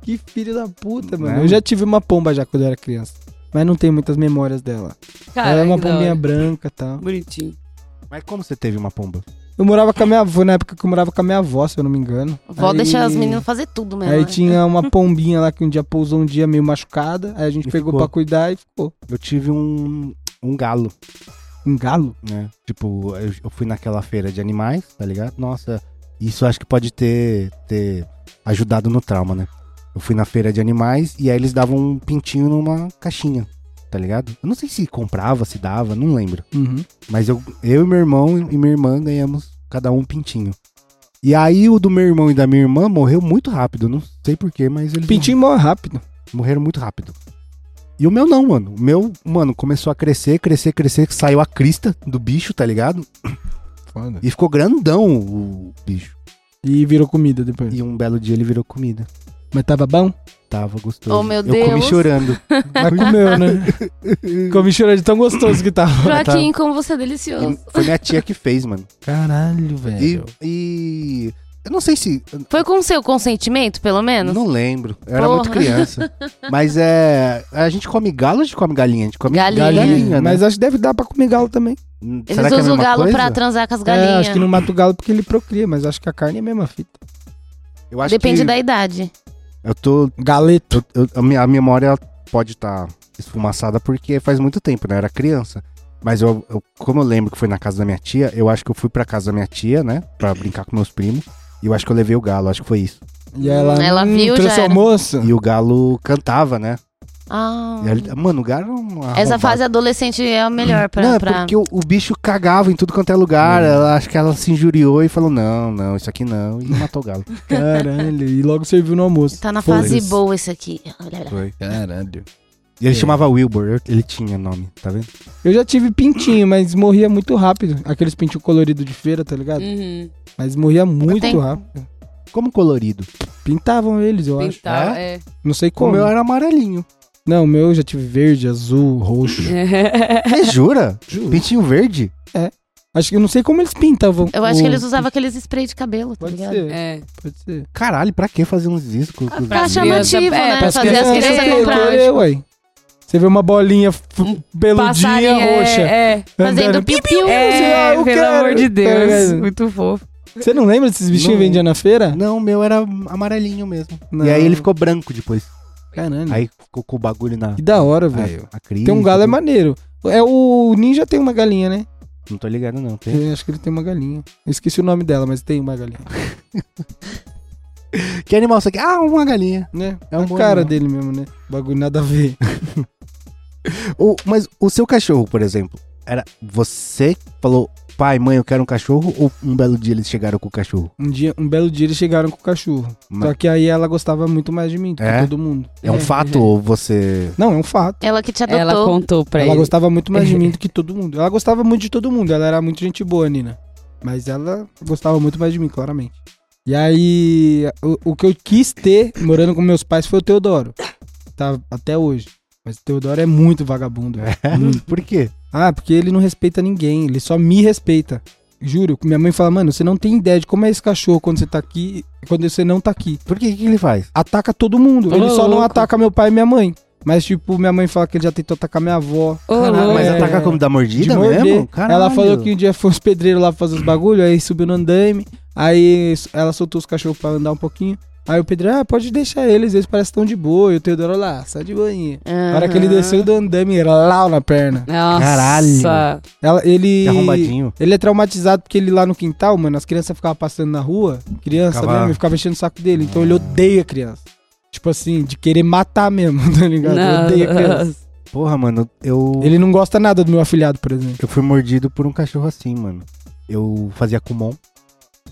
[SPEAKER 3] Que filho da puta,
[SPEAKER 1] Né?
[SPEAKER 3] mano. Eu já tive uma pomba já quando eu era criança. Mas não tenho muitas memórias dela.
[SPEAKER 2] Cara,
[SPEAKER 3] ela era uma
[SPEAKER 2] que da
[SPEAKER 3] pombinha
[SPEAKER 2] hora.
[SPEAKER 3] branca e tal.
[SPEAKER 2] Bonitinho.
[SPEAKER 1] Mas como você teve uma pomba?
[SPEAKER 3] Eu morava com a minha avó, foi na época que eu morava com a minha avó, se eu não me engano.
[SPEAKER 4] Vó
[SPEAKER 3] Aí-
[SPEAKER 4] deixa as meninas fazer tudo mesmo.
[SPEAKER 3] Aí
[SPEAKER 4] né?
[SPEAKER 3] tinha uma pombinha lá que um dia pousou um dia meio machucada. Aí a gente
[SPEAKER 1] E
[SPEAKER 3] pegou
[SPEAKER 1] ficou.
[SPEAKER 3] pra cuidar e ficou.
[SPEAKER 1] Eu tive um, um galo,
[SPEAKER 3] Um galo?
[SPEAKER 1] né? Tipo, eu, eu fui naquela feira de animais, tá ligado? Nossa, isso acho que pode ter, ter ajudado no trauma, né? Eu fui na feira de animais e aí eles davam um pintinho numa caixinha, tá ligado? Eu não sei se comprava, se dava, não lembro.
[SPEAKER 3] Uhum.
[SPEAKER 1] Mas eu, eu e meu irmão e minha irmã ganhamos cada um um pintinho. E aí o do meu irmão e da minha irmã morreu muito rápido. Não sei porquê, mas eles
[SPEAKER 3] Pintinho morre rápido.
[SPEAKER 1] morreram muito rápido. E o meu não, mano. O meu, mano, começou a crescer, crescer, crescer. Saiu a crista do bicho, tá ligado?
[SPEAKER 3] Foda.
[SPEAKER 1] E ficou grandão o bicho.
[SPEAKER 3] E virou comida depois.
[SPEAKER 1] E um belo dia ele virou comida.
[SPEAKER 3] Mas tava bom?
[SPEAKER 1] Tava gostoso.
[SPEAKER 4] Oh, meu
[SPEAKER 1] Eu comi
[SPEAKER 4] Deus.
[SPEAKER 1] chorando.
[SPEAKER 3] Mas comeu, né? Comi chorando de tão gostoso que tava.
[SPEAKER 4] Joaquim, como você é delicioso.
[SPEAKER 1] E foi minha tia que fez, mano.
[SPEAKER 3] Caralho,
[SPEAKER 1] E, e. Eu não sei se.
[SPEAKER 4] Foi com seu consentimento, pelo menos?
[SPEAKER 1] Não lembro. Eu era
[SPEAKER 4] Porra.
[SPEAKER 1] muito criança. Mas é. A gente come galo ou a gente come galinha? A gente come
[SPEAKER 4] Galinha.
[SPEAKER 1] galinha né?
[SPEAKER 3] Mas acho que deve dar pra comer galo também.
[SPEAKER 1] Hum,
[SPEAKER 4] Eles
[SPEAKER 1] será que é a
[SPEAKER 4] usam o
[SPEAKER 1] mesma
[SPEAKER 4] galo
[SPEAKER 1] coisa?
[SPEAKER 4] pra transar com as
[SPEAKER 3] É,
[SPEAKER 4] galinhas.
[SPEAKER 3] acho que não mata o galo porque ele procria, mas acho que a carne é a mesma fita.
[SPEAKER 1] Eu acho
[SPEAKER 4] Depende
[SPEAKER 1] que
[SPEAKER 4] da idade.
[SPEAKER 1] Eu tô.
[SPEAKER 3] Galeto.
[SPEAKER 1] eu- eu- a, minha, a memória ela pode estar esfumaçada porque faz muito tempo, né? Eu era criança. Mas eu, eu- como eu lembro que foi na casa da minha tia, eu acho que eu fui pra casa da minha tia, né? Pra brincar com meus primos. E eu acho que eu levei o galo, acho que foi isso.
[SPEAKER 3] E ela,
[SPEAKER 4] Ela
[SPEAKER 3] hum,
[SPEAKER 4] viu,
[SPEAKER 3] trouxe
[SPEAKER 4] já era.
[SPEAKER 3] almoço.
[SPEAKER 1] E o galo cantava, né?
[SPEAKER 4] Ah.
[SPEAKER 1] E ele- mano, o galo. é um
[SPEAKER 4] Essa
[SPEAKER 1] arrombado.
[SPEAKER 4] fase adolescente é a melhor pra.
[SPEAKER 1] não, é
[SPEAKER 4] pra-
[SPEAKER 1] porque o, o bicho cagava em tudo quanto é lugar.
[SPEAKER 3] Uhum.
[SPEAKER 1] Ela, acho que ela se injuriou e falou: não, não, isso aqui não. E matou o galo.
[SPEAKER 3] Caralho, e logo serviu no almoço.
[SPEAKER 4] Tá na
[SPEAKER 3] Foda-se.
[SPEAKER 4] fase boa esse aqui. Olha, olha.
[SPEAKER 1] Foi.
[SPEAKER 3] Caralho.
[SPEAKER 1] E ele
[SPEAKER 3] É.
[SPEAKER 1] chamava Wilbur, eu- ele tinha nome, tá vendo?
[SPEAKER 3] Eu já tive pintinho, mas morria muito rápido. Aqueles pintinhos coloridos de feira, tá ligado?
[SPEAKER 2] Uhum.
[SPEAKER 3] Mas morria muito
[SPEAKER 4] Hum. Tem-
[SPEAKER 3] rápido.
[SPEAKER 1] Como colorido?
[SPEAKER 3] Pintavam eles, eu acho.
[SPEAKER 2] Pintar, é.
[SPEAKER 3] Não sei
[SPEAKER 1] O
[SPEAKER 3] como.
[SPEAKER 1] meu era amarelinho.
[SPEAKER 3] Não, o meu eu já tive verde, azul, roxo.
[SPEAKER 4] é.
[SPEAKER 1] Você jura?
[SPEAKER 3] Juro.
[SPEAKER 1] Pintinho verde?
[SPEAKER 3] É. Acho que eu não sei como eles pintavam.
[SPEAKER 4] Eu acho
[SPEAKER 3] o-
[SPEAKER 4] que
[SPEAKER 1] Hum.
[SPEAKER 4] eles usavam aqueles spray de cabelo, tá
[SPEAKER 3] Pode
[SPEAKER 4] ligado?
[SPEAKER 3] ser,
[SPEAKER 2] É.
[SPEAKER 3] pode ser.
[SPEAKER 1] Caralho, pra que fazer um uns discos? com-
[SPEAKER 4] Pra
[SPEAKER 2] As
[SPEAKER 4] chamativo,
[SPEAKER 2] crianças- é,
[SPEAKER 4] né?
[SPEAKER 2] pra
[SPEAKER 4] Fazer as
[SPEAKER 2] crianças tipo,
[SPEAKER 4] crianças
[SPEAKER 2] terem
[SPEAKER 4] comprar.
[SPEAKER 3] querer, é, ué. Você vê uma bolinha f-
[SPEAKER 2] Passarinho,
[SPEAKER 3] peludinha
[SPEAKER 2] é,
[SPEAKER 3] roxa.
[SPEAKER 2] É,
[SPEAKER 4] Fazendo
[SPEAKER 3] andando.
[SPEAKER 4] piu-piu.
[SPEAKER 2] É, pelo
[SPEAKER 3] eu quero.
[SPEAKER 2] amor de Deus.
[SPEAKER 3] É.
[SPEAKER 2] Muito fofo.
[SPEAKER 3] Você não lembra desses bichinhos que
[SPEAKER 1] Não.
[SPEAKER 3] vendiam na feira?
[SPEAKER 1] Não, o meu era amarelinho mesmo.
[SPEAKER 3] Não.
[SPEAKER 1] E aí ele ficou branco depois.
[SPEAKER 3] Caralho.
[SPEAKER 1] Aí ficou com o bagulho na.
[SPEAKER 3] Que da hora, velho.
[SPEAKER 1] Aí, né? a crise,
[SPEAKER 3] Tem um galo é
[SPEAKER 1] tudo.
[SPEAKER 3] maneiro. É o Ninja tem uma galinha, né?
[SPEAKER 1] Não tô ligado, não. Tem.
[SPEAKER 3] Eu acho que ele tem uma galinha. Eu esqueci o nome dela, mas tem uma galinha.
[SPEAKER 1] Que animal isso aqui? Ah, uma galinha.
[SPEAKER 3] Né? É
[SPEAKER 1] É um
[SPEAKER 3] a
[SPEAKER 1] bom
[SPEAKER 3] cara
[SPEAKER 1] animal.
[SPEAKER 3] dele mesmo, né? Bagulho nada a ver.
[SPEAKER 1] O- mas o seu cachorro, por exemplo, era você que falou, pai, mãe, eu quero um cachorro, ou um belo dia eles chegaram com o cachorro?
[SPEAKER 3] Um dia, um belo dia eles chegaram com o cachorro.
[SPEAKER 1] Mas-
[SPEAKER 3] Só que aí ela gostava muito mais de mim, do que
[SPEAKER 1] É?
[SPEAKER 3] todo mundo.
[SPEAKER 1] É um fato ou você.
[SPEAKER 3] Não, é um fato.
[SPEAKER 4] Ela que te
[SPEAKER 2] Ela
[SPEAKER 4] adotou.
[SPEAKER 2] contou pra
[SPEAKER 3] ela
[SPEAKER 2] ele.
[SPEAKER 3] gostava muito mais de mim do que todo mundo. Ela gostava muito de todo mundo. Ela era muito gente boa, Nina. Mas ela gostava muito mais de mim, claramente. E aí, o, o que eu quis ter morando com meus pais foi o Teodoro. Tá até hoje. Mas o Teodoro é muito vagabundo. velho.
[SPEAKER 2] É.
[SPEAKER 3] Muito.
[SPEAKER 1] Hum, Por quê?
[SPEAKER 3] Ah, porque ele não respeita ninguém, ele só me respeita. Juro, minha mãe fala, mano, você não tem ideia de como é esse cachorro quando você tá aqui e quando você não tá aqui.
[SPEAKER 1] Por quê? O que ele faz?
[SPEAKER 3] Ataca todo mundo.
[SPEAKER 2] Ô,
[SPEAKER 3] ele só não
[SPEAKER 2] louco.
[SPEAKER 3] ataca meu pai e minha mãe. Mas, tipo, minha mãe fala que ele já tentou atacar minha avó.
[SPEAKER 2] Ô, louco.
[SPEAKER 1] Mas
[SPEAKER 3] é,
[SPEAKER 1] atacar como da
[SPEAKER 3] de
[SPEAKER 1] mordida
[SPEAKER 3] morder.
[SPEAKER 1] mesmo? Caralho.
[SPEAKER 3] Ela falou que um dia foi os pedreiros lá fazer os bagulho, aí subiu no andaime, aí s- ela soltou os cachorros pra andar um pouquinho. Aí o pedreiro, ah, pode deixar eles, eles parecem tão de boa. E o Teodoro lá, sai de boinha. Na hora que ele desceu do andame, era lá na perna.
[SPEAKER 2] Nossa.
[SPEAKER 1] Caralho.
[SPEAKER 3] Ela, ele...
[SPEAKER 1] Que arrombadinho.
[SPEAKER 3] Ele é traumatizado porque ele lá no quintal, mano, as crianças ficavam passando na rua, criança
[SPEAKER 1] Ficava-
[SPEAKER 3] mesmo, e ficava enchendo o saco dele. Então ele odeia criança. Tipo assim, de querer matar mesmo, tá ligado? Ele odeia criança.
[SPEAKER 2] Nossa.
[SPEAKER 1] Porra, mano, eu.
[SPEAKER 3] Ele não gosta nada do meu afilhado, por exemplo.
[SPEAKER 1] Eu fui mordido por um cachorro assim, mano. Eu fazia Kumon.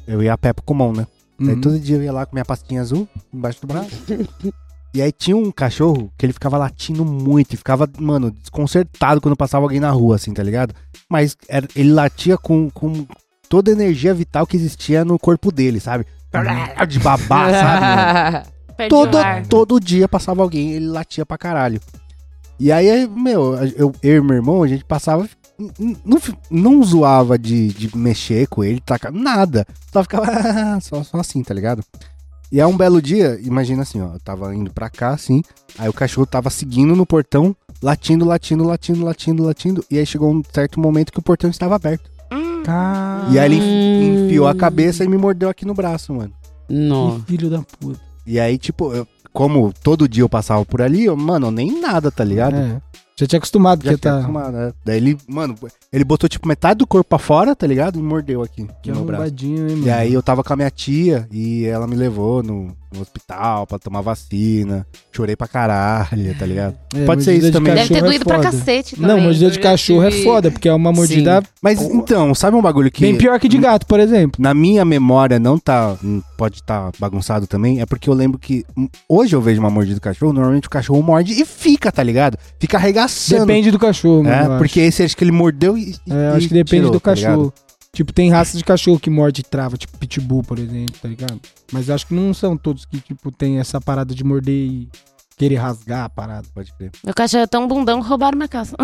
[SPEAKER 1] Eu ia a pé pro Kumon, né? Aí
[SPEAKER 3] Uhum.
[SPEAKER 1] todo dia eu ia lá com minha pastinha azul embaixo do braço. e aí tinha um cachorro que ele ficava latindo muito e ficava, mano, desconcertado quando passava alguém na rua, assim, tá ligado? Mas era- ele latia com, com toda a energia vital que existia no corpo dele, sabe? De babá, sabe? mano?
[SPEAKER 2] É
[SPEAKER 4] Perde
[SPEAKER 1] todo,
[SPEAKER 4] o ar.
[SPEAKER 1] todo dia passava alguém, ele latia pra caralho. E aí, meu, eu, eu e meu irmão, a gente passava. n- n- Não, fi- não zoava de, de mexer com ele, tacar nada. Só ficava só, só assim, tá ligado? E aí um belo dia, imagina assim, ó, eu tava indo pra cá, assim, aí o cachorro tava seguindo no portão, latindo, latindo, latindo, latindo, latindo, e aí chegou um certo momento que o portão estava aberto.
[SPEAKER 3] Hum. Cara,
[SPEAKER 1] E aí ele enfi-
[SPEAKER 2] Hum.
[SPEAKER 1] enfiou a cabeça e me mordeu aqui no braço, mano.
[SPEAKER 2] Nossa.
[SPEAKER 3] que filho da puta.
[SPEAKER 1] E aí, tipo, eu- como todo dia eu passava por ali, eu, mano, nem nada, tá ligado?
[SPEAKER 3] É. Já tinha acostumado, porque
[SPEAKER 1] Já tinha
[SPEAKER 3] tá...
[SPEAKER 1] acostumado, né? Daí ele, mano, ele botou, tipo, metade do corpo pra fora, tá ligado? E mordeu aqui
[SPEAKER 3] Que
[SPEAKER 1] no meu braço.
[SPEAKER 3] arrombadinho, hein, mano.
[SPEAKER 1] E aí eu tava com a minha tia e ela me levou no, no hospital pra tomar vacina. Chorei pra caralho, tá ligado?
[SPEAKER 3] É,
[SPEAKER 1] pode ser
[SPEAKER 3] mordida
[SPEAKER 1] isso
[SPEAKER 3] de
[SPEAKER 1] também.
[SPEAKER 4] Deve ter
[SPEAKER 3] cachorro é
[SPEAKER 4] doído pra
[SPEAKER 3] foda.
[SPEAKER 4] cacete também. né?
[SPEAKER 3] Não, mordida de
[SPEAKER 2] Eu já
[SPEAKER 3] cachorro é
[SPEAKER 2] tive-
[SPEAKER 3] foda, porque é uma mordida
[SPEAKER 1] Mas
[SPEAKER 3] Porra.
[SPEAKER 1] então, sabe um bagulho que...
[SPEAKER 3] bem pior que de gato, por exemplo.
[SPEAKER 1] na minha memória não tá. hum, Pode estar bagunçado também. É porque eu lembro que. hum, Hoje eu vejo uma mordida do cachorro. Normalmente o cachorro morde e fica, tá ligado? Fica arregaçando.
[SPEAKER 3] Depende do cachorro, mano. eu
[SPEAKER 1] É,
[SPEAKER 3] acho.
[SPEAKER 1] porque esse acho que ele mordeu e. e-
[SPEAKER 3] É, eu acho
[SPEAKER 1] e
[SPEAKER 3] que depende
[SPEAKER 1] tirou,
[SPEAKER 3] do
[SPEAKER 1] tá ligado?
[SPEAKER 3] cachorro. tipo, tem raça de cachorro que morde e trava, tipo pitbull, por exemplo, tá ligado? Mas eu acho que não são todos que, tipo, tem essa parada de morder e querer rasgar a parada.
[SPEAKER 1] Pode crer.
[SPEAKER 4] Meu cachorro é tão bundão que roubaram minha casa.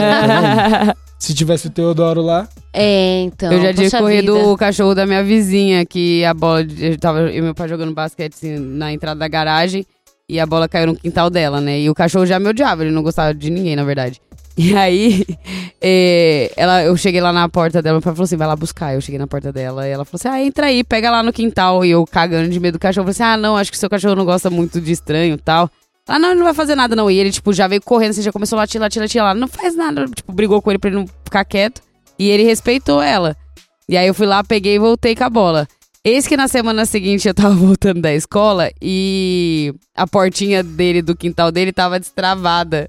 [SPEAKER 3] Se tivesse o Teodoro lá,
[SPEAKER 4] É, então.
[SPEAKER 2] eu já tinha
[SPEAKER 4] poxa
[SPEAKER 2] corrido
[SPEAKER 4] vida.
[SPEAKER 2] o cachorro da minha vizinha, que a bola. de- Eu tava eu e meu pai jogando basquete assim, na entrada da garagem e a bola caiu no quintal dela, né? E o cachorro já me odiava, ele não gostava de ninguém, na verdade. E aí, eh, ela, eu cheguei lá na porta dela, meu pai falou assim: vai lá buscar. Eu cheguei na porta dela e ela falou assim: ah, entra aí, pega lá no quintal. E eu cagando de medo do cachorro, falei assim: ah, não, acho que seu cachorro não gosta muito de estranho e tal. Ela, Ah, não, ele não vai fazer nada, não. E ele, tipo, já veio correndo, assim, já começou a latir, latir, latir. Ela, não faz nada. Tipo, brigou com ele pra ele não ficar quieto. E ele respeitou ela. E aí eu fui lá, peguei e voltei com a bola. Eis que na semana seguinte eu tava voltando da escola e a portinha dele, do quintal dele, tava destravada.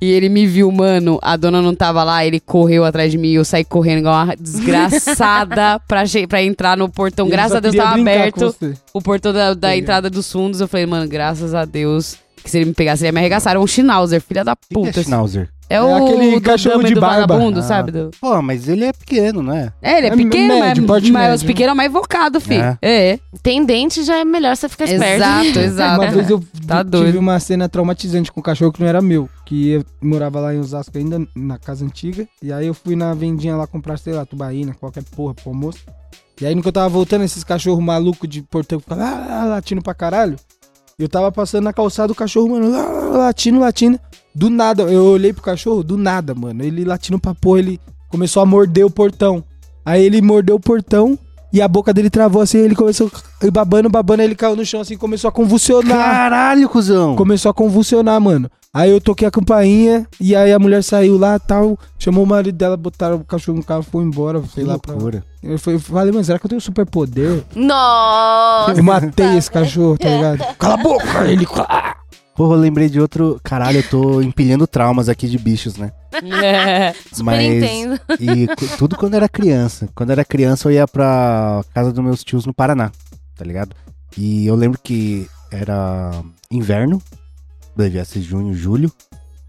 [SPEAKER 2] E ele me viu, mano, a dona não tava lá, ele correu atrás de mim e eu saí correndo igual uma desgraçada pra, che- pra entrar no portão.
[SPEAKER 3] ele
[SPEAKER 2] graças
[SPEAKER 3] só
[SPEAKER 2] a Deus
[SPEAKER 3] queria
[SPEAKER 2] tava
[SPEAKER 3] brincar com
[SPEAKER 2] aberto
[SPEAKER 3] você.
[SPEAKER 2] o portão da, da
[SPEAKER 3] Entendi.
[SPEAKER 2] entrada dos fundos. Eu falei, mano, graças a Deus, que se ele me pegasse, ele ia me arregaçar. Era um schnauzer, filha da
[SPEAKER 1] O que que é
[SPEAKER 2] puta.
[SPEAKER 1] Schnauzer?
[SPEAKER 2] É, o
[SPEAKER 3] aquele
[SPEAKER 2] do
[SPEAKER 3] cachorro
[SPEAKER 2] Dama e
[SPEAKER 3] de
[SPEAKER 2] do
[SPEAKER 3] barba.
[SPEAKER 2] Vagabundo,
[SPEAKER 1] Ah.
[SPEAKER 2] sabe? Do-
[SPEAKER 1] Pô, mas ele é pequeno, né?
[SPEAKER 2] É, ele é,
[SPEAKER 3] É
[SPEAKER 2] pequeno,
[SPEAKER 3] médio,
[SPEAKER 2] mas,
[SPEAKER 3] porte
[SPEAKER 2] mas os
[SPEAKER 3] médio.
[SPEAKER 2] pequenos é mais vocado, fi.
[SPEAKER 1] É.
[SPEAKER 2] É.
[SPEAKER 4] Tem dente, já é melhor você ficar esperto.
[SPEAKER 2] Exato, exato.
[SPEAKER 3] Uma vez eu
[SPEAKER 2] Tá
[SPEAKER 3] tive
[SPEAKER 2] doido.
[SPEAKER 3] uma cena traumatizante com um cachorro que não era meu, que eu morava lá em Osasco ainda, na casa antiga. E aí eu fui na vendinha lá comprar, sei lá, tubaína, qualquer porra pro almoço. E aí no que eu tava voltando, esses cachorros malucos de portão que ficavam lá, lá, latindo pra caralho. Eu tava passando na calçada, o cachorro, mano, lá, lá, lá, latindo, latindo. Do nada, eu olhei pro cachorro, do nada, mano. Ele latindo pra porra, ele começou a morder o portão. Aí ele mordeu o portão e a boca dele travou assim, ele começou babando, babando, ele caiu no chão assim, começou a convulsionar.
[SPEAKER 1] Caralho, cuzão!
[SPEAKER 3] Começou a convulsionar, mano. Aí eu toquei a campainha e aí a mulher saiu lá tal. Chamou o marido dela, botaram o cachorro no carro, foi embora,
[SPEAKER 1] Que
[SPEAKER 3] sei lá pra.
[SPEAKER 1] loucura.
[SPEAKER 3] Eu fui- eu falei, mano, será que eu tenho superpoder?
[SPEAKER 4] Nossa!
[SPEAKER 3] Eu matei esse cachorro, tá ligado? Cala a boca! Ele.
[SPEAKER 1] Porra, eu lembrei de outro. Caralho, eu tô empilhando traumas aqui de bichos, né?
[SPEAKER 2] É.
[SPEAKER 4] Super
[SPEAKER 1] Mas-
[SPEAKER 4] entendo.
[SPEAKER 1] E cu- tudo quando era criança. Quando era criança, eu ia pra casa dos meus tios no Paraná, tá ligado? E eu lembro que era inverno, devia ser junho, julho,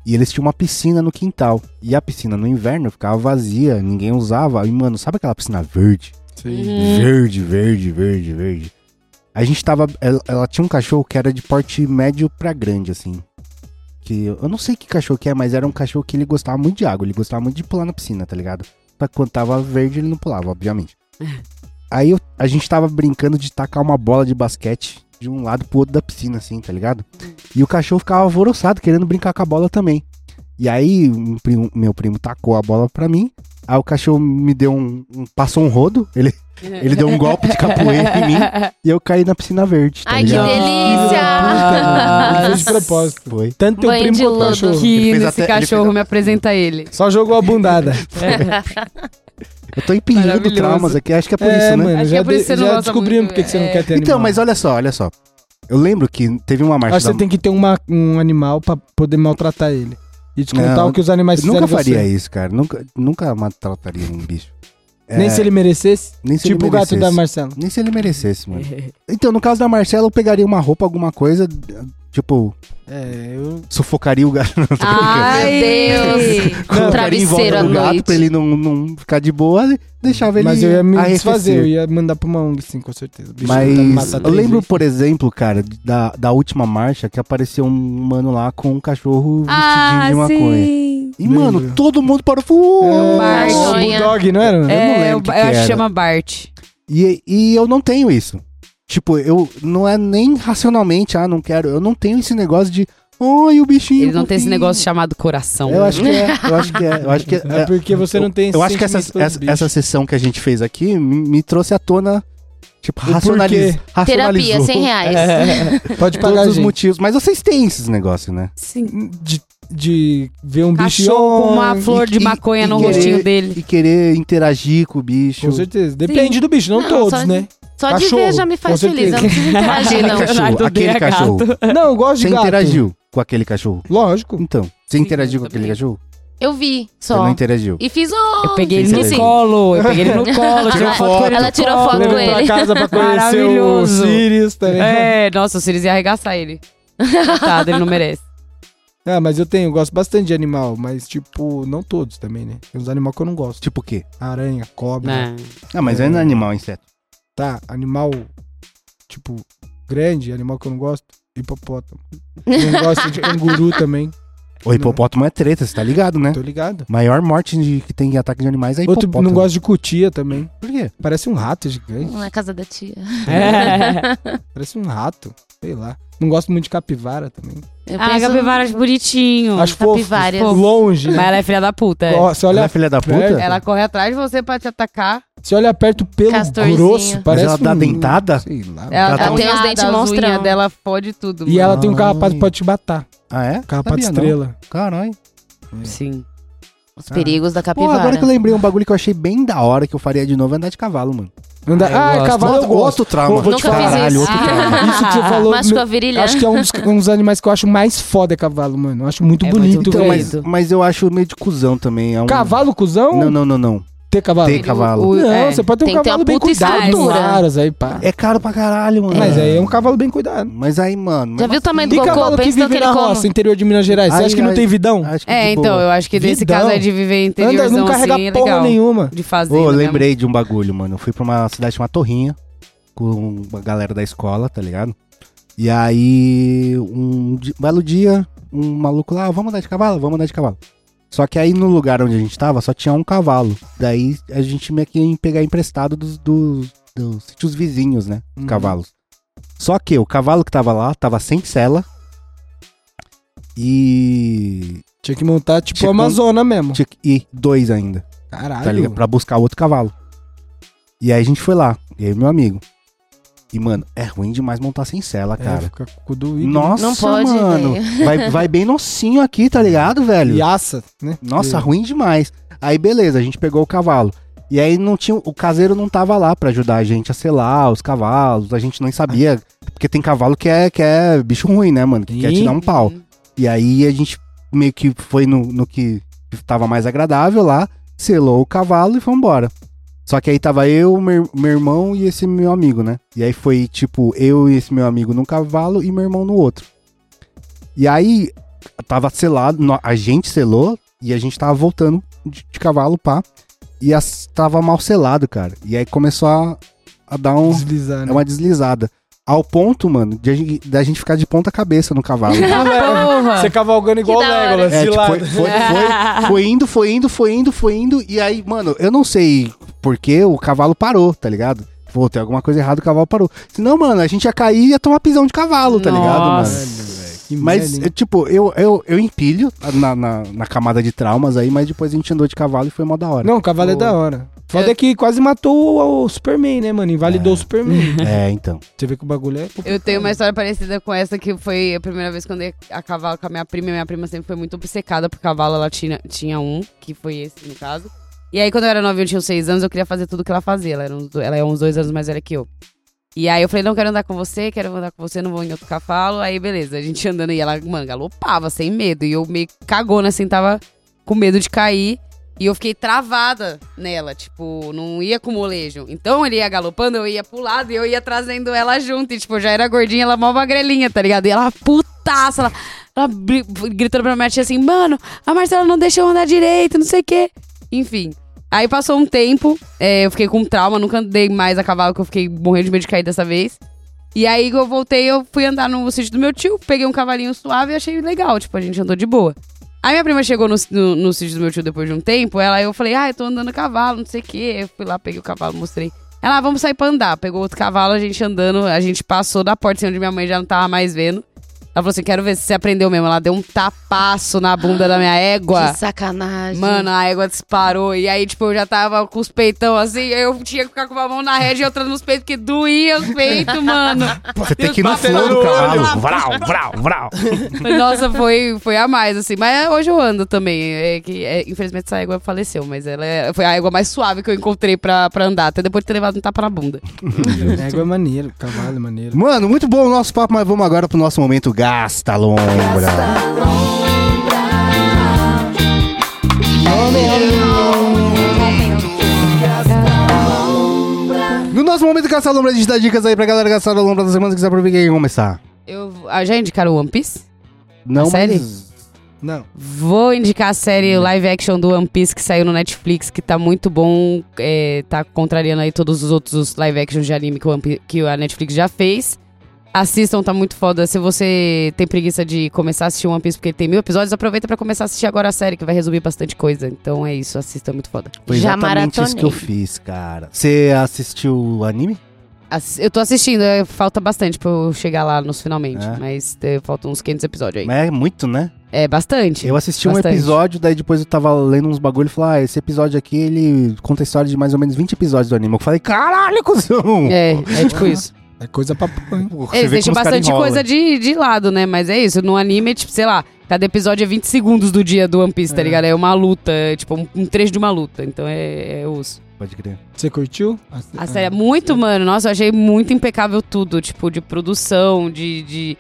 [SPEAKER 1] e eles tinham uma piscina no quintal. E a piscina no inverno ficava vazia, ninguém usava. E, mano, sabe aquela piscina verde? Verde, verde, verde, verde. A gente tava. Ela, ela tinha um cachorro que era de porte médio pra grande, assim. Que eu eu não sei que cachorro que é, mas era um cachorro que ele gostava muito de água, ele gostava muito de pular na piscina, tá ligado? Só que quando tava verde, ele não pulava, obviamente. Aí eu- a gente tava brincando de tacar uma bola de basquete de um lado pro outro da piscina, assim, tá ligado? E o cachorro ficava alvoroçado, querendo brincar com a bola também. E aí, um primo- meu primo tacou a bola pra mim. Aí o cachorro me deu um. um- passou um rodo, ele ele deu um golpe de capoeira em mim e eu caí na piscina verde. Tá
[SPEAKER 4] Ai, que
[SPEAKER 1] ligado?
[SPEAKER 4] delícia!
[SPEAKER 3] Ah,
[SPEAKER 2] Ah,
[SPEAKER 3] Ele fez de propósito.
[SPEAKER 1] Foi.
[SPEAKER 3] Tanto teu
[SPEAKER 4] Banho
[SPEAKER 3] primo
[SPEAKER 4] de
[SPEAKER 3] quanto o
[SPEAKER 4] lodo.
[SPEAKER 3] cachorro.
[SPEAKER 1] Ele
[SPEAKER 2] Que
[SPEAKER 1] fez
[SPEAKER 2] esse
[SPEAKER 1] até- ele
[SPEAKER 2] cachorro
[SPEAKER 1] fez-
[SPEAKER 2] me apresenta ele.
[SPEAKER 3] Só jogou a bundada.
[SPEAKER 1] Eu tô empilhando
[SPEAKER 2] Maravilhoso.
[SPEAKER 1] traumas aqui, acho que é por isso, né?
[SPEAKER 2] Acho que
[SPEAKER 3] já,
[SPEAKER 2] é por isso que você não
[SPEAKER 3] já
[SPEAKER 2] gosta
[SPEAKER 3] descobrimos
[SPEAKER 2] muito,
[SPEAKER 3] porque que você
[SPEAKER 2] é.
[SPEAKER 3] não quer ter
[SPEAKER 1] Então,
[SPEAKER 3] animal.
[SPEAKER 1] mas olha só, olha só. Eu lembro que teve uma marcha
[SPEAKER 3] Acho que
[SPEAKER 1] da-
[SPEAKER 3] você tem que ter uma- um animal pra poder maltratar ele. E descontar
[SPEAKER 1] Não,
[SPEAKER 3] o que os animais
[SPEAKER 1] Eu nunca
[SPEAKER 3] fizeram em
[SPEAKER 1] faria
[SPEAKER 3] você.
[SPEAKER 1] isso, cara. Nunca, nunca maltrataria um bicho. É,
[SPEAKER 3] Nem se ele merecesse.
[SPEAKER 1] nem se ele
[SPEAKER 3] tipo o gato
[SPEAKER 1] merecesse.
[SPEAKER 3] da Marcela.
[SPEAKER 1] Nem se ele merecesse, mano. Então, no caso da Marcela, eu pegaria uma roupa, alguma coisa, tipo,
[SPEAKER 3] É, eu.
[SPEAKER 1] sufocaria o gato. Não, tô brincando.
[SPEAKER 2] Ai,
[SPEAKER 4] Deus.
[SPEAKER 1] Colocaria em
[SPEAKER 4] Travesseiro
[SPEAKER 1] volta
[SPEAKER 4] à
[SPEAKER 1] do gato
[SPEAKER 4] noite.
[SPEAKER 1] pra ele não, não ficar de boa e deixava ele
[SPEAKER 3] Mas eu ia me
[SPEAKER 1] arrefecer.
[SPEAKER 3] desfazer, eu ia mandar pra uma ONG, sim, com certeza. O bicho tá me
[SPEAKER 1] Mas
[SPEAKER 3] matando
[SPEAKER 1] eu lembro,
[SPEAKER 3] três
[SPEAKER 1] por exemplo, cara, de- da, da última marcha que apareceu um mano lá com um cachorro vestidinho
[SPEAKER 2] Ah,
[SPEAKER 1] de maconha.
[SPEAKER 2] sim.
[SPEAKER 1] E, mano,
[SPEAKER 3] Lembro.
[SPEAKER 1] todo mundo parou. Fu,
[SPEAKER 3] vezes.
[SPEAKER 1] eu-
[SPEAKER 2] Bart.
[SPEAKER 3] É, o Bulldog, não era?
[SPEAKER 1] não lembro
[SPEAKER 2] É,
[SPEAKER 1] o
[SPEAKER 2] eu,
[SPEAKER 1] que
[SPEAKER 2] eu
[SPEAKER 1] que
[SPEAKER 2] acho
[SPEAKER 1] era.
[SPEAKER 2] que chama Bart.
[SPEAKER 1] E, e eu não tenho isso. Tipo, eu não é nem racionalmente, ah, não quero. Eu não tenho esse negócio de. Oi, o bichinho.
[SPEAKER 2] Ele não tem esse
[SPEAKER 1] fofinho."
[SPEAKER 2] negócio chamado coração.
[SPEAKER 1] Eu acho que é, eu acho que é. Eu acho que é,
[SPEAKER 3] É porque você não tem
[SPEAKER 1] Eu acho que essa,
[SPEAKER 3] sentimento pelos
[SPEAKER 1] essa,
[SPEAKER 3] bichos.
[SPEAKER 1] essa sessão que a gente fez aqui me, me trouxe à tona, tipo,
[SPEAKER 3] O
[SPEAKER 1] racionaliz, racionalizou
[SPEAKER 4] Terapia, 100 reais.
[SPEAKER 3] É. Pode pagar
[SPEAKER 1] todos os
[SPEAKER 3] gente.
[SPEAKER 1] motivos. Mas vocês têm esses negócios, né?
[SPEAKER 2] Sim.
[SPEAKER 3] de, de ver um bicho.
[SPEAKER 2] Cachorro com
[SPEAKER 3] e-
[SPEAKER 2] uma flor de
[SPEAKER 1] e-
[SPEAKER 2] maconha
[SPEAKER 1] e
[SPEAKER 2] no
[SPEAKER 1] querer-
[SPEAKER 2] rostinho dele.
[SPEAKER 1] e querer interagir com o bicho.
[SPEAKER 3] Com certeza. Depende do bicho, não,
[SPEAKER 4] Não,
[SPEAKER 3] todos,
[SPEAKER 4] só-
[SPEAKER 3] né?
[SPEAKER 4] Só
[SPEAKER 3] Cachorro,
[SPEAKER 4] de ver já me faz
[SPEAKER 3] com
[SPEAKER 4] feliz. Eu não preciso interagir,
[SPEAKER 1] Aquele
[SPEAKER 4] não.
[SPEAKER 1] cachorro,
[SPEAKER 2] Leonardo
[SPEAKER 1] aquele
[SPEAKER 2] odeia
[SPEAKER 1] cachorro.
[SPEAKER 2] gato.
[SPEAKER 3] Não, eu gosto de
[SPEAKER 1] Você
[SPEAKER 3] gato.
[SPEAKER 1] interagiu com aquele cachorro?
[SPEAKER 3] Lógico.
[SPEAKER 1] Então, você
[SPEAKER 2] Sim,
[SPEAKER 1] interagiu
[SPEAKER 2] eu
[SPEAKER 1] com aquele
[SPEAKER 2] também.
[SPEAKER 1] cachorro?
[SPEAKER 4] Eu vi
[SPEAKER 1] Você
[SPEAKER 4] só.
[SPEAKER 1] não interagiu.
[SPEAKER 4] E fiz um.
[SPEAKER 2] Eu peguei ele
[SPEAKER 1] Sim,
[SPEAKER 2] no
[SPEAKER 1] sim.
[SPEAKER 2] colo, eu peguei ele no colo, tirei
[SPEAKER 1] Ela-
[SPEAKER 2] foto com ele
[SPEAKER 4] ela
[SPEAKER 2] no
[SPEAKER 4] tirou
[SPEAKER 2] colo.
[SPEAKER 4] foto com
[SPEAKER 3] Levei pra
[SPEAKER 4] ele.
[SPEAKER 3] casa pra conhecer o
[SPEAKER 2] Maravilhoso.
[SPEAKER 3] Sirius tá também.
[SPEAKER 2] É, nossa, o Sirius ia arregaçar ele. Coitado, ele não merece.
[SPEAKER 3] Ah, mas eu tenho, eu gosto bastante de animal, mas tipo, não todos também, né? Tem uns animais que eu não gosto.
[SPEAKER 1] Tipo o quê?
[SPEAKER 3] Aranha, cobra.
[SPEAKER 2] Né?
[SPEAKER 1] Ah, mas é animal, inseto.
[SPEAKER 3] Tá, animal, tipo, grande, animal que eu não gosto, hipopótamo. Não gosto de canguru também,
[SPEAKER 1] O hipopótamo é treta, você tá ligado, né?
[SPEAKER 3] tô ligado.
[SPEAKER 1] Maior morte de- que tem em ataque de animais é
[SPEAKER 3] Outro,
[SPEAKER 1] hipopótamo.
[SPEAKER 3] não gosto de cutia também.
[SPEAKER 1] Por quê?
[SPEAKER 3] Parece um rato gigante.
[SPEAKER 4] Na é casa da tia.
[SPEAKER 3] Parece um rato, sei lá. Não gosto muito de capivara também.
[SPEAKER 4] Eu
[SPEAKER 2] Ah, a
[SPEAKER 4] penso-
[SPEAKER 2] capivara acho bonitinho.
[SPEAKER 3] Acho fofo.
[SPEAKER 4] capivaras.
[SPEAKER 3] fofo. Longe,
[SPEAKER 2] Mas
[SPEAKER 3] né?
[SPEAKER 2] ela é filha da puta. é.
[SPEAKER 3] Ó, Você
[SPEAKER 1] Ela
[SPEAKER 3] olha,
[SPEAKER 1] é filha da puta?
[SPEAKER 3] perto.
[SPEAKER 2] Ela corre atrás de você pra te atacar.
[SPEAKER 3] você olha perto pelo
[SPEAKER 4] Castorzinho.
[SPEAKER 3] grosso,
[SPEAKER 1] Mas
[SPEAKER 3] parece
[SPEAKER 1] ela dá
[SPEAKER 3] um-
[SPEAKER 1] dentada?
[SPEAKER 3] Sei lá.
[SPEAKER 1] Ela
[SPEAKER 2] tá
[SPEAKER 1] tem os
[SPEAKER 2] unhada,
[SPEAKER 4] dentes
[SPEAKER 2] as
[SPEAKER 4] monstrão.
[SPEAKER 2] unhas dela fode tudo.
[SPEAKER 3] E ela tem um
[SPEAKER 1] Ai.
[SPEAKER 3] carrapato que pode te matar.
[SPEAKER 1] Ah, é?
[SPEAKER 3] Carrapato
[SPEAKER 1] Sabia não.
[SPEAKER 3] estrela.
[SPEAKER 1] Caralho.
[SPEAKER 2] mano. Sim.
[SPEAKER 4] Os perigos da
[SPEAKER 1] Pô, agora
[SPEAKER 4] capivara.
[SPEAKER 1] que eu lembrei um bagulho que eu achei bem da hora que eu faria de novo é andar de cavalo, mano.
[SPEAKER 3] Andar-
[SPEAKER 2] Ah, eu
[SPEAKER 3] Ah,
[SPEAKER 2] gosto.
[SPEAKER 3] cavalo eu
[SPEAKER 1] Outro-
[SPEAKER 3] gosto.
[SPEAKER 1] Outro trauma.
[SPEAKER 3] Vou
[SPEAKER 4] te falar.
[SPEAKER 1] Caralho, outro
[SPEAKER 2] Ah.
[SPEAKER 1] trauma.
[SPEAKER 3] Isso que você falou.
[SPEAKER 4] Machucou a virilha.
[SPEAKER 3] Acho que é um dos, um dos animais que eu acho mais foda é cavalo, mano. Eu acho muito
[SPEAKER 2] É
[SPEAKER 3] bonito,
[SPEAKER 2] muito
[SPEAKER 1] Então,
[SPEAKER 3] velho.
[SPEAKER 1] mas, mas eu acho meio de cuzão também. É um...
[SPEAKER 3] Cavalo, cuzão?
[SPEAKER 1] Não, não, não, não.
[SPEAKER 3] Ter cavalo.
[SPEAKER 1] Ter cavalo.
[SPEAKER 2] O-
[SPEAKER 3] Não,
[SPEAKER 2] é,
[SPEAKER 3] você pode ter
[SPEAKER 4] tem
[SPEAKER 3] um
[SPEAKER 4] que ter
[SPEAKER 3] cavalo
[SPEAKER 4] uma
[SPEAKER 3] bem
[SPEAKER 4] puta
[SPEAKER 3] cuidado, com
[SPEAKER 4] estrutura.
[SPEAKER 3] aras aí, pá.
[SPEAKER 1] É caro pra caralho, mano.
[SPEAKER 3] Mas aí é um cavalo bem cuidado.
[SPEAKER 1] Mas aí, mano.
[SPEAKER 4] Já
[SPEAKER 1] mesmo
[SPEAKER 4] viu o tamanho do
[SPEAKER 3] E
[SPEAKER 4] cocô?
[SPEAKER 3] cavalo que
[SPEAKER 4] Pensa tanto
[SPEAKER 3] vive
[SPEAKER 4] que
[SPEAKER 3] na
[SPEAKER 4] ele
[SPEAKER 3] roça,
[SPEAKER 4] come.
[SPEAKER 3] interior de Minas Gerais. Você
[SPEAKER 1] Aí,
[SPEAKER 3] acha que não
[SPEAKER 1] aí-
[SPEAKER 3] tem vidão?
[SPEAKER 1] assim, acho que
[SPEAKER 2] É,
[SPEAKER 1] de boa.
[SPEAKER 2] então, eu acho que nesse
[SPEAKER 3] tipo, Vidão.
[SPEAKER 2] caso é de viver
[SPEAKER 3] Anda,
[SPEAKER 2] interiorzão
[SPEAKER 3] não carrega
[SPEAKER 2] assim, é
[SPEAKER 3] porra
[SPEAKER 2] legal.
[SPEAKER 3] nenhuma.
[SPEAKER 2] De fazer. né,
[SPEAKER 1] Ô, lembrei de um bagulho, mano. Eu fui pra uma cidade chamada Torrinha com uma galera da escola, tá ligado? E aí, um di- belo dia, um maluco lá, "Ah, vamos andar de cavalo, vamos andar de cavalo. Só que aí no lugar onde a gente tava, só tinha um cavalo. Daí a gente meio que ia pegar emprestado dos, dos, dos sítios vizinhos, né? Os
[SPEAKER 3] Uhum.
[SPEAKER 1] cavalos. Só que o cavalo que tava lá tava sem sela. E.
[SPEAKER 3] Tinha que montar, tipo,
[SPEAKER 1] Tinha que
[SPEAKER 3] uma zona mesmo.
[SPEAKER 1] tinha que- E dois ainda um tá
[SPEAKER 3] Caralho.
[SPEAKER 1] ligado? Pra buscar outro cavalo. E aí a gente foi lá, eu e meu amigo. E, mano, é ruim demais montar sem cela,
[SPEAKER 3] É,
[SPEAKER 1] cara.
[SPEAKER 3] fica com o doído.
[SPEAKER 1] Nossa,
[SPEAKER 4] Não pode,
[SPEAKER 1] mano. Vai, vai bem nocinho aqui, tá ligado, velho?
[SPEAKER 3] E aça, né?
[SPEAKER 1] Nossa, ruim demais. Aí, beleza, a gente pegou o cavalo. E aí não tinha. O caseiro não tava lá pra ajudar a gente a selar os cavalos. A gente nem sabia. Porque tem cavalo que é, que é bicho ruim, né, mano? Que quer te
[SPEAKER 3] Sim.
[SPEAKER 1] dar um pau. E aí a gente meio que foi no, no que tava mais agradável lá, selou o cavalo e foi embora. Só que aí tava eu, meu, meu irmão e esse meu amigo, né? E aí foi tipo eu e esse meu amigo num cavalo e meu irmão no outro. E aí tava selado, nó- a gente selou e a gente tava voltando de, de cavalo, pá. E as, tava mal selado, cara. E aí começou a, a dar um,
[SPEAKER 3] Deslizando.
[SPEAKER 1] é uma deslizada. Ao ponto, mano, de a gente- da gente ficar de ponta cabeça no cavalo.
[SPEAKER 2] Ah, Porra!
[SPEAKER 3] É, Você cavalgando igual o
[SPEAKER 4] da hora.
[SPEAKER 3] Legolas,
[SPEAKER 1] É,
[SPEAKER 3] de
[SPEAKER 1] tipo,
[SPEAKER 3] lado.
[SPEAKER 1] foi, foi, foi, foi indo, foi indo, foi indo, foi indo. E aí, mano, eu não sei porque o cavalo parou, tá ligado? Pô, tem alguma coisa errada, o cavalo parou. Senão, mano, a gente ia cair e ia tomar pisão de cavalo, tá ligado,
[SPEAKER 2] Nossa.
[SPEAKER 1] mano?
[SPEAKER 3] Que
[SPEAKER 1] Mas,
[SPEAKER 3] merda,
[SPEAKER 1] é,
[SPEAKER 3] hein?
[SPEAKER 1] tipo, eu, eu, eu empilho na, na, na camada de traumas aí, mas depois a gente andou de cavalo e foi mó da hora.
[SPEAKER 3] Não, o cavalo é
[SPEAKER 2] Pô.
[SPEAKER 3] da hora. Foda é que quase matou o, o Superman, né, mano? Invalidou o Superman.
[SPEAKER 1] É, então.
[SPEAKER 3] Você vê que o bagulho é.
[SPEAKER 2] Eu tenho uma história parecida com essa que foi a primeira vez quando eu andei a cavalo com a minha prima. e Minha prima sempre foi muito obcecada por cavalo. Ela tinha, tinha um, que foi esse no caso. E aí, quando eu era novinha, eu tinha uns seis anos, eu queria fazer tudo que ela fazia. Ela, era uns do- ela é uns dois anos mais velha que eu. E aí eu falei, não quero andar com você, quero andar com você, não vou em outro cavalo. Aí, beleza, a gente andando e ela, mano, galopava sem medo. E eu meio que cagona, assim, tava com medo de cair. E eu fiquei travada nela, tipo, não ia com molejo. Então ele ia galopando, eu ia pro lado e eu ia trazendo ela junto. E, tipo, eu já era gordinha, ela mó magrelinha, tá ligado? E ela putaça, ela, ela bri- gritando pra minha tia assim, mano, a Marcela não deixa eu andar direito, não sei o quê. Enfim. Aí passou um tempo, é, eu fiquei com trauma, nunca andei mais a cavalo, que eu fiquei morrendo de medo de cair dessa vez. E aí eu voltei, eu fui andar no sítio do meu tio, peguei um cavalinho suave e achei legal, tipo, a gente andou de boa. Aí minha prima chegou no, no, no sítio do meu tio depois de um tempo, ela eu falei, ah, eu tô andando a cavalo, não sei o quê. Eu fui lá, peguei o cavalo, mostrei. Ela, ah, vamos sair pra andar. Pegou outro cavalo, a gente andando, a gente passou da porta assim, onde minha mãe já não tava mais vendo. Ela falou assim, quero ver se você aprendeu mesmo. Ela deu um tapaço na bunda da minha égua.
[SPEAKER 4] Que sacanagem.
[SPEAKER 2] Mano, a égua disparou. E aí, tipo, eu já tava com os peitão assim. Eu tinha que ficar com uma mão na rede e outra nos peitos, porque doía os peitos, mano.
[SPEAKER 1] Você tem que ir no
[SPEAKER 3] batendo
[SPEAKER 1] fundo
[SPEAKER 3] no
[SPEAKER 1] do
[SPEAKER 2] olho.
[SPEAKER 1] cavalo. Vral, vral, vral.
[SPEAKER 2] Nossa, foi, foi a mais, assim. Mas é, hoje eu ando também. É que, é, infelizmente, essa égua faleceu, mas ela é- foi a égua mais suave que eu encontrei pra, pra andar, até depois de ter levado um tapa na bunda.
[SPEAKER 3] Égua é maneiro, cavalo é maneiro.
[SPEAKER 1] Mano, muito bom o nosso papo, mas vamos agora pro nosso momento Gasta Lombra. No nosso momento Gasta Lombra, a gente dá dicas aí pra galera gastar a lombra da semana. Se quiser aproveitar quem começar.
[SPEAKER 2] Eu ah, já indicaram One Piece?
[SPEAKER 1] Não,
[SPEAKER 2] A série?
[SPEAKER 1] mas...
[SPEAKER 3] Não.
[SPEAKER 2] Vou indicar a
[SPEAKER 1] Hum.
[SPEAKER 2] série live action do One Piece que saiu no Netflix, que tá muito bom. É, tá contrariando aí todos os outros live actions de anime que, o One Pi- que a Netflix já fez. Assistam, tá muito foda. Se você tem preguiça de começar a assistir One Piece porque tem mil episódios, aproveita pra começar a assistir agora a série, que vai resumir bastante coisa. Então é isso, assista, é muito foda.
[SPEAKER 1] Foi
[SPEAKER 4] Já
[SPEAKER 1] exatamente isso que eu
[SPEAKER 4] maratonei.
[SPEAKER 1] fiz, cara. Você assistiu o anime?
[SPEAKER 2] Ass- Eu tô assistindo, é, falta bastante pra eu chegar lá nos finalmente,
[SPEAKER 1] É.
[SPEAKER 2] mas é, faltam uns 500 episódios aí.
[SPEAKER 1] Mas é muito, né?
[SPEAKER 2] É bastante.
[SPEAKER 1] Eu assisti um
[SPEAKER 2] Bastante.
[SPEAKER 1] episódio, daí depois eu tava lendo uns bagulho e falei, ah, esse episódio aqui, ele conta a história de mais ou menos 20 episódios do anime. Eu falei, caralho, cuzão!
[SPEAKER 2] É, é tipo isso.
[SPEAKER 3] É coisa pra pôr, hein?
[SPEAKER 1] Porra, você
[SPEAKER 2] Eles
[SPEAKER 1] vê
[SPEAKER 2] deixam
[SPEAKER 1] como os caras
[SPEAKER 2] bastante
[SPEAKER 1] enrolam.
[SPEAKER 2] coisa de, de lado, né? Mas é isso. No anime, tipo, sei lá, cada episódio é 20 segundos do dia do One Piece, tá
[SPEAKER 3] É.
[SPEAKER 2] ligado? É uma luta, é, tipo, um, um trecho de uma luta. Então é, é osso.
[SPEAKER 1] Pode crer.
[SPEAKER 3] Você curtiu?
[SPEAKER 2] A série é muito, mano. Nossa, eu achei muito impecável tudo. Tipo, de produção, de. de...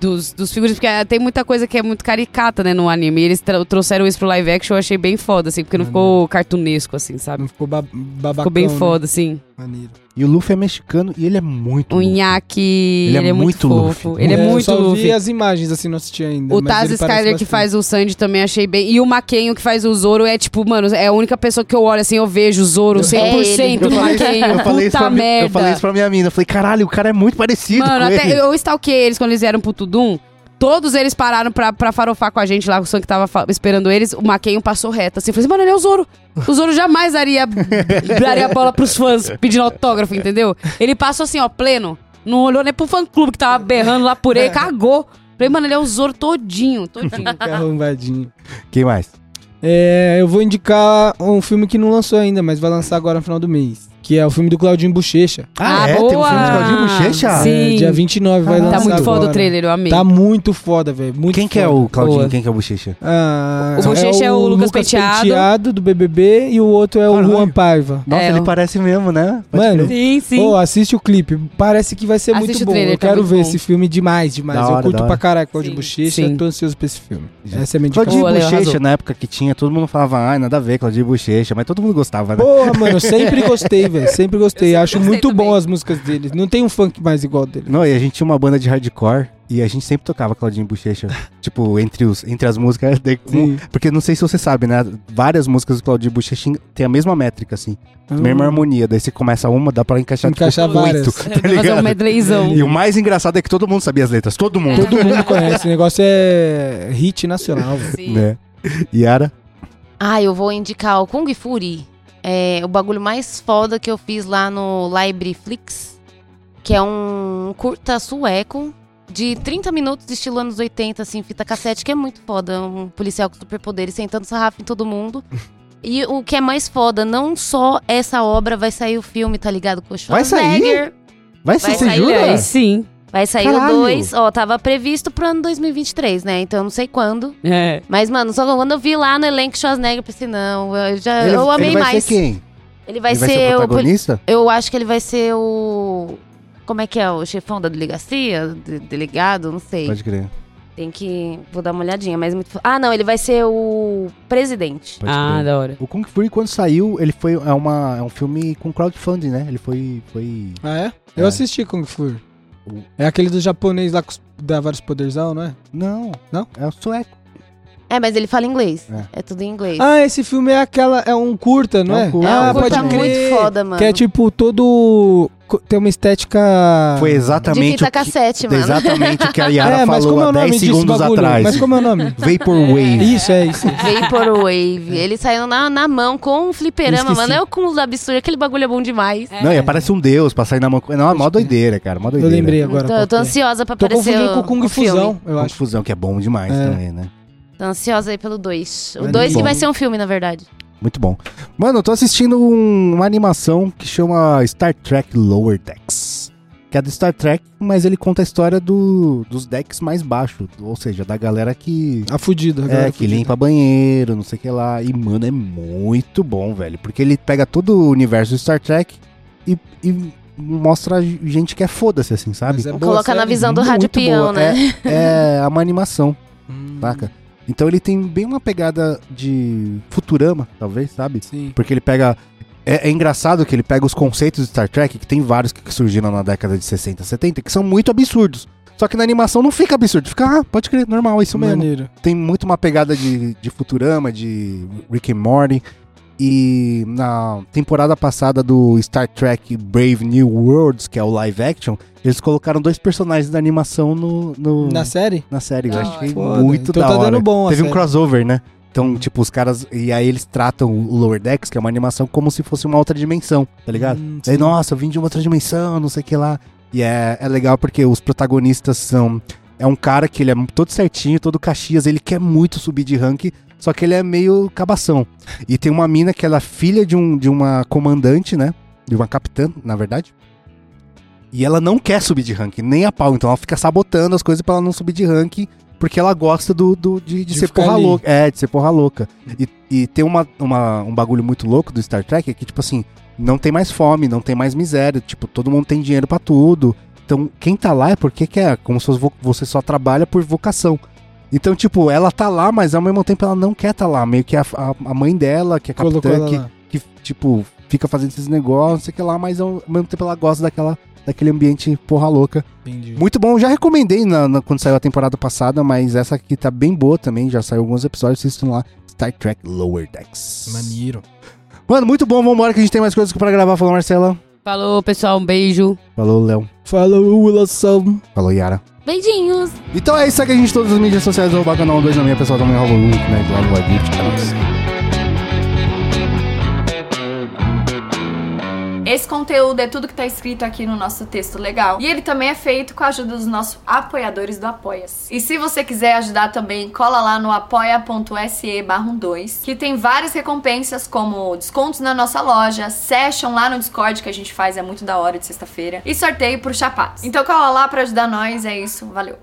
[SPEAKER 2] dos, dos figuras, porque ah, tem muita coisa que é muito caricata, né, no anime. E eles tra- trouxeram isso pro live action, eu achei bem foda, assim, porque
[SPEAKER 1] É,
[SPEAKER 2] não ficou cartunesco, assim, sabe?
[SPEAKER 3] Não ficou ba babacão.
[SPEAKER 2] Ficou bem
[SPEAKER 3] né?
[SPEAKER 2] foda, assim.
[SPEAKER 3] Maneiro.
[SPEAKER 1] E o Luffy é mexicano e ele é muito.
[SPEAKER 2] O
[SPEAKER 1] louco.
[SPEAKER 2] Nhaque,
[SPEAKER 1] Ele
[SPEAKER 2] ele,
[SPEAKER 1] é
[SPEAKER 2] é muito,
[SPEAKER 1] muito
[SPEAKER 2] fofo.
[SPEAKER 1] Luffy.
[SPEAKER 2] Ele é,
[SPEAKER 3] eu
[SPEAKER 2] muito
[SPEAKER 3] só vi
[SPEAKER 2] Luffy.
[SPEAKER 3] as imagens, assim, não assisti ainda.
[SPEAKER 2] O
[SPEAKER 3] mas
[SPEAKER 2] Taz
[SPEAKER 3] ele parece
[SPEAKER 2] Skyler que
[SPEAKER 3] bastante.
[SPEAKER 2] faz o Sandy também achei bem. E o Maquenho que faz o Zoro é tipo, mano, é a única pessoa que eu olho assim, eu vejo o Zoro 100%
[SPEAKER 1] Eu
[SPEAKER 2] do
[SPEAKER 1] falei,
[SPEAKER 2] Maquenho.
[SPEAKER 1] eu falei isso pra
[SPEAKER 2] Puta
[SPEAKER 1] mi- eu falei
[SPEAKER 2] merda.
[SPEAKER 1] isso pra minha mina. Eu falei, caralho, o cara é muito parecido
[SPEAKER 2] Mano,
[SPEAKER 1] com ele.
[SPEAKER 2] até eu stalkei eles quando eles vieram pro Tudum. Todos eles pararam pra, pra farofar com a gente lá, o Sam que tava fa- esperando eles. O Maquenho passou reto, assim. Falei assim, mano, ele é o Zoro. O Zoro jamais daria, daria bola pros fãs pedindo autógrafo, entendeu? Ele passou assim, ó, pleno. Não olhou nem pro fã-clube que tava berrando lá por
[SPEAKER 1] É.
[SPEAKER 2] ele, cagou. Falei, mano, ele é o Zoro todinho, todinho.
[SPEAKER 3] Fica arrombadinho.
[SPEAKER 1] Quem mais?
[SPEAKER 3] É, eu vou indicar um filme que não lançou ainda, mas vai lançar agora no final do mês. Que é o filme do Claudinho Bochecha.
[SPEAKER 1] Ah, é? Tem um filme de Claudinho Bochecha?
[SPEAKER 2] Ah, Sim.
[SPEAKER 3] É, dia 29 vai
[SPEAKER 1] Tá
[SPEAKER 3] lançar
[SPEAKER 2] Tá muito
[SPEAKER 3] agora.
[SPEAKER 2] foda o trailer, eu amei.
[SPEAKER 3] Tá muito foda, velho. muito
[SPEAKER 1] Quem que é
[SPEAKER 3] foda.
[SPEAKER 1] o Claudinho?
[SPEAKER 3] Boa.
[SPEAKER 1] Quem que é o Bochecha?
[SPEAKER 3] Ah,
[SPEAKER 2] O Bochecha é o Lucas Penteado.
[SPEAKER 3] do BBB e o outro é o
[SPEAKER 1] Caralho.
[SPEAKER 3] Juan Paiva.
[SPEAKER 1] Nossa,
[SPEAKER 2] É,
[SPEAKER 1] ele
[SPEAKER 2] o-
[SPEAKER 1] parece mesmo, né? Pode
[SPEAKER 3] Mano,
[SPEAKER 1] crer.
[SPEAKER 2] Sim, sim.
[SPEAKER 3] Pô, assiste o clipe. Parece que vai ser
[SPEAKER 2] Assiste
[SPEAKER 3] muito
[SPEAKER 2] o
[SPEAKER 3] bom.
[SPEAKER 2] trailer,
[SPEAKER 3] eu
[SPEAKER 2] tá
[SPEAKER 3] quero
[SPEAKER 2] muito
[SPEAKER 3] ver
[SPEAKER 2] bom.
[SPEAKER 3] esse filme demais, demais.
[SPEAKER 1] Da hora,
[SPEAKER 3] eu curto
[SPEAKER 1] da
[SPEAKER 3] pra
[SPEAKER 1] hora.
[SPEAKER 3] caralho Cláudio
[SPEAKER 2] Sim,
[SPEAKER 3] Bochecha.
[SPEAKER 2] sim.
[SPEAKER 3] Tô ansioso pra esse filme. Essa é a minha indicação.
[SPEAKER 1] Claudinho
[SPEAKER 2] Boa, Léo,
[SPEAKER 1] Bochecha,
[SPEAKER 2] arrasou.
[SPEAKER 1] na época que tinha, todo mundo falava, ai, nada a ver, Claudinho Bochecha, mas todo mundo gostava, né?
[SPEAKER 3] Porra, mano, eu sempre gostei, velho. Sempre gostei.
[SPEAKER 2] sempre
[SPEAKER 3] Acho
[SPEAKER 2] gostei
[SPEAKER 3] muito
[SPEAKER 2] também.
[SPEAKER 3] bom as músicas dele. Não tem um funk mais igual dele.
[SPEAKER 1] Não, e a gente tinha uma banda de hardcore e a gente sempre tocava Claudinho Bochecha, tipo, entre, os, entre as músicas. daí um-
[SPEAKER 3] Sim.
[SPEAKER 1] porque não sei se você sabe, né? Várias músicas do Claudinho Bochecha tem a mesma métrica, assim,
[SPEAKER 3] Então,
[SPEAKER 1] mesma harmonia. Daí você começa uma, dá pra encaixar,
[SPEAKER 3] Ah. Encaixar
[SPEAKER 1] tipo,
[SPEAKER 3] várias.
[SPEAKER 1] oito, tá
[SPEAKER 2] Fazer um
[SPEAKER 1] ligado?
[SPEAKER 2] medleyzão.
[SPEAKER 1] E o mais engraçado é que todo mundo sabia as letras, todo mundo.
[SPEAKER 3] Todo mundo conhece. Esse negócio é hit nacional, velho.
[SPEAKER 2] Sim.
[SPEAKER 1] Né? Yara,
[SPEAKER 4] Ah, eu vou indicar o Kung Fury. É o bagulho mais foda que eu fiz lá no Libreflix, que é um curta sueco de 30 minutos, de estilo anos 80, assim, fita cassete, que é muito foda. Um policial com superpoderes sentando sarrafo em todo mundo. E o que é mais foda, não só essa obra vai sair o filme, tá ligado? Com o
[SPEAKER 1] Vai sair?
[SPEAKER 4] Schwarzenegger.
[SPEAKER 1] vai ser,
[SPEAKER 4] Vai
[SPEAKER 1] você
[SPEAKER 4] sair
[SPEAKER 1] jura?
[SPEAKER 2] Aí sim.
[SPEAKER 4] Vai sair
[SPEAKER 1] Caralho.
[SPEAKER 4] o 2. Ó, tava previsto pro ano 2023, né? Então eu não sei quando.
[SPEAKER 2] É.
[SPEAKER 4] Mas, mano, só quando eu vi lá no elenco Schwarzenegger, eu pensei, não, eu, já,
[SPEAKER 1] Ele-
[SPEAKER 4] eu amei
[SPEAKER 1] ele vai
[SPEAKER 4] mais.
[SPEAKER 1] Ser quem?
[SPEAKER 4] Ele vai,
[SPEAKER 1] ele
[SPEAKER 4] ser,
[SPEAKER 1] o
[SPEAKER 4] o. poli-
[SPEAKER 1] protagonista?
[SPEAKER 4] Eu acho que ele vai ser o. Como é que é? O chefão da delegacia? De- delegado? Não sei.
[SPEAKER 1] Pode crer.
[SPEAKER 4] Tem que. Vou dar uma olhadinha, mas muito. fo- Ah, não, ele vai ser o presidente.
[SPEAKER 1] Pode
[SPEAKER 2] Ah,
[SPEAKER 1] crer.
[SPEAKER 2] da hora.
[SPEAKER 1] O Kung Fury, quando saiu, ele foi. É, uma, é um filme com crowdfunding, né? Ele foi. foi...
[SPEAKER 3] Ah, é? Eu
[SPEAKER 1] É.
[SPEAKER 3] assisti Kung Fu. É aquele do japonês lá que os- dá vários poderzão, não é?
[SPEAKER 1] Não.
[SPEAKER 3] Não?
[SPEAKER 1] É o sueco.
[SPEAKER 4] É, mas ele fala inglês.
[SPEAKER 1] É.
[SPEAKER 4] É, tudo em inglês.
[SPEAKER 3] Ah, esse filme é aquela. É um curta, não
[SPEAKER 1] É
[SPEAKER 3] é?
[SPEAKER 1] um curta.
[SPEAKER 3] Ah,
[SPEAKER 1] É um curta
[SPEAKER 3] pode crer.
[SPEAKER 4] muito foda, mano.
[SPEAKER 3] Que é tipo todo. co- Tem uma estética.
[SPEAKER 1] Foi
[SPEAKER 4] de
[SPEAKER 1] exatamente.
[SPEAKER 4] fita
[SPEAKER 1] O que,
[SPEAKER 4] cassete, mano.
[SPEAKER 1] exatamente o que a Yara
[SPEAKER 3] É, mas
[SPEAKER 1] falou
[SPEAKER 3] como é
[SPEAKER 1] há
[SPEAKER 3] o nome
[SPEAKER 1] 10
[SPEAKER 3] disso
[SPEAKER 1] segundos
[SPEAKER 3] bagulho?
[SPEAKER 1] atrás.
[SPEAKER 3] Mas como é o nome?
[SPEAKER 1] Vaporwave.
[SPEAKER 3] isso, é isso.
[SPEAKER 4] Vaporwave.
[SPEAKER 1] É.
[SPEAKER 4] Ele saiu na, na mão com um fliperama,
[SPEAKER 3] Esqueci.
[SPEAKER 4] mano. É o cúmulo da absurda. Aquele bagulho é bom demais.
[SPEAKER 1] Não, e aparece um deus pra sair na mão. Não, é mó doideira, cara. Mó
[SPEAKER 3] Eu
[SPEAKER 1] doideira.
[SPEAKER 3] lembrei agora.
[SPEAKER 4] Então,
[SPEAKER 3] qual
[SPEAKER 4] eu
[SPEAKER 3] que
[SPEAKER 4] tô
[SPEAKER 3] é.
[SPEAKER 4] ansiosa pra
[SPEAKER 3] Tô
[SPEAKER 4] aparecer
[SPEAKER 3] confundindo com
[SPEAKER 4] o,
[SPEAKER 3] o Kung
[SPEAKER 4] o
[SPEAKER 3] Fu
[SPEAKER 4] filme.
[SPEAKER 3] Fusão, eu acho.
[SPEAKER 1] Confusão, que é bom demais
[SPEAKER 3] É.
[SPEAKER 1] também, né?
[SPEAKER 4] Tô ansiosa aí pelo 2. O
[SPEAKER 3] Mas
[SPEAKER 4] 2 que
[SPEAKER 1] bom.
[SPEAKER 4] vai ser um filme, na verdade.
[SPEAKER 1] Muito bom. Mano, eu tô assistindo um- uma animação que chama Star Trek Lower Decks. Que é do Star Trek, mas ele conta a história do- dos decks mais baixos. Ou seja, da galera que.
[SPEAKER 3] A fudida. a
[SPEAKER 1] É,
[SPEAKER 3] galera
[SPEAKER 1] que
[SPEAKER 3] fudida.
[SPEAKER 1] limpa banheiro, não sei o que lá. E, mano, é muito bom, velho. Porque ele pega todo o universo do Star Trek e, e mostra gente que é foda-se, assim, sabe?
[SPEAKER 3] Mas é boa
[SPEAKER 4] Coloca na
[SPEAKER 3] série.
[SPEAKER 4] visão do
[SPEAKER 1] Muito
[SPEAKER 4] rádio peão,
[SPEAKER 1] boa.
[SPEAKER 4] né?
[SPEAKER 1] É, é uma animação,
[SPEAKER 3] Hum,
[SPEAKER 1] saca? Então ele tem bem uma pegada de Futurama, talvez, sabe?
[SPEAKER 3] Sim.
[SPEAKER 1] Porque ele pega. É, é engraçado que ele pega os conceitos de Star Trek, que tem vários que que surgiram na década de 60, 70, que são muito absurdos. Só que na animação não fica absurdo, fica, ah, pode crer, normal, é isso mesmo.
[SPEAKER 3] Maneiro.
[SPEAKER 1] Tem muito uma pegada de, de Futurama, de Rick and Morty. E na temporada passada do Star Trek Brave New Worlds, que é o live action, eles colocaram dois personagens da animação no, no-
[SPEAKER 3] Na
[SPEAKER 1] na,
[SPEAKER 3] série?
[SPEAKER 1] série. Eu
[SPEAKER 2] Da
[SPEAKER 1] achei
[SPEAKER 3] hora.
[SPEAKER 1] muito
[SPEAKER 3] Então
[SPEAKER 1] da
[SPEAKER 3] tá
[SPEAKER 1] hora.
[SPEAKER 3] dando bom a
[SPEAKER 1] Teve um
[SPEAKER 3] série.
[SPEAKER 1] crossover, né? Então, tipo, os caras. E aí eles tratam o Lower Decks, que é uma animação, como se fosse uma outra dimensão, tá ligado?
[SPEAKER 3] Hum,
[SPEAKER 1] Daí,
[SPEAKER 3] sim.
[SPEAKER 1] nossa, eu vim de uma outra dimensão, não sei o que lá. E é, é legal porque os protagonistas são. É um cara que ele é todo certinho, todo Caxias, ele quer muito subir de rank, só que ele é meio cabação. E tem uma mina que ela é filha de, um, de uma comandante, né? De uma capitã, na verdade. E ela não quer subir de rank, nem a pau. Então ela fica sabotando as coisas pra ela não subir de rank, porque ela gosta do, do- de, de
[SPEAKER 3] De
[SPEAKER 1] ser
[SPEAKER 3] ficar
[SPEAKER 1] porra
[SPEAKER 3] ali.
[SPEAKER 1] louca. É, de ser porra louca. E, e tem uma, uma- um bagulho muito louco do Star Trek, é que, tipo assim, não tem mais fome, não tem mais miséria. Tipo, todo mundo tem dinheiro pra tudo. Então, quem tá lá é porque quer, como se fosse vo- você só trabalha por vocação. Então, tipo, ela tá lá, mas ao mesmo tempo ela não quer tá lá. Meio que a, a- a mãe dela, que é a
[SPEAKER 3] Colocou
[SPEAKER 1] capitã,
[SPEAKER 3] ela
[SPEAKER 1] que,
[SPEAKER 3] lá.
[SPEAKER 1] que, tipo, fica fazendo esses negócios, não sei o que lá, mas ao mesmo tempo ela gosta daquela, daquele ambiente porra louca.
[SPEAKER 3] Entendi.
[SPEAKER 1] Muito bom, já recomendei na, na- quando saiu a temporada passada, mas essa aqui tá bem boa também, já saiu alguns episódios, assistam lá. Star Trek Lower Decks.
[SPEAKER 3] Maneiro.
[SPEAKER 1] Mano, muito bom, vambora que a gente tem mais coisas pra gravar. Falou, Marcela.
[SPEAKER 2] Falou, pessoal. Um beijo.
[SPEAKER 1] Falou, Léo.
[SPEAKER 3] Falou, Wilson.
[SPEAKER 1] Falou, Yara.
[SPEAKER 4] Beijinhos!
[SPEAKER 1] Então é isso, segue a gente em todas as mídias sociais, arroba canal 2 na minha pessoal também, arroba Luke, né, lá no Addict, é nóis.
[SPEAKER 5] Esse conteúdo é tudo que tá escrito aqui no nosso texto legal. E ele também é feito com a ajuda dos nossos apoiadores do Apoia-se. E se você quiser ajudar também, cola lá no apoia.se barra 2, que tem várias recompensas, como descontos na nossa loja, session lá no Discord que a gente faz, é muito da hora de sexta-feira, e sorteio por chapados. Então cola lá pra ajudar nós, é isso, valeu!